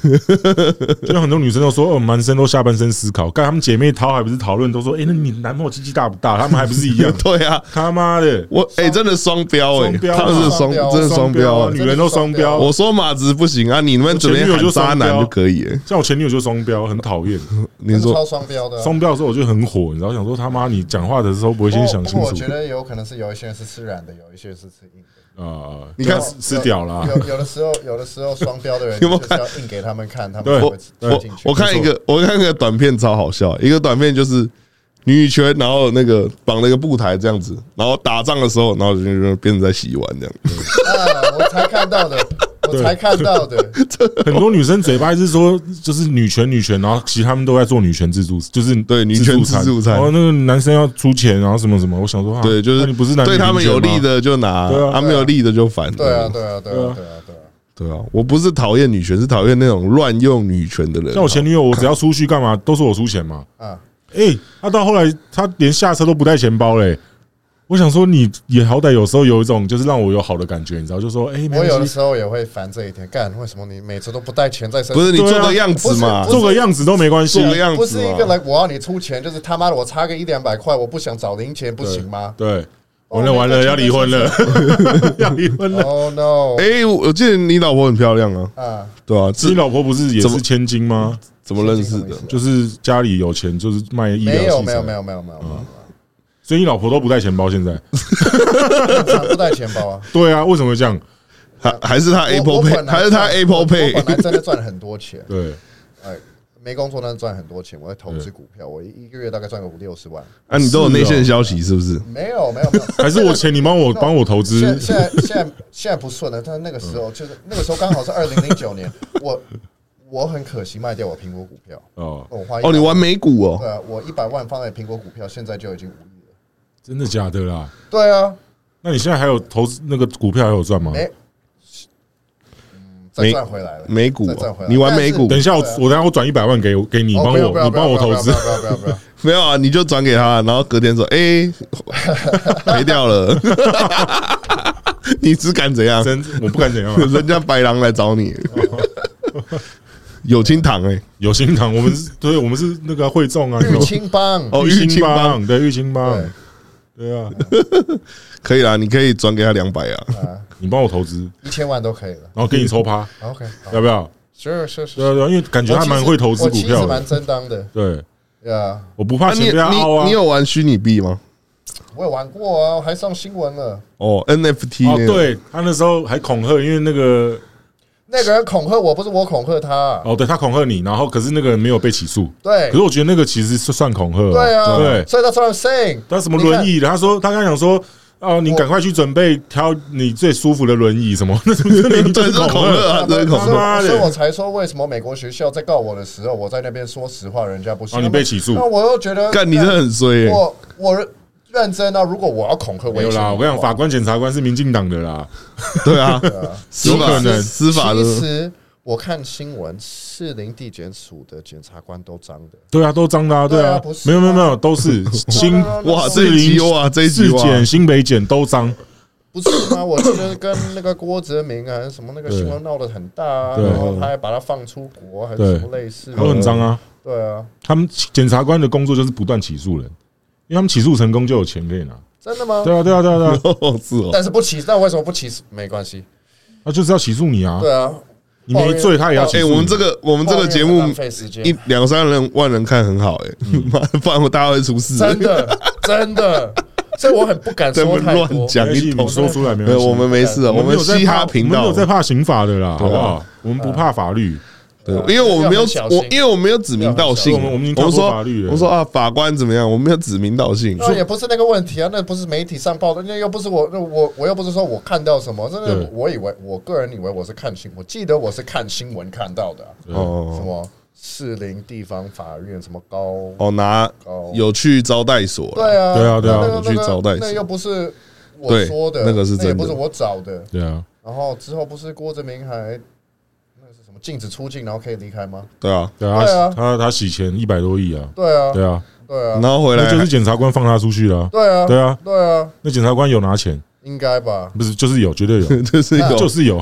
Speaker 2: 就很多女生都说，哦，男生都下半身思考，干他们姐妹淘还不是讨论都说，哎，那你男朋友鸡鸡大不大？他们还不是一样
Speaker 1: 对啊，
Speaker 2: 他妈的，
Speaker 1: 我哎，真的双标哎，
Speaker 2: 双标啊
Speaker 1: 他们是双
Speaker 3: 双标，啊
Speaker 1: 真的双标啊
Speaker 2: 啊，女！人都双标。
Speaker 1: 我说马子不行啊，你们整天
Speaker 2: 我前女友
Speaker 1: 喊
Speaker 2: 就
Speaker 1: 渣
Speaker 2: 双标
Speaker 1: 男就可以。哎
Speaker 2: 像我前女友就双标，很 讨厌。
Speaker 1: 你说
Speaker 3: 超双标的啊、
Speaker 2: 双标的时候我就很火，你知道，想说他妈你讲话的时候不会
Speaker 3: 不
Speaker 2: 先
Speaker 3: 过
Speaker 2: 想
Speaker 3: 不
Speaker 2: 清
Speaker 3: 过
Speaker 1: 哦
Speaker 2: 楚
Speaker 3: 我觉得有可能是有一些人是吃软的，有一些人是吃 硬的。
Speaker 2: 啊？
Speaker 1: 你看
Speaker 2: 就
Speaker 3: 有
Speaker 2: 吃屌啦，
Speaker 3: 有有的时候，有的时候双标的人
Speaker 1: 有没有
Speaker 3: 就是要硬给他们看，他
Speaker 2: 对
Speaker 3: 们
Speaker 2: 对
Speaker 3: 才会吃
Speaker 1: 我
Speaker 3: 进去。
Speaker 1: 我看一个，我看一个短片超好笑，一个短片就是女圈，然后那个绑了一个布台这样子，然后打仗的时候，然后就就变成在洗碗这样。
Speaker 3: 啊，我才看 到的，我才看到的。
Speaker 2: 很多女生嘴巴一直说就是女权女权，然后其实他们都在做女权自助，就是
Speaker 1: 对女权自助餐
Speaker 2: 然后那个男生要出钱，然后什么什么，我想说，啊
Speaker 1: 对，就
Speaker 2: 那
Speaker 1: 是
Speaker 2: 你不是男女
Speaker 1: 对他们
Speaker 2: 平
Speaker 1: 有
Speaker 2: 权吗
Speaker 1: 利，的就拿，
Speaker 2: 对啊
Speaker 1: 他们有利的就反。
Speaker 3: 对啊，对啊，对
Speaker 2: 对啊
Speaker 3: 啊，对啊，对啊。
Speaker 1: 对啊，我不是讨厌女权，是讨厌那种乱用女权的人。啊
Speaker 2: 像我前女友，我只要出去干嘛都是我出钱嘛。
Speaker 3: 啊，
Speaker 2: 哎，她到后来她连下车都不带钱包嘞。我想说，你也好歹有时候有一种就是让我有好的感觉，你知道，就说哎，没
Speaker 3: 我有
Speaker 2: 关
Speaker 3: 的
Speaker 2: 系，
Speaker 3: 时候也会烦这一点，干为什么你每次都不带钱在身上？
Speaker 1: 不是你
Speaker 2: 对啊
Speaker 1: 做个样子嘛
Speaker 3: 不，是
Speaker 2: 做个样子都没关系
Speaker 1: 做，个样
Speaker 3: 不
Speaker 1: 子啊
Speaker 3: 是一
Speaker 1: 嘛
Speaker 3: 个来我要你出钱，就是他妈的我差个一两百块，我不想找零钱不行吗
Speaker 2: 对，完了完了，
Speaker 3: 哦
Speaker 2: 要离婚 了，要离婚了。
Speaker 3: ？Oh no！
Speaker 1: 哎，我我记得你老婆很漂亮啊，
Speaker 3: 啊，
Speaker 1: 对啊，是
Speaker 2: 你老婆不是也
Speaker 1: 怎么
Speaker 2: 是千金吗？
Speaker 1: 怎么认识
Speaker 3: 什么
Speaker 1: 的
Speaker 3: 意？思
Speaker 2: 就是家里有钱，就是卖医疗器材。
Speaker 3: 没有没有没有没有没有没有，
Speaker 2: 所以你老婆都不带钱包，现在？
Speaker 3: 正
Speaker 1: 嗯
Speaker 3: 常不带钱包啊。
Speaker 2: 对啊，为什么会这样？
Speaker 1: 还还是他
Speaker 3: 我
Speaker 1: Apple
Speaker 3: 我本
Speaker 1: Pay，
Speaker 3: 来
Speaker 1: 还是他
Speaker 3: 赚
Speaker 1: Apple
Speaker 3: 我我本
Speaker 1: Pay？
Speaker 3: 来真的赚很多钱，
Speaker 2: 对，
Speaker 3: 哎，没工作但是赚很多钱。我在投资股票，我一一个月大概赚个五六十万。
Speaker 1: 啊，你都有内
Speaker 2: 是
Speaker 1: 线
Speaker 2: 哦
Speaker 1: 消息是不是？
Speaker 3: 没有没有 没有，
Speaker 2: 还是我钱你 帮我
Speaker 3: 那
Speaker 2: 帮我投资？
Speaker 3: 现现在现在现在不顺了，但那个时候就是那个时候刚好是二零零九年，我我很可惜卖掉我苹果股票，
Speaker 2: 哦，
Speaker 3: 我花一
Speaker 1: 哦，你玩美股哦，
Speaker 3: 呃我一百万放在苹果股票，现在就已经无语了。
Speaker 2: 真的假的啦？
Speaker 3: 对啊，
Speaker 2: 那你现在还有投资那个股票还有赚吗？
Speaker 3: 没，嗯，再
Speaker 1: 没
Speaker 3: 赚回来了，
Speaker 1: 美股
Speaker 3: 再
Speaker 1: 哦
Speaker 3: 赚回来。
Speaker 1: 你玩美股
Speaker 2: 等一下我我等一下我转一百万给我给你，
Speaker 3: 但是
Speaker 2: 帮
Speaker 3: 哦不
Speaker 2: 我
Speaker 3: 要
Speaker 2: 你帮我投资
Speaker 3: 不。要不要不要不要不要不要，
Speaker 1: 没有啊？你就转给他，然后隔天说， 哎，赔掉了， 你只敢怎样？
Speaker 2: 真我不敢怎样啊，
Speaker 1: 人家白狼来找 你，有清堂哎，
Speaker 2: 有心肠。我们是对，我们是那个汇众啊，
Speaker 3: 玉清帮
Speaker 1: 哦
Speaker 2: 玉
Speaker 1: 玉清
Speaker 2: 清
Speaker 1: 帮
Speaker 2: 帮，对玉清帮
Speaker 3: 对，
Speaker 2: 对啊，
Speaker 1: 可以啦，你可以转给他两百啊，
Speaker 3: 啊，
Speaker 2: 你帮我投资，
Speaker 3: 一千万都可以了。
Speaker 2: 然后给你抽趴，
Speaker 3: OK，好
Speaker 2: 要不要？
Speaker 3: 是是是
Speaker 2: 对，啊对啊，因为感觉
Speaker 3: 我
Speaker 2: 他
Speaker 3: 其
Speaker 2: 蛮
Speaker 3: 实
Speaker 2: 会投资
Speaker 3: 我
Speaker 2: 股
Speaker 3: 其
Speaker 2: 票
Speaker 3: 实蛮
Speaker 2: 的。
Speaker 3: 正当的，
Speaker 2: 对，
Speaker 3: 对啊，
Speaker 2: 我不
Speaker 1: 啊
Speaker 2: 怕
Speaker 1: 你
Speaker 2: 钱被他凹
Speaker 1: 你
Speaker 2: 啊
Speaker 1: 你。有玩虚拟币吗？
Speaker 3: 我有玩过啊，我还上新闻了。
Speaker 1: 哦，NFT
Speaker 2: 哦
Speaker 1: 那，个，
Speaker 2: 对他那时候还恐吓，因为那个
Speaker 3: 那个人恐吓我，不是我恐吓他、啊
Speaker 2: 哦，对他恐吓你，然后可是那个人没有被起诉。
Speaker 3: 对
Speaker 2: 可是我觉得那个其实是算恐吓哦。
Speaker 3: 对啊，
Speaker 2: 对，
Speaker 3: 所以 that's what I'm saying。
Speaker 2: 他什么轮椅的？他说他刚讲说。哦，你
Speaker 3: 我
Speaker 2: 赶快去准备挑你最舒服的轮椅，什么？那是不是你
Speaker 1: 对，
Speaker 2: 最
Speaker 1: 这是恐吓啊，这是恐
Speaker 2: 是
Speaker 1: 吓
Speaker 2: 吗。妈的
Speaker 3: 所以我才说为什么美国学校在告我的时候，我在那边说实话，人家不信。
Speaker 2: 哦你被起诉
Speaker 3: 那我又觉得，
Speaker 1: 干，你真的很衰欸，
Speaker 3: 我我认真啊！如果我要恐吓，我
Speaker 2: 没有啦，我跟你讲，法官、检察官是民进党的啦。
Speaker 1: 对 啊，司
Speaker 2: 有可
Speaker 1: 法
Speaker 2: 能
Speaker 1: 司法的
Speaker 3: 其实我看新闻，士林地检署的检察官都脏的。
Speaker 2: 对啊，都脏的啊，对
Speaker 3: 对
Speaker 2: 啊
Speaker 3: 啊不，是
Speaker 2: 没有没有没有，都是新
Speaker 1: 哇，这
Speaker 2: 士
Speaker 1: 一集
Speaker 2: 林
Speaker 1: 哇，这一集
Speaker 2: 市
Speaker 1: 哇，
Speaker 2: 检、新北检都脏。
Speaker 3: 不是 吗？我记得跟那个郭哲明啊，还是什么那个
Speaker 2: 对
Speaker 3: 新闻闹得很大啊，
Speaker 2: 对
Speaker 3: 然后他还把他放出国，还是什么类似的，
Speaker 2: 都很脏啊。
Speaker 3: 对啊，
Speaker 2: 他们检察官的工作就是不断起诉人，因为他们起诉成功就有钱可以拿。
Speaker 3: 真的吗？
Speaker 2: 对啊，对啊，对啊，对啊，
Speaker 1: 哦，是哦，
Speaker 3: 但是不起，那为什么不起？没关系，
Speaker 2: 他就是要起诉你啊。
Speaker 3: 对啊，
Speaker 2: 你没罪，他也要起
Speaker 1: 哎，
Speaker 2: 诉你。
Speaker 1: 我们这个我们这个节
Speaker 3: 抱怨
Speaker 1: 目
Speaker 3: 很浪费时间
Speaker 1: 一，两三人万人看很好哎，
Speaker 2: 嗯
Speaker 1: 妈的， 不然我大家会出事。
Speaker 3: 真的真的，所以我很不敢
Speaker 1: 在那
Speaker 3: 说
Speaker 1: 边
Speaker 3: 太
Speaker 1: 乱
Speaker 3: 多。
Speaker 1: 讲
Speaker 2: 没关系
Speaker 1: 一通
Speaker 2: 你，说出来没
Speaker 1: 没
Speaker 2: 有？
Speaker 1: 有，我们没事的，啊
Speaker 2: 我
Speaker 1: 我
Speaker 2: 们
Speaker 1: 们
Speaker 2: 有在
Speaker 1: 嘻
Speaker 2: 怕
Speaker 1: 哈频
Speaker 2: 我们没
Speaker 1: 道
Speaker 2: 有，在怕刑法的啦，
Speaker 1: 对
Speaker 2: 好
Speaker 1: 啊
Speaker 2: 不好？我们不怕法律，
Speaker 1: 对，啊因为我们没有
Speaker 3: 要很小心
Speaker 1: 我，因为我们没有指名道姓，
Speaker 2: 要很小心我们我们已经
Speaker 1: 我
Speaker 2: 跳
Speaker 1: 们
Speaker 2: 脱
Speaker 1: 说
Speaker 2: 法律了
Speaker 1: 我们说啊，法官怎么样？我们没有指名道姓，
Speaker 3: 啊那也不是那个问题啊，那不是媒体上报的，那又不是我，那我我又不是说我看到什么，真
Speaker 2: 对
Speaker 3: 的，我以为我个人以为我是看新，我记得我是看新闻看到的啊、什
Speaker 1: 哦
Speaker 3: 么士林地方法院，什么高
Speaker 1: 哦，拿
Speaker 3: 高，
Speaker 1: 有去招待所啦，
Speaker 3: 对啊，
Speaker 2: 对啊对啊
Speaker 3: 那
Speaker 1: 有
Speaker 3: 那
Speaker 1: 去
Speaker 3: 个那个
Speaker 1: 招待所
Speaker 3: 那又不是我
Speaker 1: 对
Speaker 3: 说的，
Speaker 1: 那个是
Speaker 3: 也
Speaker 1: 真的
Speaker 3: 不是我找的。
Speaker 2: 对啊，
Speaker 3: 然后之后不是郭哲明还那个么禁止出境，然后可以离开吗？
Speaker 1: 对啊，
Speaker 2: 对啊，
Speaker 3: 对啊
Speaker 2: 他他他洗钱一百多亿啊，
Speaker 3: 对啊，
Speaker 2: 对啊，
Speaker 3: 对啊
Speaker 1: 然，后回来
Speaker 2: 那就是检察官放他出去了啊。
Speaker 3: 对啊，
Speaker 2: 对啊，
Speaker 3: 对啊，
Speaker 2: 那检察官有拿钱，
Speaker 3: 应该吧？
Speaker 2: 不是就是有，绝对有，
Speaker 1: 就是有，
Speaker 2: 就是有，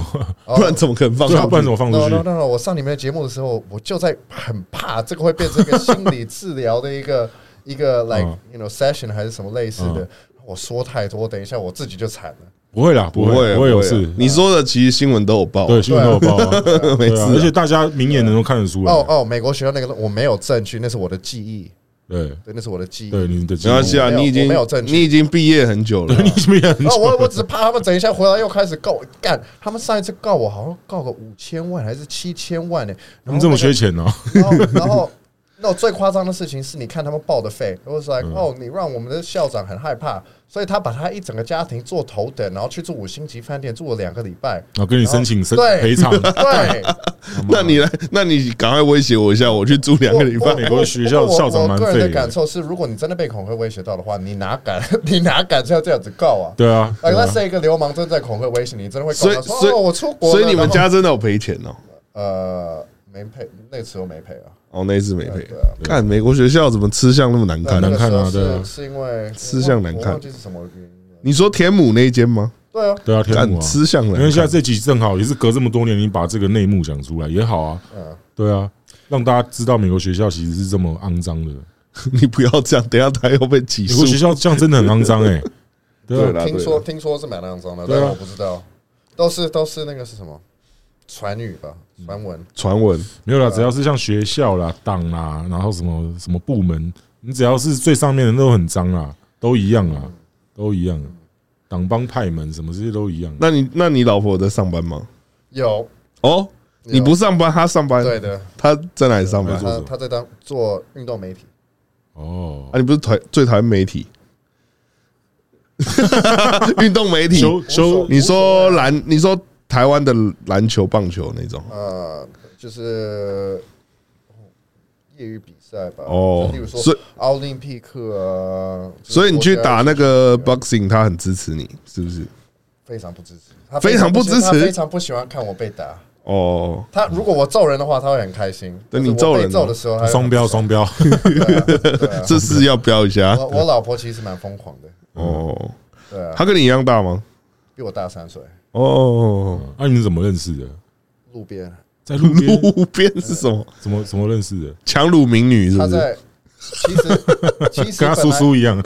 Speaker 3: 哦
Speaker 1: 不然怎么可能放
Speaker 2: 对啊，
Speaker 1: 上
Speaker 2: 不然
Speaker 1: 去？
Speaker 2: 怎么放出
Speaker 3: No
Speaker 2: 去
Speaker 3: no no no！我上你们的节目的时候，我就在很怕这个会变成一个心理治疗的一个 一个 like
Speaker 2: 嗯
Speaker 3: you know session 还是什么类似的。我说太多，等一下我自己就惨了。
Speaker 2: 不会啦，不会，
Speaker 1: 不
Speaker 2: 不
Speaker 1: 会
Speaker 2: 会有
Speaker 1: 啊
Speaker 2: 事。
Speaker 1: 你说的其实新闻都有报，
Speaker 2: 对，新闻都有报 啊，
Speaker 1: 每
Speaker 2: 对啊，而
Speaker 1: 次
Speaker 2: 且大家明眼人都看得出
Speaker 3: 哦
Speaker 2: 来。
Speaker 3: 哦，美国学校那个我没有证据，那是我的记忆，
Speaker 2: 对，
Speaker 3: 对，那是我的记忆。
Speaker 2: 对，你的
Speaker 1: 没关系啊，
Speaker 3: 我没有
Speaker 1: 你已经
Speaker 3: 我没有证据
Speaker 1: 你已经毕业很久了
Speaker 2: 对，，你是不是也很
Speaker 3: 哦，我我
Speaker 2: 久？
Speaker 3: 只是怕他们等一下回来又开始告我干，他们上一次告我好像告个五千万还是七千万呢、
Speaker 2: 他
Speaker 3: 然后
Speaker 2: 们这么
Speaker 3: 那个
Speaker 2: 缺钱哦？
Speaker 3: 然后，然后， 那最夸张的事情是你看他们报的费，我是
Speaker 2: 嗯
Speaker 3: like，哦，你让我们的校长很害怕，所以他把他一整个家庭做头等，然后去住五星级饭店住了两个礼拜。
Speaker 2: 然后跟你 申请申
Speaker 3: 对
Speaker 2: 赔偿，
Speaker 3: 对，
Speaker 1: 那你来，那你赶快威胁我一下，我去租两个礼
Speaker 3: 我
Speaker 1: 拜
Speaker 3: 我。
Speaker 2: 美国学校
Speaker 3: 不过我
Speaker 2: 校长蛮
Speaker 3: 我个
Speaker 2: 废
Speaker 3: 人
Speaker 2: 的
Speaker 3: 的感受是，如果你真的被恐吓威胁到的话，你哪敢， 你哪敢要这样子告啊？
Speaker 2: 对啊，
Speaker 3: like
Speaker 2: 对啊
Speaker 3: let's say 一个流氓真的在恐吓威胁你，你真的会告
Speaker 1: 所以
Speaker 3: 他说
Speaker 1: 所以
Speaker 3: 哦，我出国
Speaker 1: 所
Speaker 3: 了，
Speaker 1: 以你们
Speaker 3: 然
Speaker 1: 家真的有赔钱哦？
Speaker 3: 后呃没配，那次我没配啊。
Speaker 1: 哦，那一次没赔
Speaker 3: 对啊。
Speaker 1: 看美国学校怎么吃相那么难
Speaker 3: 那那
Speaker 1: 看？
Speaker 3: 个
Speaker 2: 看啊
Speaker 3: 时候
Speaker 2: 对啊
Speaker 3: 是是因为
Speaker 1: 吃相难看
Speaker 3: 我忘记是什么原因了。
Speaker 1: 你说田母那一间吗？
Speaker 3: 对啊，
Speaker 2: 对啊，天
Speaker 1: 看
Speaker 2: 母啊，
Speaker 1: 吃相
Speaker 2: 因
Speaker 1: 难
Speaker 2: 为现在
Speaker 1: 看。
Speaker 2: 这集正好也是隔这么多年，你把这个内幕讲出来也好啊，
Speaker 3: 嗯。
Speaker 2: 对啊，让大家知道美国学校其实是这么肮脏的。
Speaker 1: 你不要这样，等一下他又被起
Speaker 2: 美
Speaker 1: 诉
Speaker 2: 国。学校这样真的很肮 脏哎，对
Speaker 1: 对
Speaker 2: 啊，
Speaker 1: 啦
Speaker 3: 听
Speaker 1: 对
Speaker 3: 说
Speaker 1: 啦
Speaker 3: 听说是蛮肮脏的，
Speaker 2: 对啊
Speaker 3: 但我不知道，都是都是那个是什么传语吧，
Speaker 1: 嗯
Speaker 3: 传闻。
Speaker 1: 传闻啊
Speaker 2: 没有啦，只要是像学校啦、党啦，然后什么什么部门，你只要是最上面的都很脏啦，都一样
Speaker 1: 嗯
Speaker 2: 啦，都一样啊，党帮派门什么这些都一样。
Speaker 1: 那你那你老婆在上班吗？
Speaker 3: 有
Speaker 1: 哦，
Speaker 3: 有
Speaker 1: 你不上班，她上班，
Speaker 3: 对的，
Speaker 1: 她在哪里上班？
Speaker 2: 做什
Speaker 3: 他
Speaker 2: 么
Speaker 3: 他在当做运动媒体，
Speaker 2: 哦
Speaker 1: 啊，，你不是讨最讨厌媒体？ 运动媒体，
Speaker 2: 修修
Speaker 1: 你说篮，你说台湾的篮球、棒球那种，
Speaker 3: 呃，就是业余比赛吧。
Speaker 1: 哦
Speaker 3: 就例如
Speaker 1: 所以
Speaker 3: 说奥林匹克啊，就是
Speaker 1: 所以你去
Speaker 3: 国家
Speaker 1: 打那个 boxing，他很支持你，是不是？
Speaker 3: 非常不支持，他
Speaker 1: 非常不
Speaker 3: 喜
Speaker 1: 支持
Speaker 3: 他非常不喜欢看我被打。
Speaker 1: 哦，
Speaker 3: 他如果我揍人的话，他会很开心。
Speaker 1: 等你
Speaker 3: 但是我
Speaker 1: 揍
Speaker 3: 被
Speaker 1: 人哦呢
Speaker 3: 揍的时候，他会
Speaker 2: 双
Speaker 1: 哎
Speaker 2: 标双标，
Speaker 3: 对啊对啊
Speaker 1: 这是要标一下
Speaker 3: 我我老婆其实蛮疯狂的，
Speaker 1: 哦。
Speaker 3: 对啊，
Speaker 1: 他跟你一样大吗？
Speaker 3: 比我大三岁。
Speaker 1: 哦，
Speaker 2: 那你们怎么认识的？
Speaker 3: 路边，
Speaker 2: 在路边
Speaker 1: 路边是什么？
Speaker 2: 怎么怎么认识的？
Speaker 1: 强乳民女是
Speaker 3: 他
Speaker 1: 不是？
Speaker 3: 在其实 其实
Speaker 2: 跟他
Speaker 3: 本
Speaker 2: 叔
Speaker 3: 来
Speaker 2: 叔一样，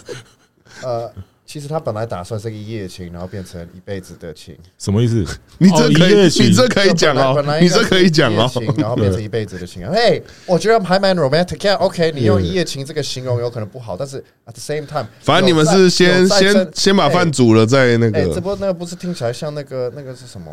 Speaker 3: 呃，其实他本来打算是个一夜情，然后变成一辈子的情。
Speaker 2: 什么意思？
Speaker 1: 你这
Speaker 2: 哦
Speaker 1: 可
Speaker 2: 一夜
Speaker 1: 以，
Speaker 2: 情
Speaker 1: 你这可以讲
Speaker 3: 本来
Speaker 1: 哦，你这可以讲哦
Speaker 3: 本来应该是。一夜情然后变成一辈子的情。哎，我觉得还蛮 romantic。但 OK，你用一夜情这个形容有可能不好，但是 at the same time，
Speaker 1: 反正你们是先
Speaker 3: 有在
Speaker 1: 先先把饭。煮了，再那
Speaker 3: 哎，哎这
Speaker 1: 个。
Speaker 3: 不那个不是听起来像那个那个是什么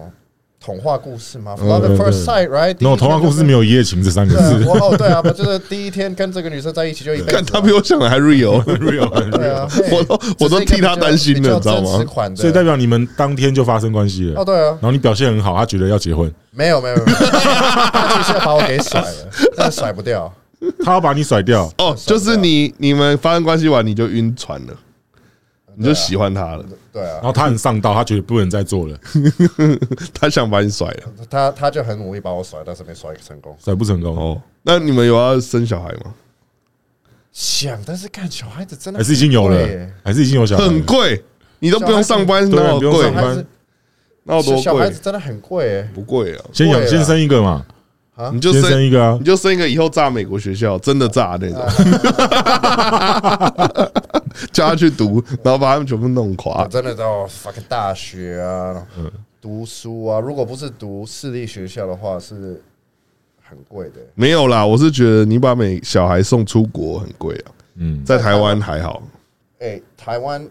Speaker 3: 童话故事吗
Speaker 2: 嗯
Speaker 1: 哦
Speaker 3: ？Love
Speaker 2: 对
Speaker 3: at
Speaker 2: 对
Speaker 3: first sight，right？
Speaker 2: 那我童话故事没
Speaker 3: 有。
Speaker 2: 有一夜情这三个
Speaker 3: 啊对
Speaker 2: 字
Speaker 3: 啊， 我哦，对啊，不就是第一天跟这个女生在一起就一辈子
Speaker 1: 看
Speaker 3: 了。哦
Speaker 1: 他比我想的还 real，
Speaker 2: ，real 很
Speaker 3: 对啊
Speaker 2: real。，
Speaker 1: 我都我都替他担心了，你知道吗？
Speaker 3: 吗
Speaker 2: 所以代表你们当天就发生关系
Speaker 3: 哦，
Speaker 2: 了，
Speaker 3: 对啊
Speaker 2: 然，后你表现很好，他觉得要结婚，
Speaker 3: 没有没有，没有，他其实把我给甩 了，但是甩不掉。
Speaker 2: 他要把你甩掉，
Speaker 1: 哦，就是你你们发生关系完你就晕船了，
Speaker 3: 啊
Speaker 1: 你就喜欢他了，
Speaker 3: 对啊
Speaker 2: 然，后他很上道，他觉得不能再做 了，
Speaker 1: 他想把你甩了。
Speaker 3: 他他就很努力把我甩，但是没甩成功。
Speaker 2: 甩不成功，
Speaker 1: 哦，那你们有要生小孩吗？
Speaker 3: 想，但是干小孩子真的
Speaker 2: 还是已经有
Speaker 3: 很
Speaker 2: 了
Speaker 3: 贵耶，
Speaker 2: 还是已经有小孩了，
Speaker 1: 很贵，你都不用上班，
Speaker 2: 对啊
Speaker 1: 那有
Speaker 2: 不用
Speaker 1: 贵
Speaker 2: 上
Speaker 3: 小
Speaker 2: 班
Speaker 3: 孩子
Speaker 1: 那有多
Speaker 3: 小孩
Speaker 1: 贵
Speaker 3: 子？真的很贵耶，
Speaker 1: 不贵啊，
Speaker 2: 先养
Speaker 3: 贵啊
Speaker 2: 先生一个嘛，
Speaker 1: 你就
Speaker 2: 先生
Speaker 1: 生
Speaker 2: 一个啊
Speaker 1: 你，就生一个，以后炸美国学校，真的炸 那种，叫他去读，然后把他们全部弄垮
Speaker 3: 我。真的到 fucking 大学啊，读书啊，如果不是读私立学校的话，是很贵的。
Speaker 1: 没有啦，我是觉得你把美小孩送出国很贵啊，
Speaker 2: 嗯，
Speaker 1: 在台湾还好。
Speaker 3: 哎，台湾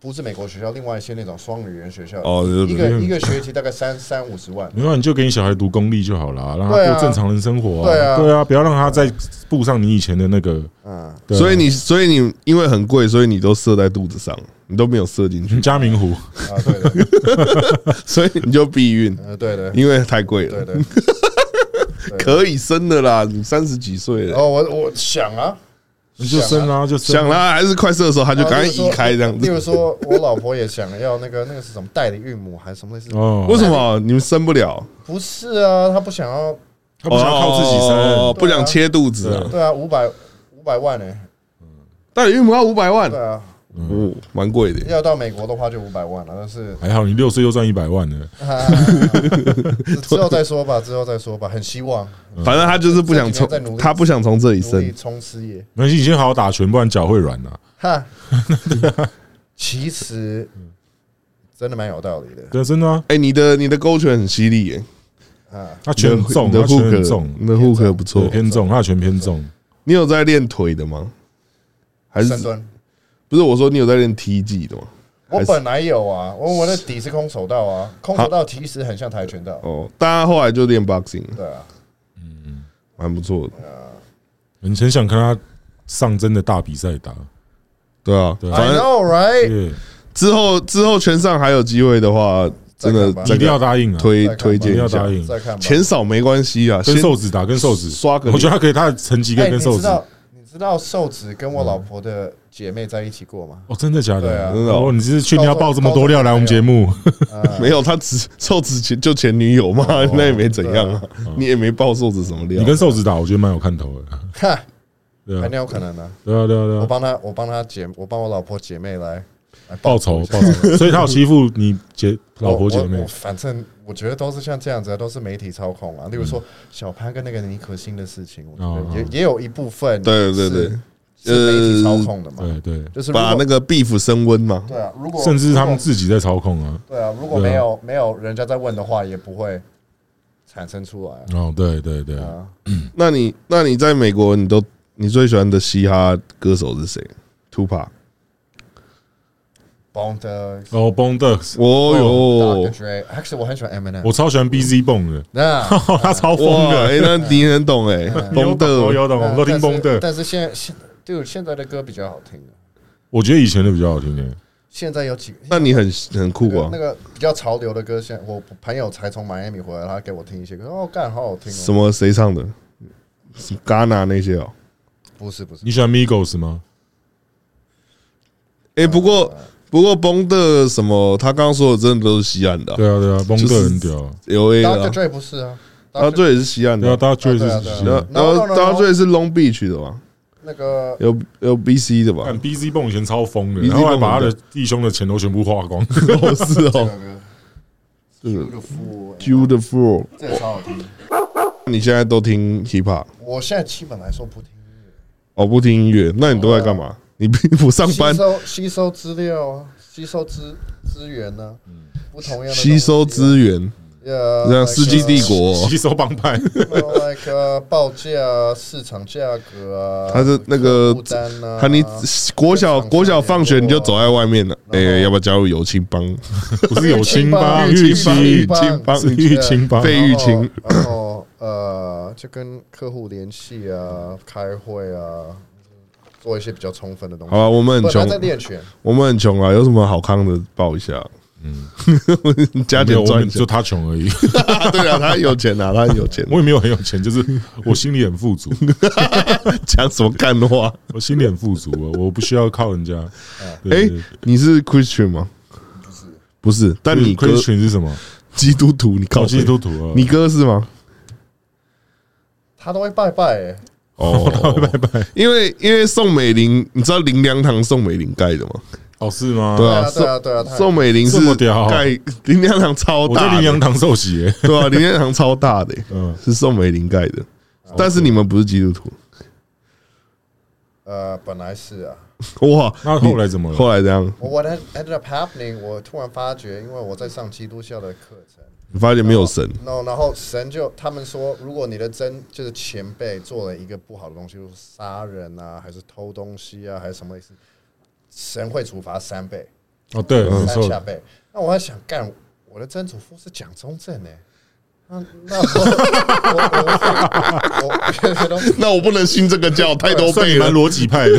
Speaker 3: 不是美国学校，另外一些那种双语言学校，
Speaker 1: 哦对对
Speaker 3: 一个
Speaker 1: 对
Speaker 3: 一个学期大概三三五十 万。
Speaker 2: 没有你就给你小孩读公立就好啦，让他
Speaker 3: 对啊
Speaker 2: 过正常人生活
Speaker 3: 对
Speaker 2: 啊，
Speaker 3: 啊
Speaker 2: 对啊，不要让他再步上你以前的那个，
Speaker 3: 嗯，
Speaker 2: 对啊
Speaker 1: 所以你，所以你因为很贵，所以你都射在肚子上，你都没有射进去，
Speaker 2: 嘉明湖，
Speaker 3: 啊，对的，
Speaker 1: 所以你就避孕，
Speaker 3: 呃，对的，
Speaker 1: 因为太贵
Speaker 3: 对
Speaker 1: 了。
Speaker 3: 的。
Speaker 1: 可以生的啦，你三十几岁
Speaker 3: 然
Speaker 1: 了，
Speaker 3: 哦后我我想啊，
Speaker 2: 你就生啦，就生啊
Speaker 1: 想
Speaker 2: 啦，
Speaker 1: 啦，还是快射的时候，他就
Speaker 3: 啊
Speaker 1: 赶快移开这样
Speaker 3: 例如
Speaker 1: 子。
Speaker 3: 说，我老婆也想要那个那个是什么代理孕母还是什么类似？
Speaker 2: 哦，
Speaker 1: 为什么你们生不了？
Speaker 3: 不是啊，她不想要。
Speaker 2: 他不想靠自己
Speaker 1: 哦
Speaker 2: 生？
Speaker 1: 不想切肚子啊。
Speaker 3: 对啊，五百五百万呢、欸
Speaker 1: 代理孕母要五百万
Speaker 3: 对，啊，
Speaker 2: 嗯
Speaker 1: 哦，蛮贵的。
Speaker 3: 要到美国的话就五百万了，但是
Speaker 2: 还好你六岁就赚一百万了，
Speaker 3: 啊之后再说吧，之后再说吧，很希望
Speaker 2: 嗯
Speaker 1: 反正他就是不想
Speaker 3: 这几年在努
Speaker 1: 从，
Speaker 3: 力
Speaker 1: 他不想从这里
Speaker 3: 努力
Speaker 1: 生。
Speaker 3: 冲事业。
Speaker 2: 没关系，你先好好打拳，不然脚会软啊呐。
Speaker 3: 哈，其实真的蛮有道理的
Speaker 2: 对，真的啊，
Speaker 1: 哎，你的你的勾拳很犀利耶，
Speaker 3: 啊。
Speaker 2: 他拳很重，
Speaker 1: 你的
Speaker 2: 他
Speaker 1: 护
Speaker 2: 拳很
Speaker 1: 壳，
Speaker 2: 重，
Speaker 1: 你的护壳不
Speaker 2: 对
Speaker 1: 错。
Speaker 2: 偏重，他的拳偏重。
Speaker 1: 你有在练腿的吗？还是
Speaker 3: 深蹲，
Speaker 1: 不是？我说你有在练踢技的吗？
Speaker 3: 我
Speaker 1: 还是
Speaker 3: 本来有啊，我我的底是空手道啊，空手道其实很像跆拳道，
Speaker 1: 哦，大家后来就练 boxing，了
Speaker 3: 对啊，
Speaker 2: 嗯
Speaker 1: 蛮不错的。
Speaker 2: 很很想看他上真的大比赛打，
Speaker 1: 对啊，
Speaker 2: 对
Speaker 1: 反
Speaker 3: I
Speaker 1: 正
Speaker 3: know, right？
Speaker 2: 对，
Speaker 1: 之后之后全上还有机会的话，真的
Speaker 3: 再看吧
Speaker 1: 这
Speaker 2: 一定
Speaker 1: 个
Speaker 2: 要答应啊，
Speaker 1: 嗯推
Speaker 3: 再看吧
Speaker 1: 推
Speaker 2: 一定
Speaker 1: 荐
Speaker 2: 要
Speaker 1: 一
Speaker 2: 答
Speaker 1: 下。
Speaker 2: 应，
Speaker 3: 再看吧。
Speaker 1: 钱少没关系啊，
Speaker 2: 跟
Speaker 1: 先
Speaker 2: 瘦子打，跟瘦子
Speaker 1: 刷个脸啊
Speaker 2: 我觉得他可以，他的成绩可
Speaker 3: 哎，
Speaker 2: 以跟
Speaker 3: 你
Speaker 2: 瘦
Speaker 3: 知
Speaker 2: 子。
Speaker 3: 道你知道瘦子跟我老婆的姐妹在一起过吗？
Speaker 2: 哦，真的假
Speaker 3: 对
Speaker 2: 的？
Speaker 3: 啊
Speaker 1: 真的哦
Speaker 2: 哦，你是去你要爆这么多料来我们节目？
Speaker 1: 没有，他只瘦子前就前女友嘛， 那也没怎样啊，你也没爆瘦子什么料。
Speaker 2: 哦你跟瘦子打，我觉得蛮有看头的。
Speaker 3: 哈，
Speaker 2: 对啊
Speaker 3: 很，有可能呢。
Speaker 2: 对啊，对啊，对
Speaker 3: 哎我
Speaker 2: 啊，
Speaker 3: 帮她，我帮她姐，我帮我老婆姐妹来来
Speaker 2: 报仇报仇，所以他有欺负你姐老婆姐
Speaker 3: 我我
Speaker 2: 妹
Speaker 3: 我。反正我觉得都是像这样子啊，都是媒体操控啊。例如说小潘跟那个尼可欣的事情，我
Speaker 2: 哦
Speaker 3: 觉得也也有一部分
Speaker 1: 对对对呃
Speaker 3: 是是媒体操控的嘛，
Speaker 2: 对对，
Speaker 3: 就是如果
Speaker 1: 把那个 beef 升温嘛，
Speaker 3: 对啊，如果
Speaker 2: 甚至他
Speaker 3: 如
Speaker 2: 们
Speaker 3: 果
Speaker 2: 自己在操控啊。
Speaker 3: 对啊，如果
Speaker 2: 对啊
Speaker 3: 没有没有人家在问的话，也不会产生出来啊
Speaker 2: 哦，对对对，
Speaker 3: 啊。
Speaker 1: 那你那你在美国，你都你最喜欢的嘻哈歌手是谁？Tupac。
Speaker 3: Bone Thugs
Speaker 2: 哦，Bone Ducks，
Speaker 1: 哦
Speaker 3: Dr. Dre，actually 我很喜欢 Eminem，
Speaker 2: 我超喜欢 BZ Bone 的，
Speaker 3: 那
Speaker 2: 他超
Speaker 1: 哟，
Speaker 2: 疯
Speaker 1: 哇，
Speaker 2: 的，
Speaker 1: 哎，那你很懂 哎，
Speaker 2: 有
Speaker 1: 懂
Speaker 2: 懂我
Speaker 1: 的，
Speaker 2: 有懂，
Speaker 3: 那
Speaker 2: 我都听
Speaker 3: 但是
Speaker 2: Bone 的。
Speaker 3: 但是现在现对现在的歌比较好听啊
Speaker 2: 我觉得以前的比较好听欸诶。
Speaker 3: 现在有几
Speaker 1: 那你很很酷
Speaker 3: 那个
Speaker 1: 啊
Speaker 3: 那。个比较潮流的歌，现在我朋友才从迈阿密回来，他给我听一些歌，哦，干，好好听
Speaker 1: 什
Speaker 3: 哦。
Speaker 1: 么谁唱的？是 Ghana 那些哦。
Speaker 3: 不是不是
Speaker 2: 你，喜欢 Migos 吗？
Speaker 1: 哎，不过不过崩的什么，他刚刚说的真的都是西岸的啊
Speaker 2: 对啊对啊，Bone
Speaker 1: 就是
Speaker 2: 的很屌啊。
Speaker 1: ，L A 的
Speaker 3: Dr.
Speaker 1: 啊，
Speaker 3: Dre 不是啊
Speaker 1: 啊，
Speaker 3: ，Dr.
Speaker 1: 这也是西岸的
Speaker 2: 对啊，
Speaker 1: 啊。
Speaker 2: 大家觉
Speaker 3: 对啊
Speaker 2: 得
Speaker 3: 对啊
Speaker 2: 是
Speaker 3: 对
Speaker 1: 然
Speaker 3: 啊
Speaker 1: 后然后
Speaker 3: No, no, no,
Speaker 1: 然后
Speaker 3: no.
Speaker 1: 这是 Long Beach 的嘛
Speaker 3: 那个
Speaker 1: ，L L B C 的吧？
Speaker 2: 看 BZ 泵以前超疯的，
Speaker 1: BZ
Speaker 2: 然后还把他
Speaker 1: 泵
Speaker 2: 的
Speaker 1: 很
Speaker 2: 弟兄的钱都全部花光。
Speaker 1: 哦，是
Speaker 3: 这
Speaker 1: 哦
Speaker 3: 个歌
Speaker 1: 这个
Speaker 3: ，Beautiful，
Speaker 1: ，Beautiful。
Speaker 3: 这个超好听。
Speaker 1: 你现在都听 hip hop？
Speaker 3: 我现在基本来说不听音乐，
Speaker 1: 哦，不听音乐，那你都在干嘛？你不不上班
Speaker 3: 吸，收吸收资料啊，吸收资资源呢，不同样的
Speaker 1: 吸收资源，
Speaker 3: 源，
Speaker 1: 像《世纪帝国》
Speaker 2: 吸收帮派，
Speaker 3: ，like 呃报价啊、市场价格啊，
Speaker 1: 它是那个
Speaker 3: 客户单啊，
Speaker 1: 和你国小国小放学你就走在外面了，哎
Speaker 3: 然后，
Speaker 1: 要不要加入友情帮？
Speaker 2: 不是有青帮、
Speaker 3: 玉
Speaker 2: 玉
Speaker 3: 清帮
Speaker 2: 清
Speaker 3: 玉清帮啊
Speaker 1: 帮
Speaker 2: 是玉清帮。
Speaker 1: 费玉清，
Speaker 3: 然后然后呃，就跟客户联系啊，开会啊，做一些比较充分的东西。
Speaker 1: 好啊吧，我们
Speaker 3: 不
Speaker 1: 很
Speaker 3: 然他在
Speaker 1: 穷，
Speaker 3: 练拳，
Speaker 1: 我们很穷啊，有什么好康的报一下？嗯， 加
Speaker 2: 没
Speaker 1: 点
Speaker 2: 有，我
Speaker 1: 赚
Speaker 2: 们
Speaker 1: 钱
Speaker 2: 就。他穷而已。
Speaker 1: 对啊，他有钱啊，他很有钱。
Speaker 2: 我也没有很有钱，就是我心里很富足，
Speaker 1: 讲什么干话？
Speaker 2: 我心里很富足，啊我不需要靠人家。
Speaker 1: 哎
Speaker 2: 对，
Speaker 1: 你是 Christian 吗？不是，不是。但你哥
Speaker 2: Christian 是什么？
Speaker 1: 基督徒，你靠
Speaker 2: 搞
Speaker 1: 北
Speaker 2: 基督，徒啊，
Speaker 1: 你哥是吗？
Speaker 3: 他都会拜拜、欸。
Speaker 1: 哦，拜拜。因为因为宋美龄，你知道林良堂宋美龄盖的吗？
Speaker 2: 哦是吗？
Speaker 1: 对
Speaker 3: 啊
Speaker 1: 啊，
Speaker 3: 对啊对啊
Speaker 1: 宋
Speaker 3: 他
Speaker 1: 宋美龄是
Speaker 2: 哎这么屌啊
Speaker 1: 盖林良堂超
Speaker 2: 我在
Speaker 1: 大
Speaker 2: 林
Speaker 1: 的，
Speaker 2: 洋堂受洗耶。
Speaker 1: 对啊，林良堂超大的欸，
Speaker 2: 嗯哦
Speaker 1: 是宋美龄盖的。但是你们不是基督徒，
Speaker 3: 呃，本来是啊，
Speaker 1: 哇！
Speaker 2: 那后来怎么了
Speaker 1: 后来怎样？
Speaker 3: 我 what ended up happening，我突然发觉，因为我在上基督教的课程，
Speaker 1: 你发现没有神，
Speaker 3: 然后然后神就他们说，如果你的真就是前辈做了一个不好的东西，就是杀人啊，还是偷东西啊，还是什么意思，神会处罚三倍。
Speaker 2: 哦对，没
Speaker 3: 三
Speaker 2: 错
Speaker 3: 下背。那我还想干，我的曾祖父是蒋中正呢、欸那那我我我我
Speaker 1: 那我不能信这个教，太多
Speaker 2: 算
Speaker 1: 倍
Speaker 2: 你蛮
Speaker 1: 了。
Speaker 2: 逻辑派的。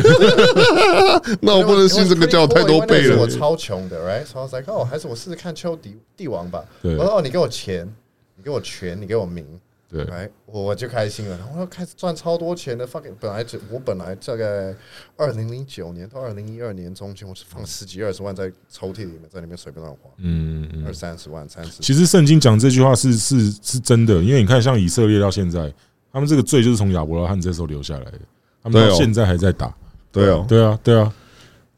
Speaker 1: 那我不能信这个教，太多倍了。
Speaker 3: 我超穷的，right？所以 I was like，哦，还是我试试看秋帝帝王吧。
Speaker 2: 对
Speaker 3: 我说哦，你给我钱，你给我权，你给我名，
Speaker 2: 对，
Speaker 3: 哎，我我就开心了，然后又开始赚超多钱的。fucking 本来只我本来大概二零零九年到二零一二年中间，我是放十几二十万在抽屉里面，在里面随便乱花，
Speaker 2: 嗯嗯。
Speaker 3: 二三十万、三十。
Speaker 2: 其实圣经讲这句话是是是真的，因为你看，像以色列到现在，他们这个罪就是从亚伯拉罕这时候留下来的，他们
Speaker 1: 对
Speaker 2: 到
Speaker 1: 哦
Speaker 2: 现在还在打。
Speaker 1: 对哦，
Speaker 2: 对啊，对啊，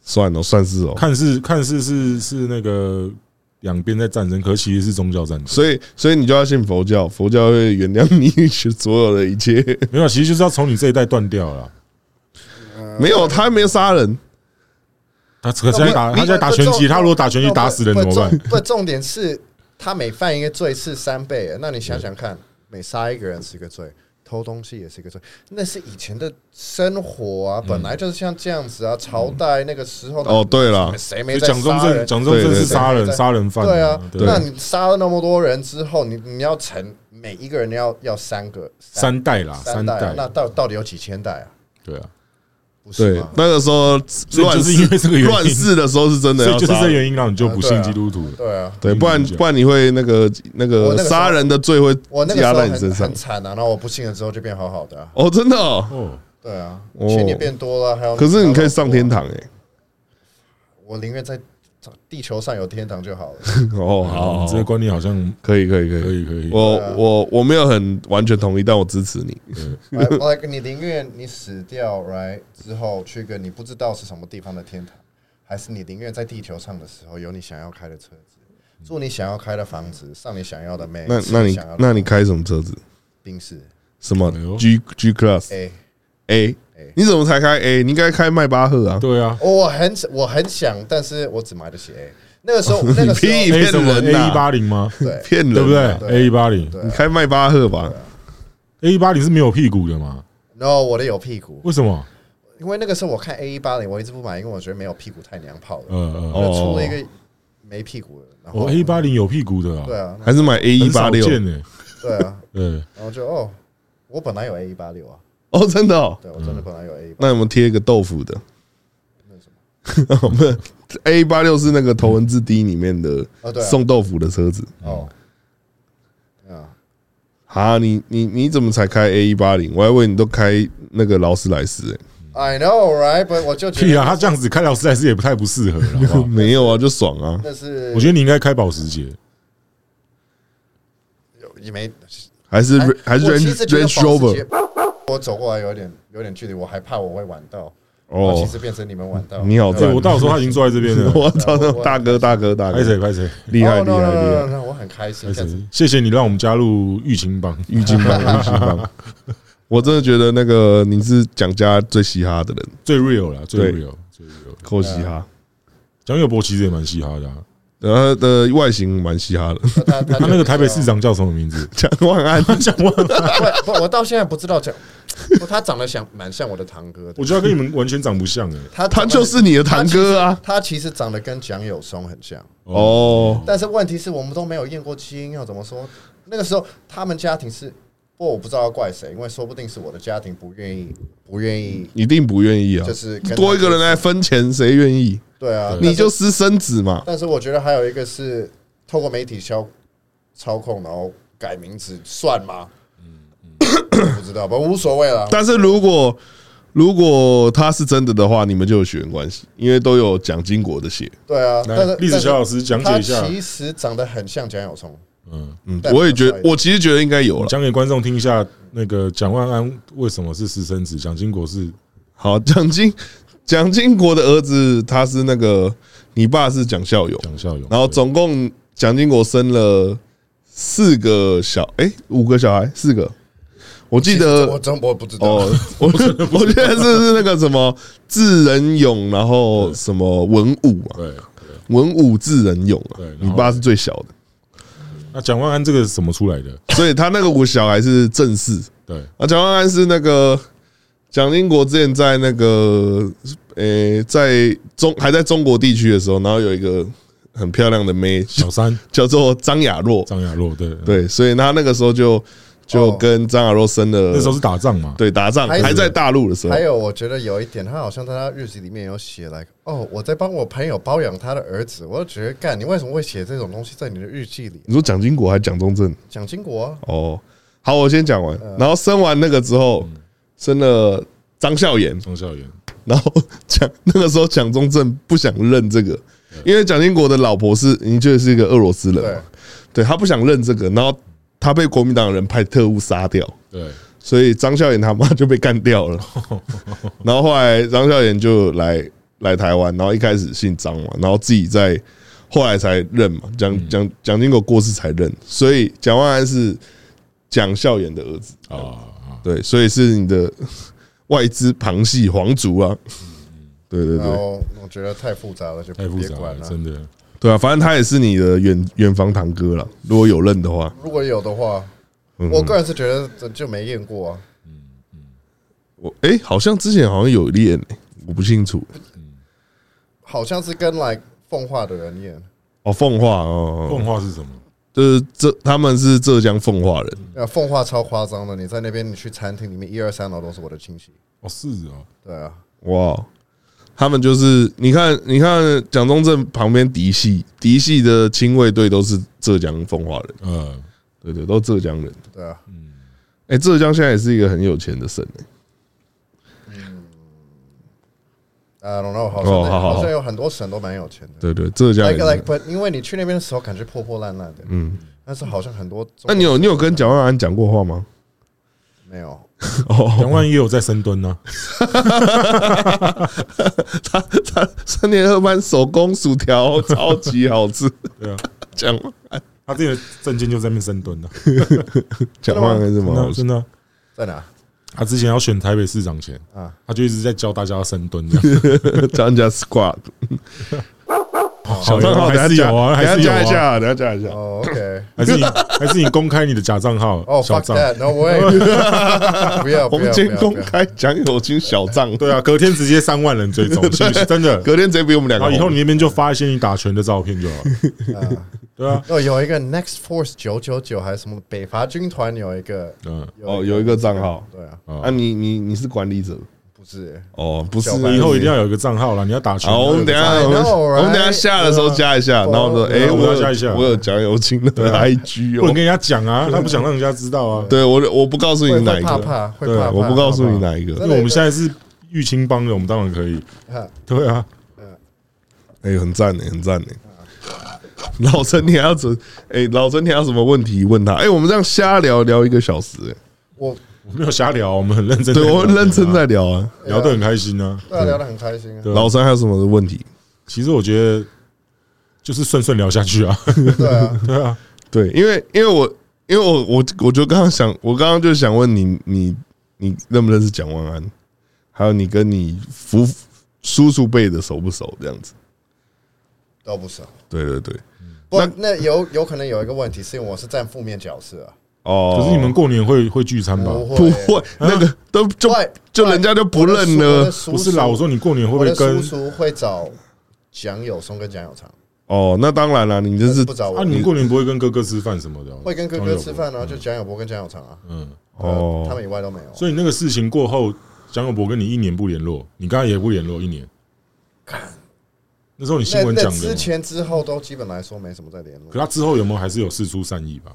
Speaker 1: 算了，算是哦。
Speaker 2: 看似看似是是那个两边在战争，可其实是宗教战争。
Speaker 1: 所以，所以你就要信佛教，佛教会原谅你所有的一切。
Speaker 2: 没有，其实就是要从你这一代断掉了啦。
Speaker 1: 没有，他没有杀人，
Speaker 2: 他可是在打，他在打拳击，他如果打拳击打死人怎么办？
Speaker 3: 不，重点是他每犯一个罪是三倍，那你想想看，每杀一个人是一个罪。偷东西也是一个罪，那是以前的生活
Speaker 2: 嗯
Speaker 3: 啊，本来就是像这样子啊。朝代那个时候，
Speaker 1: 哦对啦
Speaker 3: 谁没
Speaker 2: 就
Speaker 3: 在
Speaker 2: 蒋中
Speaker 3: 杀
Speaker 2: 正，
Speaker 3: 人？
Speaker 2: 蒋中正
Speaker 1: 对
Speaker 2: 是
Speaker 1: 对
Speaker 2: 杀人
Speaker 3: 对
Speaker 2: 杀人犯。
Speaker 3: 对啊，
Speaker 2: 对
Speaker 3: 那你杀了那么多人之后，你你要惩每一个人要要三个
Speaker 2: 三代啦，
Speaker 3: 三
Speaker 2: 三
Speaker 3: 代啊，
Speaker 2: 代，
Speaker 3: 那到到底有几千代啊？
Speaker 2: 对啊，
Speaker 3: 不是
Speaker 1: 对
Speaker 3: 吗，？
Speaker 1: 那个时候
Speaker 2: 以
Speaker 1: 乱
Speaker 2: 就是因为这个原
Speaker 1: 世
Speaker 2: 因
Speaker 1: 乱世的时候是真的
Speaker 2: 所以
Speaker 1: 要
Speaker 2: 就是
Speaker 1: 杀
Speaker 2: 这
Speaker 1: 人，
Speaker 2: 原因让你就不信基督徒了。
Speaker 3: 对啊，
Speaker 1: 对，不然
Speaker 2: 因
Speaker 1: 不然你会那个那
Speaker 3: 我那
Speaker 1: 个
Speaker 3: 个时候
Speaker 1: 杀人的罪会
Speaker 3: 我那个时
Speaker 1: 压
Speaker 3: 候
Speaker 1: 在你
Speaker 3: 很
Speaker 1: 身上
Speaker 3: 很。惨啊，然后我不信了之后就变好好的啊，
Speaker 1: 哦，真的哦。
Speaker 2: 哦，
Speaker 3: 对啊，
Speaker 1: 哦
Speaker 3: 钱也变多了，还有
Speaker 1: 可是你可以上天，堂哎。
Speaker 3: 我宁愿在地球上有天堂就好了。
Speaker 1: 哦，好，好
Speaker 2: 你这个观念好像
Speaker 1: 可以可以可
Speaker 2: 可
Speaker 1: 以。
Speaker 2: 以可以。
Speaker 1: 我
Speaker 3: 对啊
Speaker 1: 我我没有很完全同意，但我支持你。
Speaker 3: Like- like 你宁愿你死掉，right 之后去个你不知道是什么地方的天堂，还是你宁愿在地球上的时候有你想要开的车子，住你想要开的房子，上你想要的妹，
Speaker 1: 那
Speaker 3: 吃
Speaker 1: 那你
Speaker 3: 哎想要的
Speaker 1: 那你开什么车子？
Speaker 3: 宾士
Speaker 1: 什么
Speaker 2: 哎呦
Speaker 1: G G Class
Speaker 3: 哎，
Speaker 1: A？
Speaker 3: A
Speaker 1: 你怎么才开哎 A？你应该开迈巴赫啊！
Speaker 2: 对 啊，
Speaker 3: 哦我很我很想，但是我只买得起 A。那个 时候，那个时
Speaker 1: 屁
Speaker 3: 候，
Speaker 1: 骗
Speaker 2: A 什么
Speaker 1: 人
Speaker 2: A
Speaker 1: 呐
Speaker 2: 一八零吗？
Speaker 3: 对
Speaker 1: 骗人，啊
Speaker 2: 对不对
Speaker 3: 对啊
Speaker 2: ？A 一八零
Speaker 1: 你开迈巴赫吧，
Speaker 2: ，A 一八零是没有屁股的嘛？
Speaker 3: ，no，我的有屁股，
Speaker 2: 为什么？
Speaker 3: 因为那个时候我看 A 一八零，我一直不买，因为我觉得没有屁股太娘炮
Speaker 1: 哦
Speaker 3: 了。
Speaker 2: 呃呃，
Speaker 3: 那出了一个没屁股的，然后
Speaker 2: 哦，A 八零有屁股的
Speaker 3: 对
Speaker 2: 啊，
Speaker 3: 啊，
Speaker 1: 还是买 A 一
Speaker 2: 很
Speaker 1: 八
Speaker 2: 少
Speaker 1: 六？
Speaker 2: 见呢。
Speaker 3: 对啊，
Speaker 2: 对，
Speaker 3: 然后就哦，我本来有 A 一八六啊，
Speaker 1: 哦，真的哦。
Speaker 3: 对我真的本来有 A 八，
Speaker 1: 那我们贴一个豆腐的， 我们 A 八六是那个头文字 D 里面的
Speaker 3: 哦对啊
Speaker 1: 送豆腐的车子
Speaker 3: 哦，啊，
Speaker 1: 啊！你你你怎么才开 A 一八零？我还以为你都开那个劳斯莱斯欸
Speaker 3: I know, right? But 我就觉
Speaker 2: 屁啊，他
Speaker 3: 得
Speaker 2: 这样子开劳斯莱斯也不太不适 合了，好不好
Speaker 1: 没有啊，就爽啊！
Speaker 3: 那是，
Speaker 2: 我觉得你应该开保时捷，
Speaker 3: 得也没，
Speaker 1: 还是
Speaker 3: 哎
Speaker 1: 还是
Speaker 3: 我其
Speaker 1: Range
Speaker 3: 实觉得
Speaker 1: Range
Speaker 3: 保时
Speaker 1: Rover
Speaker 3: 捷我走过来有点有点距离，我还怕我会晚到，然后
Speaker 1: 哦
Speaker 3: 其，实变成你们晚到。
Speaker 1: 你好
Speaker 2: 对
Speaker 1: 赞！
Speaker 2: 我到时候他已经坐在这 边了。
Speaker 1: 我操，那种大哥大哥大
Speaker 2: 拍谁
Speaker 1: 哥，
Speaker 2: 拍谁
Speaker 1: 厉害厉害
Speaker 3: 那
Speaker 1: 厉害！
Speaker 3: 哦那我很开心
Speaker 2: 拍，
Speaker 3: 这 样子
Speaker 2: 谁！谢谢你让我们加入玉清帮，
Speaker 1: 郁金帮，郁金帮，我真的觉得那个你是蒋家最嘻哈的人，
Speaker 2: 最 real 了，最
Speaker 1: 对
Speaker 2: real 最 real。
Speaker 1: 够嘻哈。
Speaker 2: 蒋友柏其实也蛮嘻哈的啊，
Speaker 1: 然后他的外形蛮嘻哈的，
Speaker 3: 他他他
Speaker 2: 他
Speaker 3: 就
Speaker 2: 那个台北市长叫什么名 字？
Speaker 1: 蒋万 安，
Speaker 2: 蒋万安，
Speaker 3: 不不，我到现在不知道讲，不他长得像蛮像我的堂哥的
Speaker 2: 我，觉得他跟你们完全长不像哎。
Speaker 3: 他
Speaker 1: 他
Speaker 3: 长得
Speaker 1: 就是你的堂哥啊。
Speaker 3: 他其实长得跟蒋友松很像，
Speaker 1: 哦，
Speaker 3: 但是问题是我们都没有验过基因，要怎么说？那个时候他们家庭是，不过我不知道要怪谁，因为说不定是我的家庭不愿意，不愿意，
Speaker 1: 一定不愿意啊！
Speaker 3: 就是跟他
Speaker 1: 多一个人来分钱，谁愿意？
Speaker 3: 对
Speaker 2: 嗯
Speaker 3: 啊，
Speaker 1: 你就私生子嘛。
Speaker 3: 但是我觉得还有一个是透过媒体操操控，然后改名字算吗？嗯，不知道吧，无所谓了。
Speaker 1: 但是如果如果他是真的的话，你们就有血缘关系，因为都有蒋经国的血。
Speaker 3: 对啊，但
Speaker 2: 来
Speaker 3: 是，
Speaker 2: 历史小老师讲解
Speaker 3: 他
Speaker 2: 一下，
Speaker 3: 其实长得很像蒋友松，
Speaker 2: 嗯，
Speaker 1: 嗯
Speaker 3: 代，表
Speaker 1: 我也觉得
Speaker 3: 少，爷
Speaker 1: 我其实觉得应该有了。
Speaker 2: 讲给观众听一下，那个蒋万安为什么是私生子，蒋经国是
Speaker 1: 好，蒋经蒋经国的儿子，他是那个你爸是蒋孝勇，
Speaker 2: 蒋孝勇，
Speaker 1: 然后总共蒋经国生了四个小，哎、五个小孩，四个。我记得
Speaker 3: 我真我不知道
Speaker 1: 哦，，我我觉得是是那个什么智仁勇，然后什么文武啊，
Speaker 2: 对。对
Speaker 1: 文武智仁勇啊
Speaker 2: 对然，后
Speaker 1: 你爸是最小的，
Speaker 2: 那蒋万安这个是怎么出来的？
Speaker 1: 所以他那个五小孩是正室。
Speaker 2: 对，
Speaker 1: 啊，蒋万安是那个蒋经国之前在那个呃、在中还在中国地区的时候，然后有一个很漂亮的妹
Speaker 2: 小三
Speaker 1: 叫做张雅若，
Speaker 2: 张亚洛，对，
Speaker 1: 对，所以他那个时候就就跟张雅若生了，
Speaker 2: 那时候是打仗嘛，
Speaker 1: 对打仗
Speaker 3: 还有
Speaker 1: 还在大陆的时候
Speaker 3: 还，有，我觉得有一点，他好像在他日记里面有写，like，哦，我在帮我朋友包养他的儿子，我就觉得，干，你为什么会写这种东西在你的日记里？
Speaker 1: 你说蒋经国还蒋中正
Speaker 3: 蒋经国啊
Speaker 1: 哦，好，我先讲完。然后生完那个之后，生了张孝炎，
Speaker 2: 张孝元，
Speaker 1: 然后蒋那个时候蒋中正不想认这个，因为蒋经国的老婆是你就是一个俄罗斯人
Speaker 3: 对
Speaker 1: 嘛，对他不想认这个，然后他被国民党人派特务杀掉，
Speaker 2: 对，
Speaker 1: 所以张孝炎他妈就被干掉了。然后后来张孝炎就来来台湾，然后一开始姓张嘛，然后自己在后来才认嘛，蒋蒋蒋经国过世才认，所以蒋万安是蒋孝炎的儿子，
Speaker 2: 啊啊，
Speaker 1: 对，所以是你的 外资旁系皇族啊，对对
Speaker 3: 然
Speaker 1: 对。
Speaker 3: 后我觉得太复杂了，就
Speaker 2: 太复
Speaker 3: 别
Speaker 2: 杂
Speaker 3: 管
Speaker 2: 了，
Speaker 3: 了。
Speaker 2: 真的。
Speaker 1: 对啊，反正他也是你的远远房堂哥了，如果有认的话，
Speaker 3: 如果有的话，我个人是觉得这就没验过啊。
Speaker 1: 我哎、好像之前好像有练、欸，我不清楚。
Speaker 3: 好像是跟来奉化的人验，
Speaker 1: 哦，奉化哦，哦
Speaker 2: 动画是什么？
Speaker 1: 就是浙他们是浙江奉化人，
Speaker 3: 呃，奉化超夸张的，你在那边你去餐厅里面一二三楼都是我的亲戚，
Speaker 2: 哦，是哦，
Speaker 3: 对啊，
Speaker 1: 哇，他们就是你看，你看蒋中正旁边嫡系，嫡系的亲卫队都是浙江奉化人，
Speaker 2: 呃，
Speaker 1: 对对，都浙江人。
Speaker 3: 对啊，
Speaker 1: 哎、浙江现在也是一个很有钱的省、欸，
Speaker 3: 啊，然后好
Speaker 1: 哦
Speaker 3: 像
Speaker 1: 好好好
Speaker 3: 好像有很多省都蛮有钱的。
Speaker 1: 对对，浙江
Speaker 3: like
Speaker 1: 也
Speaker 3: like，
Speaker 1: 是。
Speaker 3: but 因为你去那边的时候感觉破破烂烂的，嗯，但是好像很多中国
Speaker 1: 那你有你有跟蒋万安讲过话吗？ 哦
Speaker 3: 没有？
Speaker 2: 杨万也有在深蹲啊呢，
Speaker 1: 他他三年二班手工薯条超级好吃，
Speaker 2: 对啊，
Speaker 1: 蒋
Speaker 2: 他这个证件就在那边深蹲呢，
Speaker 1: 蒋万安是蛮
Speaker 2: 那
Speaker 1: 好吃
Speaker 2: 真。的啊。
Speaker 3: 在哪？
Speaker 2: 他之前要选台北市长前
Speaker 3: 啊
Speaker 2: 他就一直在教大家深蹲，这 样
Speaker 1: 张家 squad，
Speaker 2: 小账号哦还
Speaker 1: 等
Speaker 2: 是
Speaker 1: 一下
Speaker 2: 有啊，还
Speaker 1: 等一
Speaker 2: 是有
Speaker 1: 下加一
Speaker 2: 啊，
Speaker 1: 下，等一下加一下。
Speaker 3: 哦，OK，
Speaker 2: 还是你 还是你公开你的假账号，
Speaker 3: 哦
Speaker 2: 小
Speaker 3: ，fuck
Speaker 2: 账。
Speaker 3: that，no way，不 要，不
Speaker 1: 红
Speaker 3: 要，不
Speaker 1: 间
Speaker 3: 要，
Speaker 1: 公
Speaker 3: 不要
Speaker 1: 开蒋友清小账，
Speaker 2: 对啊，隔天直接三万人 追踪，哦是不是真的？
Speaker 1: 隔天直接比我们两
Speaker 2: 然后
Speaker 1: 个
Speaker 2: 以后
Speaker 1: 红。
Speaker 2: 你那边就发一些你打拳的照片就 好了。对啊，
Speaker 3: 哦，有一个 Next Force 九九九还是什么北伐军团有一个，
Speaker 2: 嗯，
Speaker 1: 哦，有一个账号
Speaker 3: 对啊，
Speaker 2: 哦
Speaker 1: 啊，你你你是管理者
Speaker 3: 不是
Speaker 1: 哦，不是
Speaker 3: 小白
Speaker 2: 以后一定要有一个账号啦，你要打拳。
Speaker 1: 好，我们等一下
Speaker 3: I
Speaker 1: 我
Speaker 3: know,
Speaker 1: 们
Speaker 3: right？
Speaker 1: 我们等一下下的时候加一下，然后说
Speaker 3: 对
Speaker 1: 哎，
Speaker 3: 啊
Speaker 1: 我
Speaker 2: 我要加一下啊
Speaker 1: 有我有蒋友清的 IG
Speaker 2: 不能
Speaker 1: 哦
Speaker 2: 跟，人家讲 啊，他不想让人家知道啊。
Speaker 1: 对我我不告诉你
Speaker 3: 会
Speaker 1: 哪
Speaker 3: 会
Speaker 1: 一
Speaker 3: 怕
Speaker 1: 个，
Speaker 3: 怕，会
Speaker 2: 对
Speaker 3: 怕怕，
Speaker 1: 我不告诉你
Speaker 3: 怕
Speaker 1: 哪一个
Speaker 3: 怕，
Speaker 2: 因为我们现在是玉清帮的，我们当然可以。
Speaker 3: 怕
Speaker 2: 对啊，
Speaker 1: 哎、很赞呢、很赞呢、老陈，你还要怎？哎、老陈，你还有什么问题问他？哎、我们这样瞎聊聊一个小时、哎
Speaker 3: 我
Speaker 2: 我没有瞎聊，我们很认真在
Speaker 1: 对
Speaker 2: 聊天啊。
Speaker 1: 我们认真在聊啊。
Speaker 2: 聊得很开心啊。
Speaker 3: 大家聊得很开心啊，
Speaker 2: 对啊
Speaker 1: 老陈还有什么问题？
Speaker 2: 其实我觉得就是顺顺聊下去啊。
Speaker 3: 对啊，
Speaker 2: 对啊，
Speaker 1: 对，因为因为我因为我我我就刚刚想，我刚刚就想问你，你你认不认识蒋万安？还有你跟你叔叔叔辈的熟不熟？这样子？
Speaker 3: 倒不少。
Speaker 1: 对对对，
Speaker 3: 不
Speaker 1: 那，
Speaker 3: 那有有可能有一个问题，是因为我是站负面角色啊，
Speaker 1: 哦，
Speaker 2: 可是你们啊过年会会聚餐吧？
Speaker 3: 不
Speaker 1: 不
Speaker 3: 会
Speaker 1: 会那个都就
Speaker 3: 对
Speaker 1: 就人家就不认了。
Speaker 3: 不
Speaker 2: 不是啦，我说你过年会不
Speaker 3: 我
Speaker 2: 会
Speaker 3: 的叔
Speaker 2: 跟
Speaker 3: 叔会找蒋友松跟蒋友长，
Speaker 1: 哦，那当然了，你这是
Speaker 3: 不找我
Speaker 2: 啊？，你过年不会跟哥哥吃饭什么的？哦
Speaker 3: 会跟哥哥吃饭啊，就蒋友柏跟蒋友长啊，
Speaker 2: 嗯，
Speaker 1: 哦
Speaker 3: 呃，他们以外都没有。
Speaker 2: 所以那个事情过后，蒋友柏跟你一年不联络，你刚才也不联络一年。那时候你新
Speaker 3: 那
Speaker 2: 闻
Speaker 3: 那
Speaker 2: 讲的
Speaker 3: 之
Speaker 2: 嘛，
Speaker 3: 前之后都基本来说没什么再联络
Speaker 2: 可，他之后有没有还是有事出善意吧？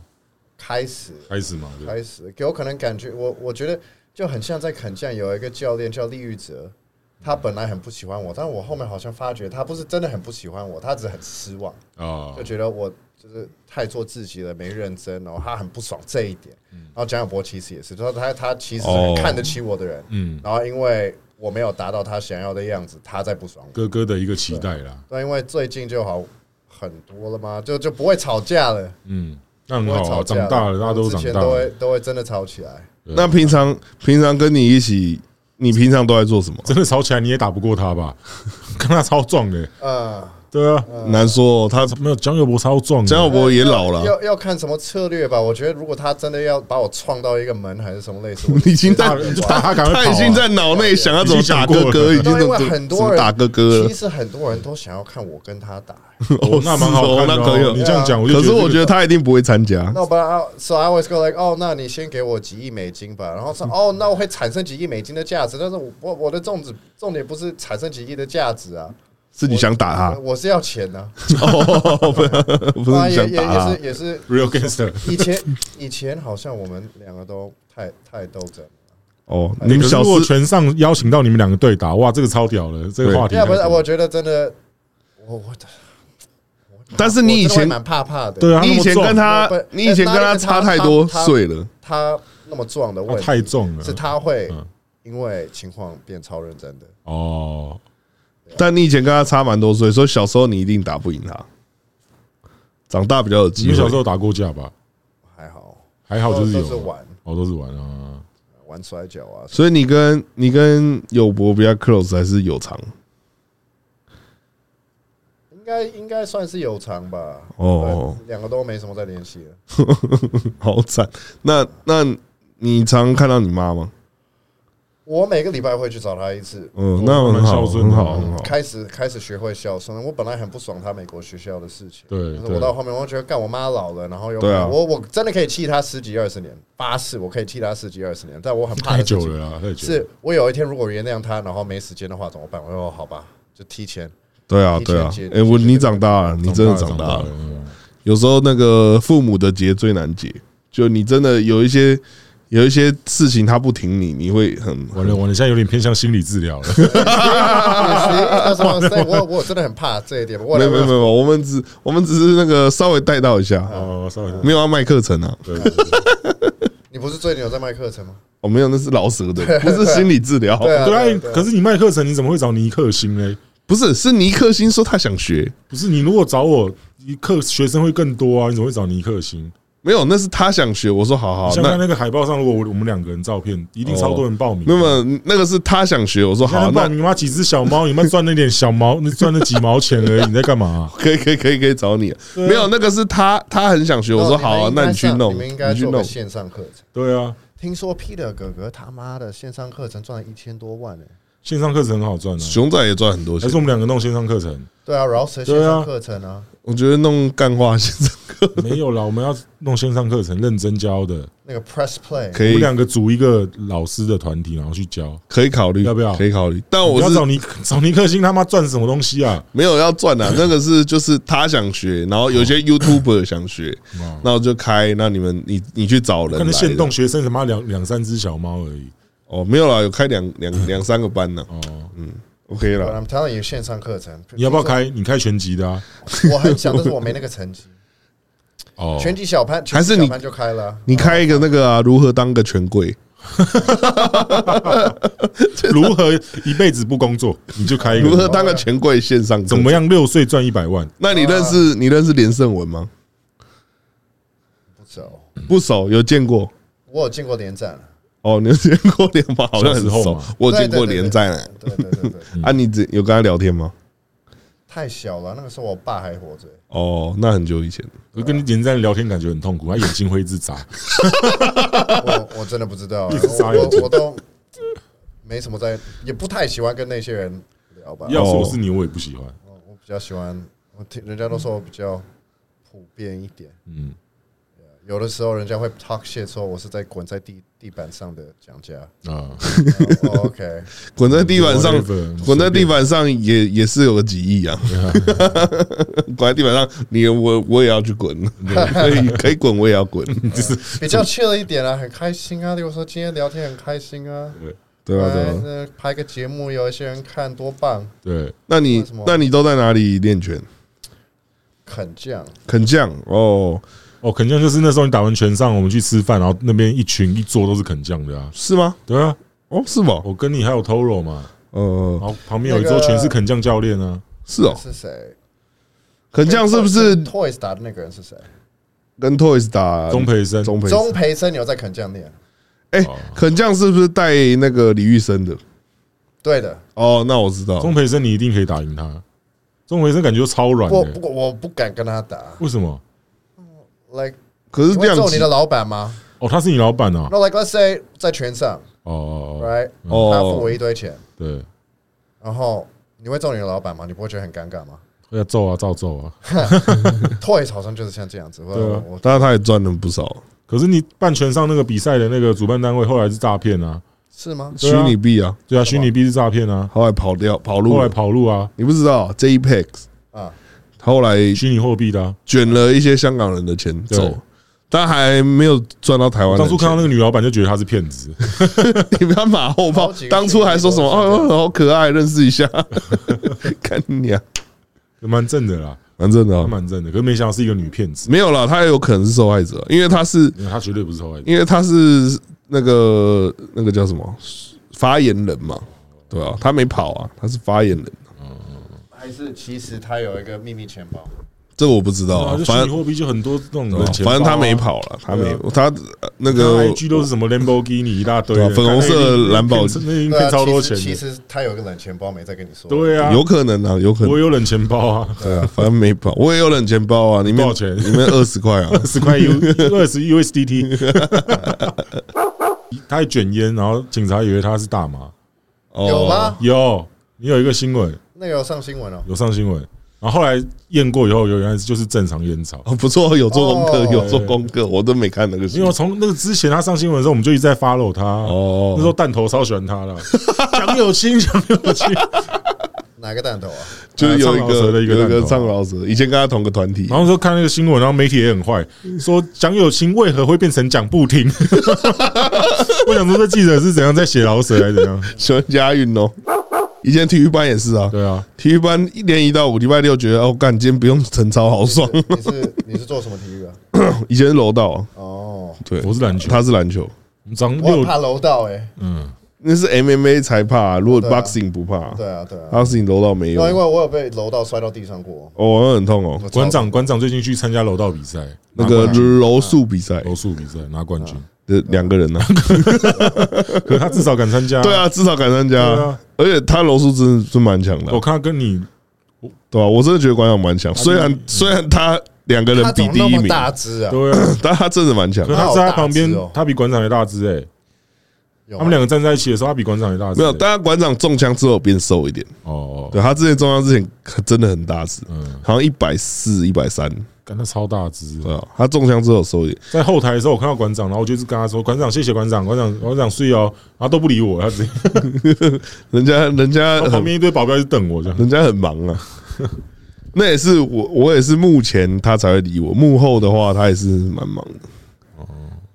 Speaker 3: 开始
Speaker 2: 开始嘛，对
Speaker 3: 开始给我可能感觉，我我觉得就很像在肯将有一个教练叫利玉哲，他本来很不喜欢我，但我后面好像发觉他不是真的很不喜欢我，他只是很失望，
Speaker 2: 啊
Speaker 3: 就觉得我就是太做自己了，没认真，然后他很不爽这一点。
Speaker 2: 嗯
Speaker 3: 然后蒋友柏其实也是，就是他他其实是很
Speaker 1: 哦
Speaker 3: 看得起我的人，
Speaker 2: 嗯
Speaker 3: 然后因为我没有达到他想要的样子，他在不爽我。
Speaker 2: 哥哥的一个期待啦，
Speaker 3: 对，因为最近就好很多了嘛，就就不会吵架了，
Speaker 2: 嗯，那很
Speaker 3: 不会
Speaker 2: 好
Speaker 3: 吵
Speaker 2: 啊，
Speaker 3: 架
Speaker 2: 长
Speaker 1: 哦
Speaker 3: 了，
Speaker 2: 大了，大家都
Speaker 3: 之
Speaker 2: 长
Speaker 3: 前
Speaker 2: 大
Speaker 3: 都会
Speaker 2: 了，
Speaker 3: 都会真的吵起来。
Speaker 1: 那平常平常跟你一起，你平常都在做什么？
Speaker 2: 真的吵起来你也打不过他吧？ 跟他超壮的，
Speaker 3: 嗯，
Speaker 2: 对啊，
Speaker 1: 难说哦，他
Speaker 2: 没有蒋友柏超壮的，
Speaker 1: 蒋友柏也老
Speaker 3: 要
Speaker 1: 了，
Speaker 3: 要要看什么策略吧。我觉得如果他真的要把我撞到一个门还是什么类似， 我
Speaker 1: 已经在
Speaker 2: 打你就 打他，赶快跑啊
Speaker 1: 他已经在脑内想要怎么打哥哥，已
Speaker 3: 对
Speaker 1: 经
Speaker 3: 啊
Speaker 1: 怎
Speaker 3: 因
Speaker 1: 么
Speaker 3: 为很多人
Speaker 1: 怎么打哥哥了
Speaker 3: 其。实很多人都想要看我跟他打。
Speaker 2: 哦，那蛮好看的
Speaker 1: 是哦那可以
Speaker 2: 哦。
Speaker 1: 了
Speaker 2: 你这样讲，我就
Speaker 1: 可是我觉得
Speaker 2: 这个
Speaker 1: 他一定不会参加。
Speaker 3: 那我把 uh, so I always go like，哦，那你先给我几亿美金吧。然后 说，哦，那我会产生几亿美金的价值，但是我我我的重点重点不是产生几亿的价值啊，
Speaker 1: 是你想打他？
Speaker 3: 我是要钱呐、
Speaker 1: 哦， 不 是， 不是
Speaker 3: 啊，
Speaker 1: 你
Speaker 3: 也
Speaker 1: 想
Speaker 3: 也
Speaker 1: 打
Speaker 3: 也
Speaker 1: 他
Speaker 3: 是。也是
Speaker 2: real gangster，
Speaker 3: 以前以前好像我们两个都太太斗争了，
Speaker 1: 哦，
Speaker 3: 哎
Speaker 1: 你
Speaker 2: 你
Speaker 1: 们
Speaker 2: 们
Speaker 1: 小
Speaker 2: 如果
Speaker 1: 四
Speaker 2: 全上邀请到你们两个对打，哇，这个超屌了，这个话题。
Speaker 3: 对啊，不是，我觉得真的，我我
Speaker 1: 但是你以
Speaker 3: 我真
Speaker 1: 前
Speaker 3: 的会蛮怕怕的，
Speaker 2: 对啊，
Speaker 1: 你以前跟他
Speaker 3: 不是，
Speaker 1: 你以前跟他差太多
Speaker 3: 他他
Speaker 1: 岁了。
Speaker 3: 他那么壮的
Speaker 2: 他
Speaker 3: 问题，
Speaker 2: 太重了，
Speaker 3: 是他会
Speaker 2: 嗯
Speaker 3: 因为情况变超认真的，
Speaker 2: 哦，
Speaker 1: 但你以前跟他差蛮多岁，所以小时候你一定打不赢他，长大比较有
Speaker 2: 你
Speaker 1: 机
Speaker 2: 们
Speaker 1: 会。
Speaker 2: 小时候打过架吧？
Speaker 3: 还好，
Speaker 2: 还好就是
Speaker 3: 都
Speaker 2: 有
Speaker 3: 都是玩
Speaker 2: 哦，都是玩啊。
Speaker 3: 玩摔跤啊，
Speaker 1: 所以你跟你跟友博比较 close 还是有长
Speaker 3: 应该应该算是有偿吧。
Speaker 1: 哦，
Speaker 3: 对，两个都没什么在联系了。
Speaker 1: 好惨。那那你常看到你妈吗？
Speaker 3: 我每个礼拜会去找他一次。
Speaker 1: 嗯，那很
Speaker 2: 哦蛮
Speaker 1: 好，
Speaker 2: 孝顺
Speaker 1: 很
Speaker 2: 的啊哦
Speaker 1: 好，很好。
Speaker 3: 开始开始学会孝顺，我本来很不爽他美国学校的事情，
Speaker 2: 对
Speaker 3: 但是
Speaker 2: 对
Speaker 3: 我到后面我觉得干我妈老了，然后又
Speaker 1: 对啊
Speaker 3: 我我真的可以气他十几二十年，发誓我可以气他十几二十年，但我很怕
Speaker 2: 太
Speaker 3: 的事情
Speaker 2: 久了啊，太久了。
Speaker 3: 是我有一天如果原谅他，然后没时间的话怎么办？我说哦好吧，就 提前。
Speaker 1: 对啊，对啊
Speaker 3: 以前。
Speaker 1: 哎，我你长大了，你真的长大了。
Speaker 2: 嗯
Speaker 1: 有时候那个父母的结最难解，就你真的有一些有一些事情他不挺你，你会很
Speaker 2: 完了完了，现在有点偏向心理治疗了。
Speaker 3: 那时候我我真的很怕这一点，我
Speaker 1: 没有没有没有，我们只我们只是那个稍微带到一下，
Speaker 2: 哦，稍微
Speaker 1: 没有要卖课程啊。
Speaker 2: 对对对
Speaker 3: 你不是最近有在卖课程吗？
Speaker 1: 哦，没有，那是老舌的，不是心理治疗，
Speaker 3: 对啊，
Speaker 2: 对
Speaker 3: 啊
Speaker 2: 啊，可是你卖课程，你怎么会找尼克星呢？
Speaker 1: 不是是尼克星说他想学，
Speaker 2: 不是你如果找我，尼克学生会更多啊，你怎么会找尼克星？
Speaker 1: 没有，那是他想学。我说好好，
Speaker 2: 像在
Speaker 1: 那
Speaker 2: 那个海报上，如果我我们两个人照片，一定超多人报名。
Speaker 1: 那么那个是他想学，我说
Speaker 2: 好，
Speaker 1: 好，
Speaker 2: 报
Speaker 1: 那
Speaker 2: 名妈几只小猫，你妈赚那点小毛，那赚那几毛钱而已，你在干嘛啊、
Speaker 1: 可以可以可以可以找你，啊没有那个是他他很想学，我说好啊，那你去弄，
Speaker 3: 你们哦应该
Speaker 1: 你去
Speaker 3: 做个
Speaker 1: 弄，
Speaker 3: 线上课程。
Speaker 2: 对啊，
Speaker 3: 听说 Peter 哥哥他妈的线上课程赚了一千多万欸呢、
Speaker 2: 线上课程很好赚啊，
Speaker 1: 熊仔也赚很多
Speaker 2: 还
Speaker 1: 钱
Speaker 2: 是，我们两个弄线上课程？
Speaker 3: 对啊，饶舌线上课程啊，
Speaker 1: 我觉得弄干话现在
Speaker 2: 没有啦，我们要弄线上课程，认真教的。
Speaker 3: 那个 Press Play，
Speaker 1: 可
Speaker 2: 我
Speaker 1: 以
Speaker 2: 们两个组一个老师的团体，然后去教。
Speaker 1: 可以考虑，
Speaker 2: 要不要
Speaker 1: 可以考虑，但
Speaker 2: 我
Speaker 1: 我
Speaker 2: 要
Speaker 1: 是
Speaker 2: 找尼找尼克星他妈赚什么东西啊？
Speaker 1: 没有要赚 啊，那个是就是他想学，然后有
Speaker 2: 哦
Speaker 1: 些 YouTuber 想学，那我就开，那你们你你去找人
Speaker 2: 看
Speaker 1: 来
Speaker 2: 那现
Speaker 1: 的
Speaker 2: 动学生他妈两两三只小猫而已。
Speaker 1: 哦，没有啦，有开两两两三个班呢嗯
Speaker 2: 哦，
Speaker 1: ，OK
Speaker 3: 对啊
Speaker 1: 啦，
Speaker 3: I'm telling you 线上课程，
Speaker 2: 你要不要开？你开全集的啊？
Speaker 3: 我很想，但是我没那个成绩。
Speaker 2: 哦，
Speaker 3: 拳击小潘，
Speaker 1: 还是你
Speaker 3: 拳击小潘就开了啊、
Speaker 1: 你开一个那个啊，如何当个权贵？
Speaker 2: 如何一辈子不工作？你就开一个
Speaker 1: 如何当个权贵线上课
Speaker 2: 怎么？样？六岁赚一百万，
Speaker 1: 那你认识你认识连胜文吗？
Speaker 3: 不走。
Speaker 2: 嗯
Speaker 1: 不熟，有见过
Speaker 3: 我有进过连战，啊
Speaker 1: 哦，你有见过连吗？好像很
Speaker 2: 小时候
Speaker 1: 熟
Speaker 2: 嘛，
Speaker 1: 我有见过
Speaker 3: 对对对
Speaker 1: 连战啊
Speaker 3: 对对对 对，
Speaker 1: 啊，你只有跟他聊天吗？
Speaker 3: 太小了，啊那个时候我爸还 活着。
Speaker 1: 哦，那很久以前，
Speaker 2: 我跟连战聊天感觉很痛苦，他眼睛会一直眨。
Speaker 3: 我我真的不知道啊、
Speaker 2: 一直
Speaker 3: 我
Speaker 2: 眨眼睛
Speaker 3: 我我都没什么在，也不太喜欢跟那些人聊吧。
Speaker 2: 要是我是你，我也不喜欢。啊
Speaker 3: 我我比较喜欢，我听人家都说我比较普遍一点，
Speaker 2: 嗯，
Speaker 3: 有的时候人家会 talk shit 说我是在滚在地地板上的讲价。
Speaker 2: 啊，
Speaker 3: 哦 OK，
Speaker 1: 滚在地板上
Speaker 2: Whatever，，
Speaker 1: 滚在地板上也也是有个几亿啊！ 滚在地板上，你我我也要去滚，可以可以滚，我也要滚，
Speaker 3: 比较 chill 一点啊，很开心啊。例如说今天聊天很开心啊，
Speaker 1: 对吧？对
Speaker 3: 哎
Speaker 1: 吧？
Speaker 3: 那拍个节目有一些人看多棒，
Speaker 2: 对，
Speaker 1: 那你
Speaker 3: 为什么
Speaker 1: 那你都在哪里练拳？
Speaker 3: 肯降。
Speaker 1: 肯将哦，
Speaker 2: 哦，肯将就是那时候你打完拳上，我们去吃饭，然后那边一群一桌都是肯将的啊。
Speaker 1: 是吗？
Speaker 2: 对啊，
Speaker 1: 哦，是吗？
Speaker 2: 我跟你还有 Toro 嘛，
Speaker 1: 呃
Speaker 2: 然，后旁边有一桌全是肯将教练啊。
Speaker 1: 是哦，
Speaker 3: 是谁？
Speaker 1: 肯将是不是
Speaker 3: 跟 Toys 打的那个人是谁？
Speaker 1: 跟 Toys 打
Speaker 2: 钟培生，
Speaker 1: 中培？
Speaker 3: 钟培生有在肯降练，
Speaker 1: 哎，肯将是不是带那个李玉生的？
Speaker 3: 对的。
Speaker 1: 哦，那我知道，
Speaker 2: 钟培生你一定可以打赢他。钟培生感觉就超软
Speaker 3: 我
Speaker 2: 的、
Speaker 3: 不我不敢跟他打
Speaker 2: 为什么？
Speaker 3: ，like
Speaker 1: 可是
Speaker 3: 你
Speaker 1: 量
Speaker 3: 会揍
Speaker 1: 级
Speaker 3: 你的老板吗
Speaker 2: 哦，他是你老板啊？
Speaker 3: ？No, like let's say 在拳上
Speaker 2: 哦哦哦，
Speaker 3: ，right？
Speaker 1: 哦
Speaker 3: 他付我一堆钱，
Speaker 2: 对，
Speaker 3: 然后你会揍你的老板吗？你不会觉得很尴尬 吗
Speaker 2: 要揍啊，照揍啊。
Speaker 3: ？Toys 好像就是像这样子，我
Speaker 2: 对啊
Speaker 3: 我
Speaker 1: 但是他也赚了不少
Speaker 2: 可是你办拳上那个比赛的那个主办单位后来是诈骗啊，
Speaker 3: 是吗？
Speaker 1: 虚拟币啊，
Speaker 2: 对啊，虚拟币是诈骗啊，
Speaker 1: 后来跑掉跑路
Speaker 2: 后来
Speaker 1: 了，
Speaker 2: 跑路啊，
Speaker 1: 你不知道 JPEX
Speaker 3: 啊，
Speaker 1: E 后来
Speaker 2: 虚拟货币的、啊。
Speaker 1: 卷了一些香港人的钱
Speaker 2: 对
Speaker 1: 走，但还没有赚到台湾
Speaker 2: 当
Speaker 1: 人
Speaker 2: 初
Speaker 1: 的
Speaker 2: 看到
Speaker 1: 钱。
Speaker 2: 那个女老板就觉得她是骗子，
Speaker 1: 你不要马后炮
Speaker 3: 好几，个
Speaker 1: 当初还说什么
Speaker 3: 骗子都
Speaker 1: 哦，好可爱，认识一下， 看你啊，
Speaker 2: 蛮正的啦，
Speaker 1: 反正的啊，
Speaker 2: 蛮正的。可是没想到是一个女骗子，
Speaker 1: 没有啦，他也有可能是受害者，因为他是
Speaker 2: 因为她绝对不是受害者。
Speaker 1: 因为他是那个那个叫什么发言人嘛，对啊，他没跑啊，他是发言人，
Speaker 3: 还是其实他有一个秘密钱包，
Speaker 1: 这我不知道
Speaker 2: 啊，
Speaker 1: 啊
Speaker 2: 就，虚
Speaker 1: 反
Speaker 2: 拟
Speaker 1: 正哦
Speaker 2: 货币就很多那种人钱包
Speaker 1: 反
Speaker 2: 啊
Speaker 1: 正他没，跑了，他没
Speaker 2: 对啊
Speaker 1: 他呃那
Speaker 2: 那
Speaker 1: 个
Speaker 2: IG 都是什么 Lamborghini 一大堆
Speaker 1: 对啊
Speaker 2: 的，
Speaker 1: 粉红色
Speaker 2: 看那一定
Speaker 1: 蓝宝
Speaker 2: 那一定
Speaker 3: 对啊
Speaker 2: 骗超多
Speaker 3: 其
Speaker 2: 钱
Speaker 3: 实其
Speaker 2: 的。
Speaker 3: 实他有一个冷钱包没在跟你说，
Speaker 2: 对啊，
Speaker 1: 有可能啊，有可能
Speaker 2: 我。有冷钱包 啊，
Speaker 1: 对啊，反正没跑，我也有冷钱包啊，里面
Speaker 2: 多少钱
Speaker 1: 里面二十 块啊，
Speaker 2: 十 块 U 二十 USDT，他还卷烟，然后警察以为他是大麻。
Speaker 1: 哦
Speaker 3: 有吗？？
Speaker 2: 有，你有一个新闻
Speaker 3: 那个有上新闻哦，
Speaker 2: 有上新闻，然后后来验过以后，原来就是正常烟草。
Speaker 1: 哦，不错，有做功课，
Speaker 3: 哦
Speaker 1: 有做功课，我都没看那个新
Speaker 2: 因为
Speaker 1: 闻。
Speaker 2: 从那个之前他上新闻的时候，我们就一直在 follow 他。
Speaker 1: 哦
Speaker 2: 那时候弹头超喜欢他了，蒋友清，蒋友清。
Speaker 3: 哪个弹头啊？
Speaker 1: 就是有一
Speaker 2: 唱饶舌
Speaker 1: 个
Speaker 2: 的一个
Speaker 1: 有一个
Speaker 2: 弹头
Speaker 1: 唱饶舌，以前跟他同个团体
Speaker 2: 然，后说看那个新闻，然后媒体也很坏，说蒋友清为何会变成蒋不停？ 我想说这记者是怎样在写老舍还是怎样？
Speaker 1: 喜欢押韵哦。以前体育班也是啊，
Speaker 2: 对啊，
Speaker 1: 体育班一连一到五，礼拜六觉得哦，干今天不用晨操，好爽。
Speaker 3: 你是你是做什么体育啊？
Speaker 1: 以前是柔道，
Speaker 3: 哦，
Speaker 1: 对，
Speaker 2: 我是篮球
Speaker 1: 他是篮球，
Speaker 2: 我们早上
Speaker 3: 我
Speaker 2: 六
Speaker 3: 很怕楼道哎，
Speaker 1: 那是 MMA 才怕，如果
Speaker 2: 哦
Speaker 3: 对啊
Speaker 1: boxing 不怕
Speaker 3: 对啊对啊，
Speaker 1: ，boxing 柔道没有
Speaker 3: 然后。因为我有被楼道摔到地上过，
Speaker 1: 哦，那很痛哦
Speaker 3: 我，
Speaker 2: 馆长馆长最近去参加柔道比赛，
Speaker 1: 那
Speaker 2: 拿
Speaker 1: 个啊
Speaker 2: 冠军
Speaker 1: 柔术比赛
Speaker 2: 柔术比赛拿冠军，
Speaker 1: 的两个人呢，
Speaker 2: 可是他至少敢参加。
Speaker 1: 对，啊，至少敢参加
Speaker 2: 对啊，
Speaker 1: 而且他柔术真的是蛮强的啊
Speaker 3: 哦
Speaker 2: 我，看他跟你
Speaker 1: 对吧、我真的觉得馆长蛮强，虽然
Speaker 2: 嗯
Speaker 1: 虽然他两个
Speaker 3: 超
Speaker 1: 人
Speaker 3: 啊他
Speaker 1: 比
Speaker 3: 怎么
Speaker 1: 第
Speaker 3: 那
Speaker 1: 一
Speaker 3: 么
Speaker 1: 名，
Speaker 3: 大啊只啊？
Speaker 2: 对啊，
Speaker 1: 但他真的蛮强
Speaker 2: 可
Speaker 1: 的。
Speaker 2: 是他在他旁
Speaker 3: 他好
Speaker 2: 边
Speaker 3: 大只哦，
Speaker 2: 他比馆长还大只哎。
Speaker 3: 有
Speaker 2: 他
Speaker 3: 吗
Speaker 2: 们两个站在一起的时候，他比馆长还大只
Speaker 1: 没
Speaker 2: 欸。
Speaker 1: 有，但他馆长中枪之后变瘦一点。
Speaker 2: 哦，哦
Speaker 1: 对他之前中枪之前真的很大只，
Speaker 2: 嗯，
Speaker 1: 好像一百四、一百三，
Speaker 2: 干他超大只。
Speaker 1: 对吧？他中枪之后瘦一点，
Speaker 2: 在后台的时候，我看到馆长，然后我就是跟他说：“馆长，谢谢馆长，馆长，馆长睡哦。”然后都不理我，他 直接
Speaker 1: 人家人家
Speaker 2: 然后旁
Speaker 1: 很
Speaker 2: 边一堆保镖就等我这样。
Speaker 1: 人家很忙啊。 那也是我，我也是幕前他才会理我，幕后的话他也是蛮忙的。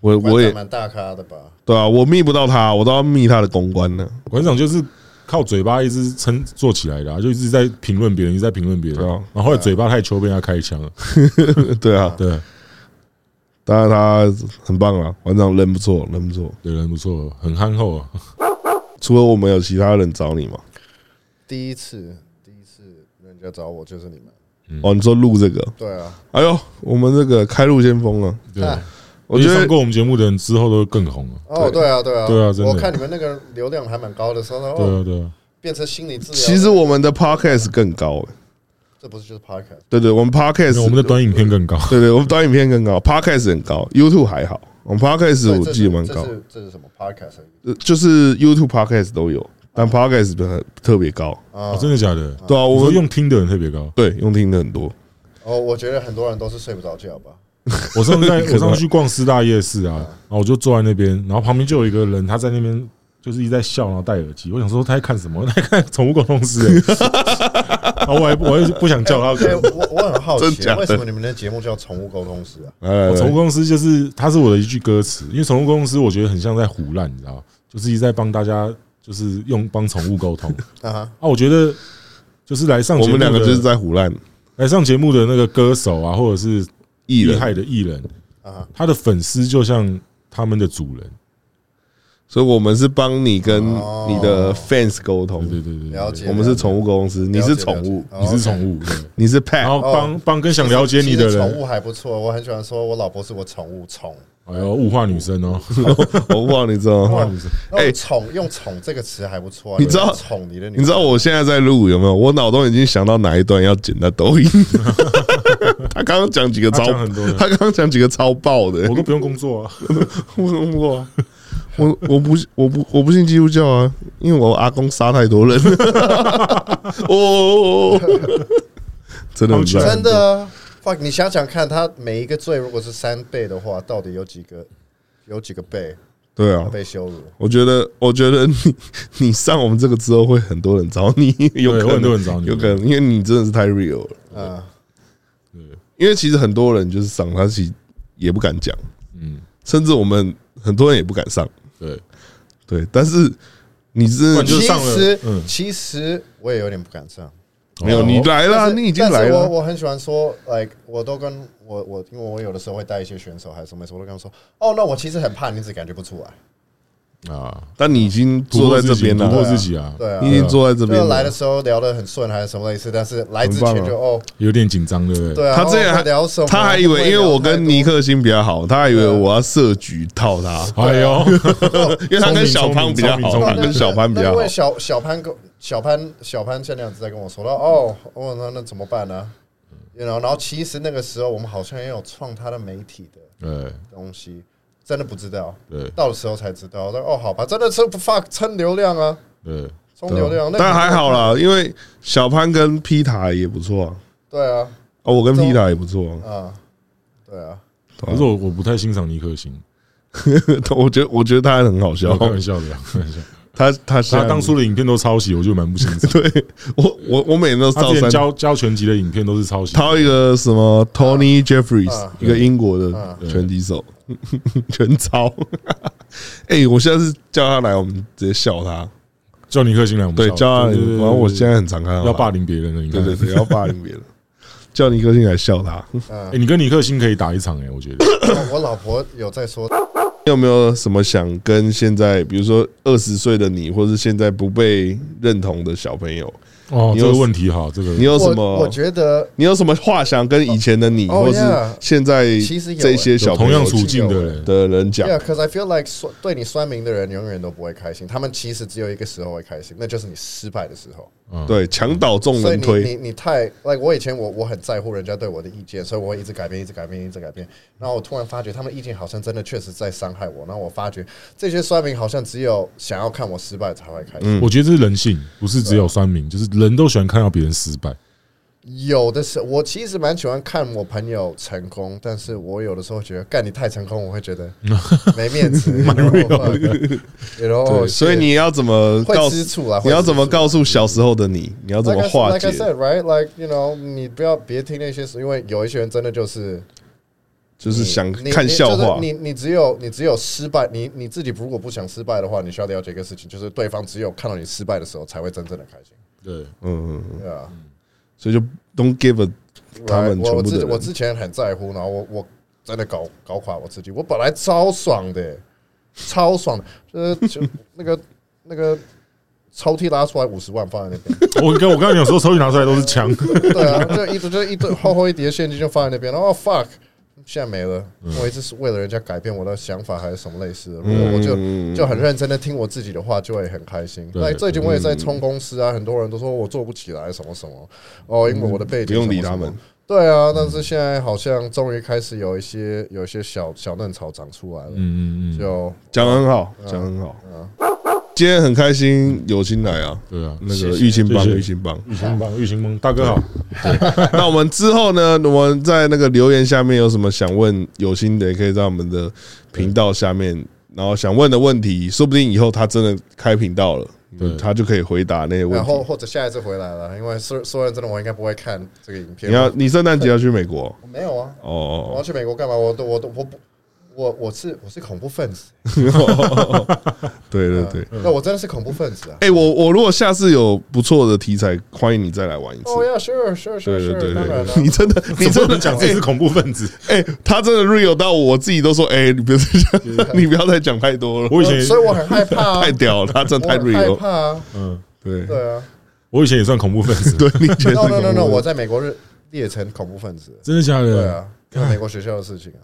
Speaker 1: 我
Speaker 3: 哦馆
Speaker 1: 我
Speaker 3: 长
Speaker 1: 也
Speaker 3: 蛮大咖的吧？
Speaker 1: 对啊，我密不到他，我都要密他的公关呢、
Speaker 2: 馆长就是靠嘴巴一直撑做起来的、啊，就一直在评论别人，一直在评论别人。
Speaker 1: 对啊
Speaker 2: 然后后来嘴巴太球被人家开枪了。
Speaker 1: 对啊，
Speaker 2: 对，
Speaker 1: 当然他很棒啊，馆长人不错，人不错。
Speaker 2: 对人不错，很憨厚 啊。
Speaker 1: 除了我们有其他人找你吗？
Speaker 3: 第一次第一次人家找我就是你们，
Speaker 2: 嗯
Speaker 1: 哦，你说录这个？
Speaker 3: 对啊，
Speaker 1: 哎呦，我们这个开路先锋啊！
Speaker 2: 对，
Speaker 3: 啊
Speaker 1: 我觉
Speaker 2: 因为上
Speaker 1: 得
Speaker 2: 过我们节目的人之后都更红了。
Speaker 3: 哦对啊对啊
Speaker 2: 对啊真的
Speaker 3: 我看你们那个流量还蛮高的，说
Speaker 2: 对啊，
Speaker 3: 哦
Speaker 2: 对啊，
Speaker 3: 变成心理治疗，
Speaker 1: 其实我们的 podcast 更高、欸，
Speaker 3: 这不是就是 podcast
Speaker 1: 对对，我们
Speaker 2: 因
Speaker 1: podcast，
Speaker 2: 为我们的短影片更高。
Speaker 1: 对对，我们短影片更高，podcast 很高，YouTube 还好，我们 podcast
Speaker 3: 对
Speaker 1: 我
Speaker 3: 这
Speaker 1: 记
Speaker 3: 是
Speaker 1: 得蛮高
Speaker 3: 这，是这是什么 podcast
Speaker 1: 呃就是 YouTube podcast 都有，但 podcast 特特别高，
Speaker 3: 啊
Speaker 2: 哦，？真的假的？
Speaker 1: 对啊，
Speaker 2: 我
Speaker 1: 我
Speaker 2: 说
Speaker 1: 们
Speaker 2: 用听的人特别高。
Speaker 1: 对用听的很多，
Speaker 3: 哦，我觉得很多人都是睡不着觉吧？
Speaker 2: 我上 次在
Speaker 1: 啊
Speaker 2: 我上次去逛师大夜市啊，然后我就坐在那边，然后旁边就有一个人，他在那边就是一直在笑，然后戴耳机。我想说他在看什么？他 在看宠物沟通师、欸。 然后我还我也不想 叫他，
Speaker 3: 对，哎我我很好
Speaker 1: 真
Speaker 3: 奇
Speaker 1: 假，的
Speaker 3: 为什么你们的节目叫宠物沟通师啊？
Speaker 1: 来来
Speaker 2: 我宠物
Speaker 1: 来，
Speaker 2: 公司就是，它是我的一句歌词，因为宠物公司我觉得很像在胡乱，你知道吗，就是一直在帮大家，就是用帮宠物沟 通
Speaker 3: 啊哈，
Speaker 2: 啊。我觉得就是来上
Speaker 1: 我
Speaker 2: 节目
Speaker 1: 们两个
Speaker 2: 的
Speaker 1: 就是在胡乱
Speaker 2: 来上节目的那个歌手啊，或者是
Speaker 1: 艺
Speaker 2: 厉
Speaker 1: 人，
Speaker 2: 害的艺人
Speaker 3: 啊哈，
Speaker 2: 他的粉丝就像他们的主人。
Speaker 1: 所以我们是帮你跟
Speaker 3: 哦
Speaker 1: 你的 fans 沟通，
Speaker 2: 对对对对对，
Speaker 3: 了解。
Speaker 1: 嗯我们是宠物公司，你
Speaker 3: 了解，
Speaker 1: 是宠物，哦
Speaker 3: 了
Speaker 2: 你
Speaker 3: 解，哦
Speaker 2: 是宠物，对
Speaker 1: 你是 pet，
Speaker 2: 然后帮帮更想
Speaker 3: 想
Speaker 2: 了解你的
Speaker 3: 宠
Speaker 2: 人，
Speaker 3: 物还不错，我很喜欢说我老婆是我宠物宠。
Speaker 2: 哎呦，物化女生哦，
Speaker 1: 我忘你知道
Speaker 2: 物化
Speaker 1: 吗？
Speaker 2: 女生，
Speaker 1: 哎
Speaker 3: 哎，宠用宠这个词还不错啊，
Speaker 1: 你知道
Speaker 3: 宠你的 女，
Speaker 1: 你知道我现在在录有没有？我脑中已经想到哪一段要剪在抖音。 他刚刚讲几个
Speaker 2: 他
Speaker 1: 超
Speaker 2: 讲很多的，
Speaker 1: 他刚刚讲几个超爆的
Speaker 2: 我，都不用工作啊，
Speaker 1: 我弄不过啊。我我不我不我不信基督教啊，因为我阿公杀太多人 了。 哦，真的很
Speaker 2: 他们
Speaker 1: 赞
Speaker 3: 真的啊？fuck，你想想看，他每一个罪如果是三倍的话，到底有几个有几个倍？
Speaker 1: 对啊，
Speaker 3: 被羞辱。
Speaker 1: 我觉得，我觉得你 你上我们这个之后，会很多人找你，有可能
Speaker 2: 会很多人找你啊
Speaker 1: 有可能，因为你真的是太 real 了。
Speaker 3: 嗯，
Speaker 1: 因为其实很多人就是上，他其实也不敢讲，
Speaker 2: 嗯，
Speaker 1: 甚至我们很多人也不敢上。
Speaker 2: 对，
Speaker 1: 对，但是你真
Speaker 2: 不
Speaker 1: 的
Speaker 2: 然就
Speaker 3: 其
Speaker 2: 上了
Speaker 3: 实
Speaker 2: 嗯
Speaker 3: 其实我也有点不敢上。
Speaker 1: 没有
Speaker 2: 哦
Speaker 1: 你来了，
Speaker 3: 但是
Speaker 1: 啊你已经
Speaker 3: 但
Speaker 1: 来
Speaker 3: 是我
Speaker 1: 了。
Speaker 3: 我很喜欢说，like 我都跟我我，因为我有的时候会带一些选手还是什么意思，我都跟他们说，哦，那我其实很怕，你只感觉不出来。
Speaker 2: 啊，
Speaker 1: 但你已经坐在这边
Speaker 2: 突破
Speaker 1: 了，
Speaker 2: 自己啊，
Speaker 3: 对啊
Speaker 1: 你已经坐在这边
Speaker 3: 就来的
Speaker 1: 了。
Speaker 3: 时候聊得很顺还是什么类似，但是来之
Speaker 1: 很
Speaker 3: 前
Speaker 1: 棒啊
Speaker 3: 就哦，
Speaker 2: 有点紧张，对不对？
Speaker 3: 对啊，
Speaker 1: 他这
Speaker 3: 哦
Speaker 1: 样
Speaker 3: 会聊什么？
Speaker 1: 他还以为因为我跟尼克星比较好，他还以为
Speaker 3: 啊
Speaker 1: 我要设局套他，
Speaker 2: 哎呦，
Speaker 1: 啊 因为他跟小胖比较好，
Speaker 2: 聪明
Speaker 1: 他
Speaker 2: 聪明聪明
Speaker 1: 跟小
Speaker 3: 潘
Speaker 1: 潘比较好
Speaker 3: 因为。小小潘跟小潘小潘前两次在跟我说到，哦，哦，那那怎么办呢、然后，然后其实那个时候我们好像也有创他的媒体的
Speaker 2: 对
Speaker 3: 东西，真的不知道，
Speaker 2: 对
Speaker 3: 到的时候才知道。我说哦，好吧，真的是 fuck 蹭流量啊，
Speaker 2: 对，
Speaker 3: 冲流量。那个
Speaker 1: 但还好，啦，因为小潘跟皮塔也不错啊，
Speaker 3: 对啊，
Speaker 1: 哦我跟皮塔也不错啊。
Speaker 3: 啊，对 啊，
Speaker 1: 啊
Speaker 2: 可是我我不太欣赏尼克星，
Speaker 3: 啊
Speaker 1: 我觉得我觉得他很好笑
Speaker 2: 我，开玩笑的啊，开玩笑。
Speaker 1: 他他现
Speaker 2: 他
Speaker 1: 在
Speaker 2: 当初的影片都抄袭，我就蛮不欣赏。
Speaker 1: 我我我每天都
Speaker 2: 他
Speaker 1: 照
Speaker 2: 之前
Speaker 1: 三
Speaker 2: 教教拳击的影片都是抄袭，
Speaker 1: 掏一个什么 Tony Jeffries，
Speaker 3: 啊
Speaker 1: 一个英国的拳击手， 全抄。 哎，我现在是叫他来，我们直接笑他，
Speaker 2: 叫尼克星来我们
Speaker 1: 对，
Speaker 2: 笑
Speaker 1: 叫他来。
Speaker 2: 对对对
Speaker 1: 然后我
Speaker 2: 对
Speaker 1: 现在很常看到他
Speaker 2: 要霸，凌别人了，你
Speaker 1: 对
Speaker 2: 看。
Speaker 1: 对对，要霸凌别人，叫尼克星来笑他。你
Speaker 2: 哎，你跟尼克星可以打一场哎，我觉得。
Speaker 3: 我我老婆有 在说，
Speaker 1: 有没有什么想跟现在，比如说二十岁的你，或是现在不被认同的小朋友，
Speaker 2: 哦，
Speaker 1: 你
Speaker 2: 这
Speaker 1: 有
Speaker 2: 个问题好，这个
Speaker 1: 你有什
Speaker 3: 我我
Speaker 1: 么？
Speaker 3: 觉得
Speaker 1: 你有什么话想跟以前的你，
Speaker 3: 哦
Speaker 1: 或是
Speaker 3: yeah
Speaker 1: 现在
Speaker 3: 其实有
Speaker 1: 这些小
Speaker 2: 有
Speaker 1: 朋
Speaker 2: 同
Speaker 1: 友哎
Speaker 2: 样处境的人，
Speaker 1: 的人讲？
Speaker 3: ，Yeah，cause I feel like 酸对你酸民的人永远都不会开心，他们其实只有一个时候会开心，那就是你失败的时候。
Speaker 1: 对，墙倒众
Speaker 3: 所
Speaker 1: 人
Speaker 3: 以你
Speaker 1: 嗯
Speaker 3: 你
Speaker 1: 推，
Speaker 3: 你太 like 我以前我我很在乎人家对我的意见，所以我会一直改变，一直改变，一直改变。然后我突然发觉他们的意见好像真的确实在伤害我，然后我发觉这些酸民好像只有想要看我失败才会开心。
Speaker 2: 我觉得这是人性，不是只有酸民，就是人都喜欢看到别人失败。
Speaker 3: 有的时候我其实蛮喜欢看我朋友成功，但是我有的时候觉得干你太成功，我会觉 得没面子， 然后
Speaker 1: 所以你要怎么
Speaker 3: 会
Speaker 1: 告
Speaker 3: 吃
Speaker 1: 诉？
Speaker 3: 醋啊，
Speaker 1: 你要怎
Speaker 3: 么？
Speaker 1: 么告诉小时候的你？你要怎么
Speaker 3: Like I-
Speaker 1: 化
Speaker 3: Like
Speaker 1: 解
Speaker 3: I？said, right? Like you know，你不要别听那些事，因为有一些人真的就是
Speaker 1: 就是想
Speaker 3: 你
Speaker 1: 看笑话
Speaker 3: 你，就是你你只有你只有失败，你你自己如果不想失败的话，你需要了解一个事情，就是对方只有看到你失败的时候才会真正的开心，
Speaker 2: 对，
Speaker 1: 嗯，
Speaker 3: 对啊。
Speaker 1: 所以就 don't give a 他们
Speaker 3: Right，
Speaker 1: 全
Speaker 3: 我我
Speaker 1: 部的
Speaker 3: 之我
Speaker 1: 人。
Speaker 3: 之前很在乎，然后我我真的搞搞垮我自己，我本来超爽的，超爽的，呃就是就那个 那个抽屉拉出来五十万放在那边，
Speaker 2: 我跟我刚才讲说，手里拿出来都是枪，
Speaker 3: 对啊， 就一直就一堆厚厚一叠现金就放在那边，然后哦 fuck。现在没了，
Speaker 1: 嗯
Speaker 3: 我一直是为了人家改变我的想法，还是什么类似的。如果我就
Speaker 1: 嗯
Speaker 3: 就很认真的听我自己的话，就会很开心。
Speaker 2: 对
Speaker 3: 那最近我
Speaker 1: 嗯
Speaker 3: 也在冲公司啊，很多人都说我做不起来什么什么，哦，因为我的背景
Speaker 1: 不用理
Speaker 3: 什么
Speaker 1: 他
Speaker 3: 什么
Speaker 1: 们，
Speaker 3: 对啊，但是现在好像终于开始有一些有一些小小嫩草长出来了，
Speaker 2: 嗯嗯嗯，
Speaker 3: 就
Speaker 1: 讲得很好，讲得很好。
Speaker 3: 嗯
Speaker 1: 今天很开心，有心来啊，
Speaker 2: 对啊，
Speaker 1: 那个玉清帮，
Speaker 2: 谢谢
Speaker 1: 玉清帮。
Speaker 2: 玉兴帮，玉兴帮，大哥好，
Speaker 1: 那我们之后呢？我们在那个留言下面有什么想问有心的，也可以在我们的频道下面，然后想问的问题，说不定以后他真的开频道了，
Speaker 2: 对
Speaker 1: 他就可以回答那些嗯问
Speaker 3: 然
Speaker 1: 题
Speaker 3: 后。或者下一次回来了，因为说说认真的，我应该不会看这个影片。
Speaker 1: 你要你圣诞节要去美国
Speaker 3: 我没有啊？我
Speaker 1: 哦
Speaker 3: 要去美国干嘛？我都我都我不我我是我是恐怖分子，
Speaker 1: 哦？ 对对对，
Speaker 3: 那我真的是恐怖分子啊！
Speaker 1: 哎，我我如果下次有不错的题材，欢迎你再来玩一次。
Speaker 3: 哦呀，sure sure
Speaker 1: 对
Speaker 3: sure
Speaker 1: 对
Speaker 3: sure，
Speaker 1: 对
Speaker 3: 当然啊
Speaker 1: 对， 你
Speaker 3: 了。
Speaker 1: 真的你真的
Speaker 2: 能讲自己是恐怖分子。
Speaker 1: 哎，他真的 real 到我自己都说，哎，你不要再讲，你不要再讲太多了，
Speaker 2: 我以前
Speaker 3: 所以我很害怕 啊
Speaker 1: 太，屌了，他真的
Speaker 3: 我
Speaker 1: 太
Speaker 3: 很害
Speaker 1: real，嗯
Speaker 3: 怕啊，
Speaker 1: 对
Speaker 3: 对 啊。
Speaker 2: 我以前也算恐怖分子，
Speaker 1: 对，你觉得
Speaker 3: No no no no，我在美国是列成恐怖分子。
Speaker 2: 真的假
Speaker 3: 对
Speaker 2: 的？
Speaker 3: 啊，在美国学校的事情啊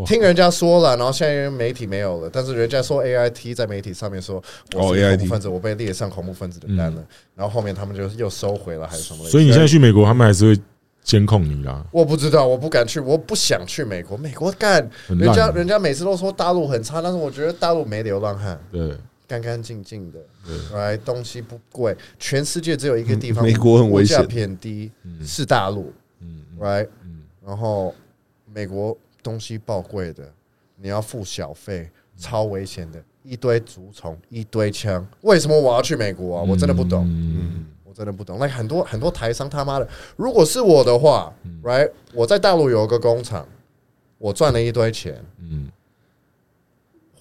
Speaker 2: 哇。
Speaker 3: 听人家说了，然后现在媒体没有了，但是人家说 A I T 在媒体上面说我
Speaker 1: 哦
Speaker 3: 是恐
Speaker 1: AIT
Speaker 3: 怖分子，我被列上恐怖分子的单了，然后后面他们就又收回了还是什么类似？
Speaker 2: 嗯所以你现在去美国，他们还是会监控你啦。
Speaker 3: 我不知道，我不敢去，我不想去美国。美国干，
Speaker 2: 很烂
Speaker 3: 人家
Speaker 2: 啊
Speaker 3: 人家每次都说大陆很差，但是我觉得大陆没流浪汉，
Speaker 2: 对，
Speaker 3: 干干净净的，来东西不贵，全世界只有一个地
Speaker 1: 嗯
Speaker 3: 方
Speaker 1: 嗯美国很危险嗯
Speaker 3: 物价偏低是大陆，right，然后美国东西爆贵的，你要付小费，超危险的，一堆竹虫，一堆枪。为什么我要去美国啊？我真的不懂，我真的不懂。那、很多很多台商他妈的，如果是我的话、r i g h t 我在大陆有个工厂，我赚了一堆钱，
Speaker 2: 嗯，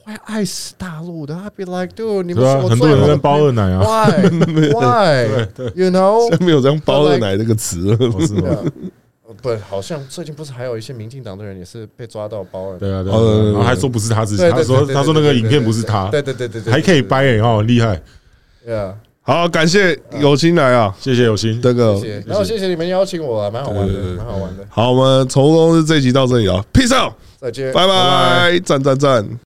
Speaker 3: 我会爱死大陆的。I'd be like, dude，你
Speaker 2: 对
Speaker 3: 们什
Speaker 2: 啊，
Speaker 3: 么
Speaker 2: 很多人在包
Speaker 3: 二
Speaker 2: 二奶啊，
Speaker 3: ，Why? Why? You know?
Speaker 1: 没有这样“包二奶”这个词，
Speaker 2: 哦是吗？
Speaker 3: 不，好像最近不是还有一些民进党的人也是被抓到包二奶？
Speaker 2: 对啊，对啊，
Speaker 1: 哦对对对
Speaker 2: 然后还说不是他自己，
Speaker 3: 对
Speaker 2: 他
Speaker 3: 对
Speaker 2: 说
Speaker 3: 对对
Speaker 2: 他说那
Speaker 3: 对
Speaker 2: 个
Speaker 3: 对
Speaker 2: 影片不是他，
Speaker 3: 对对对对对，
Speaker 2: 还可以掰欸哦，厉害，
Speaker 3: 对啊，
Speaker 1: 好，感谢友情来啊，
Speaker 2: 谢谢有心，
Speaker 1: 这个
Speaker 3: 谢谢，然后谢谢你们邀请我啊，蛮好玩的，蛮好玩的，
Speaker 1: 好，我们宠物公司这集到这里啊，peace out，
Speaker 3: 再见，
Speaker 1: 拜拜，赞赞赞。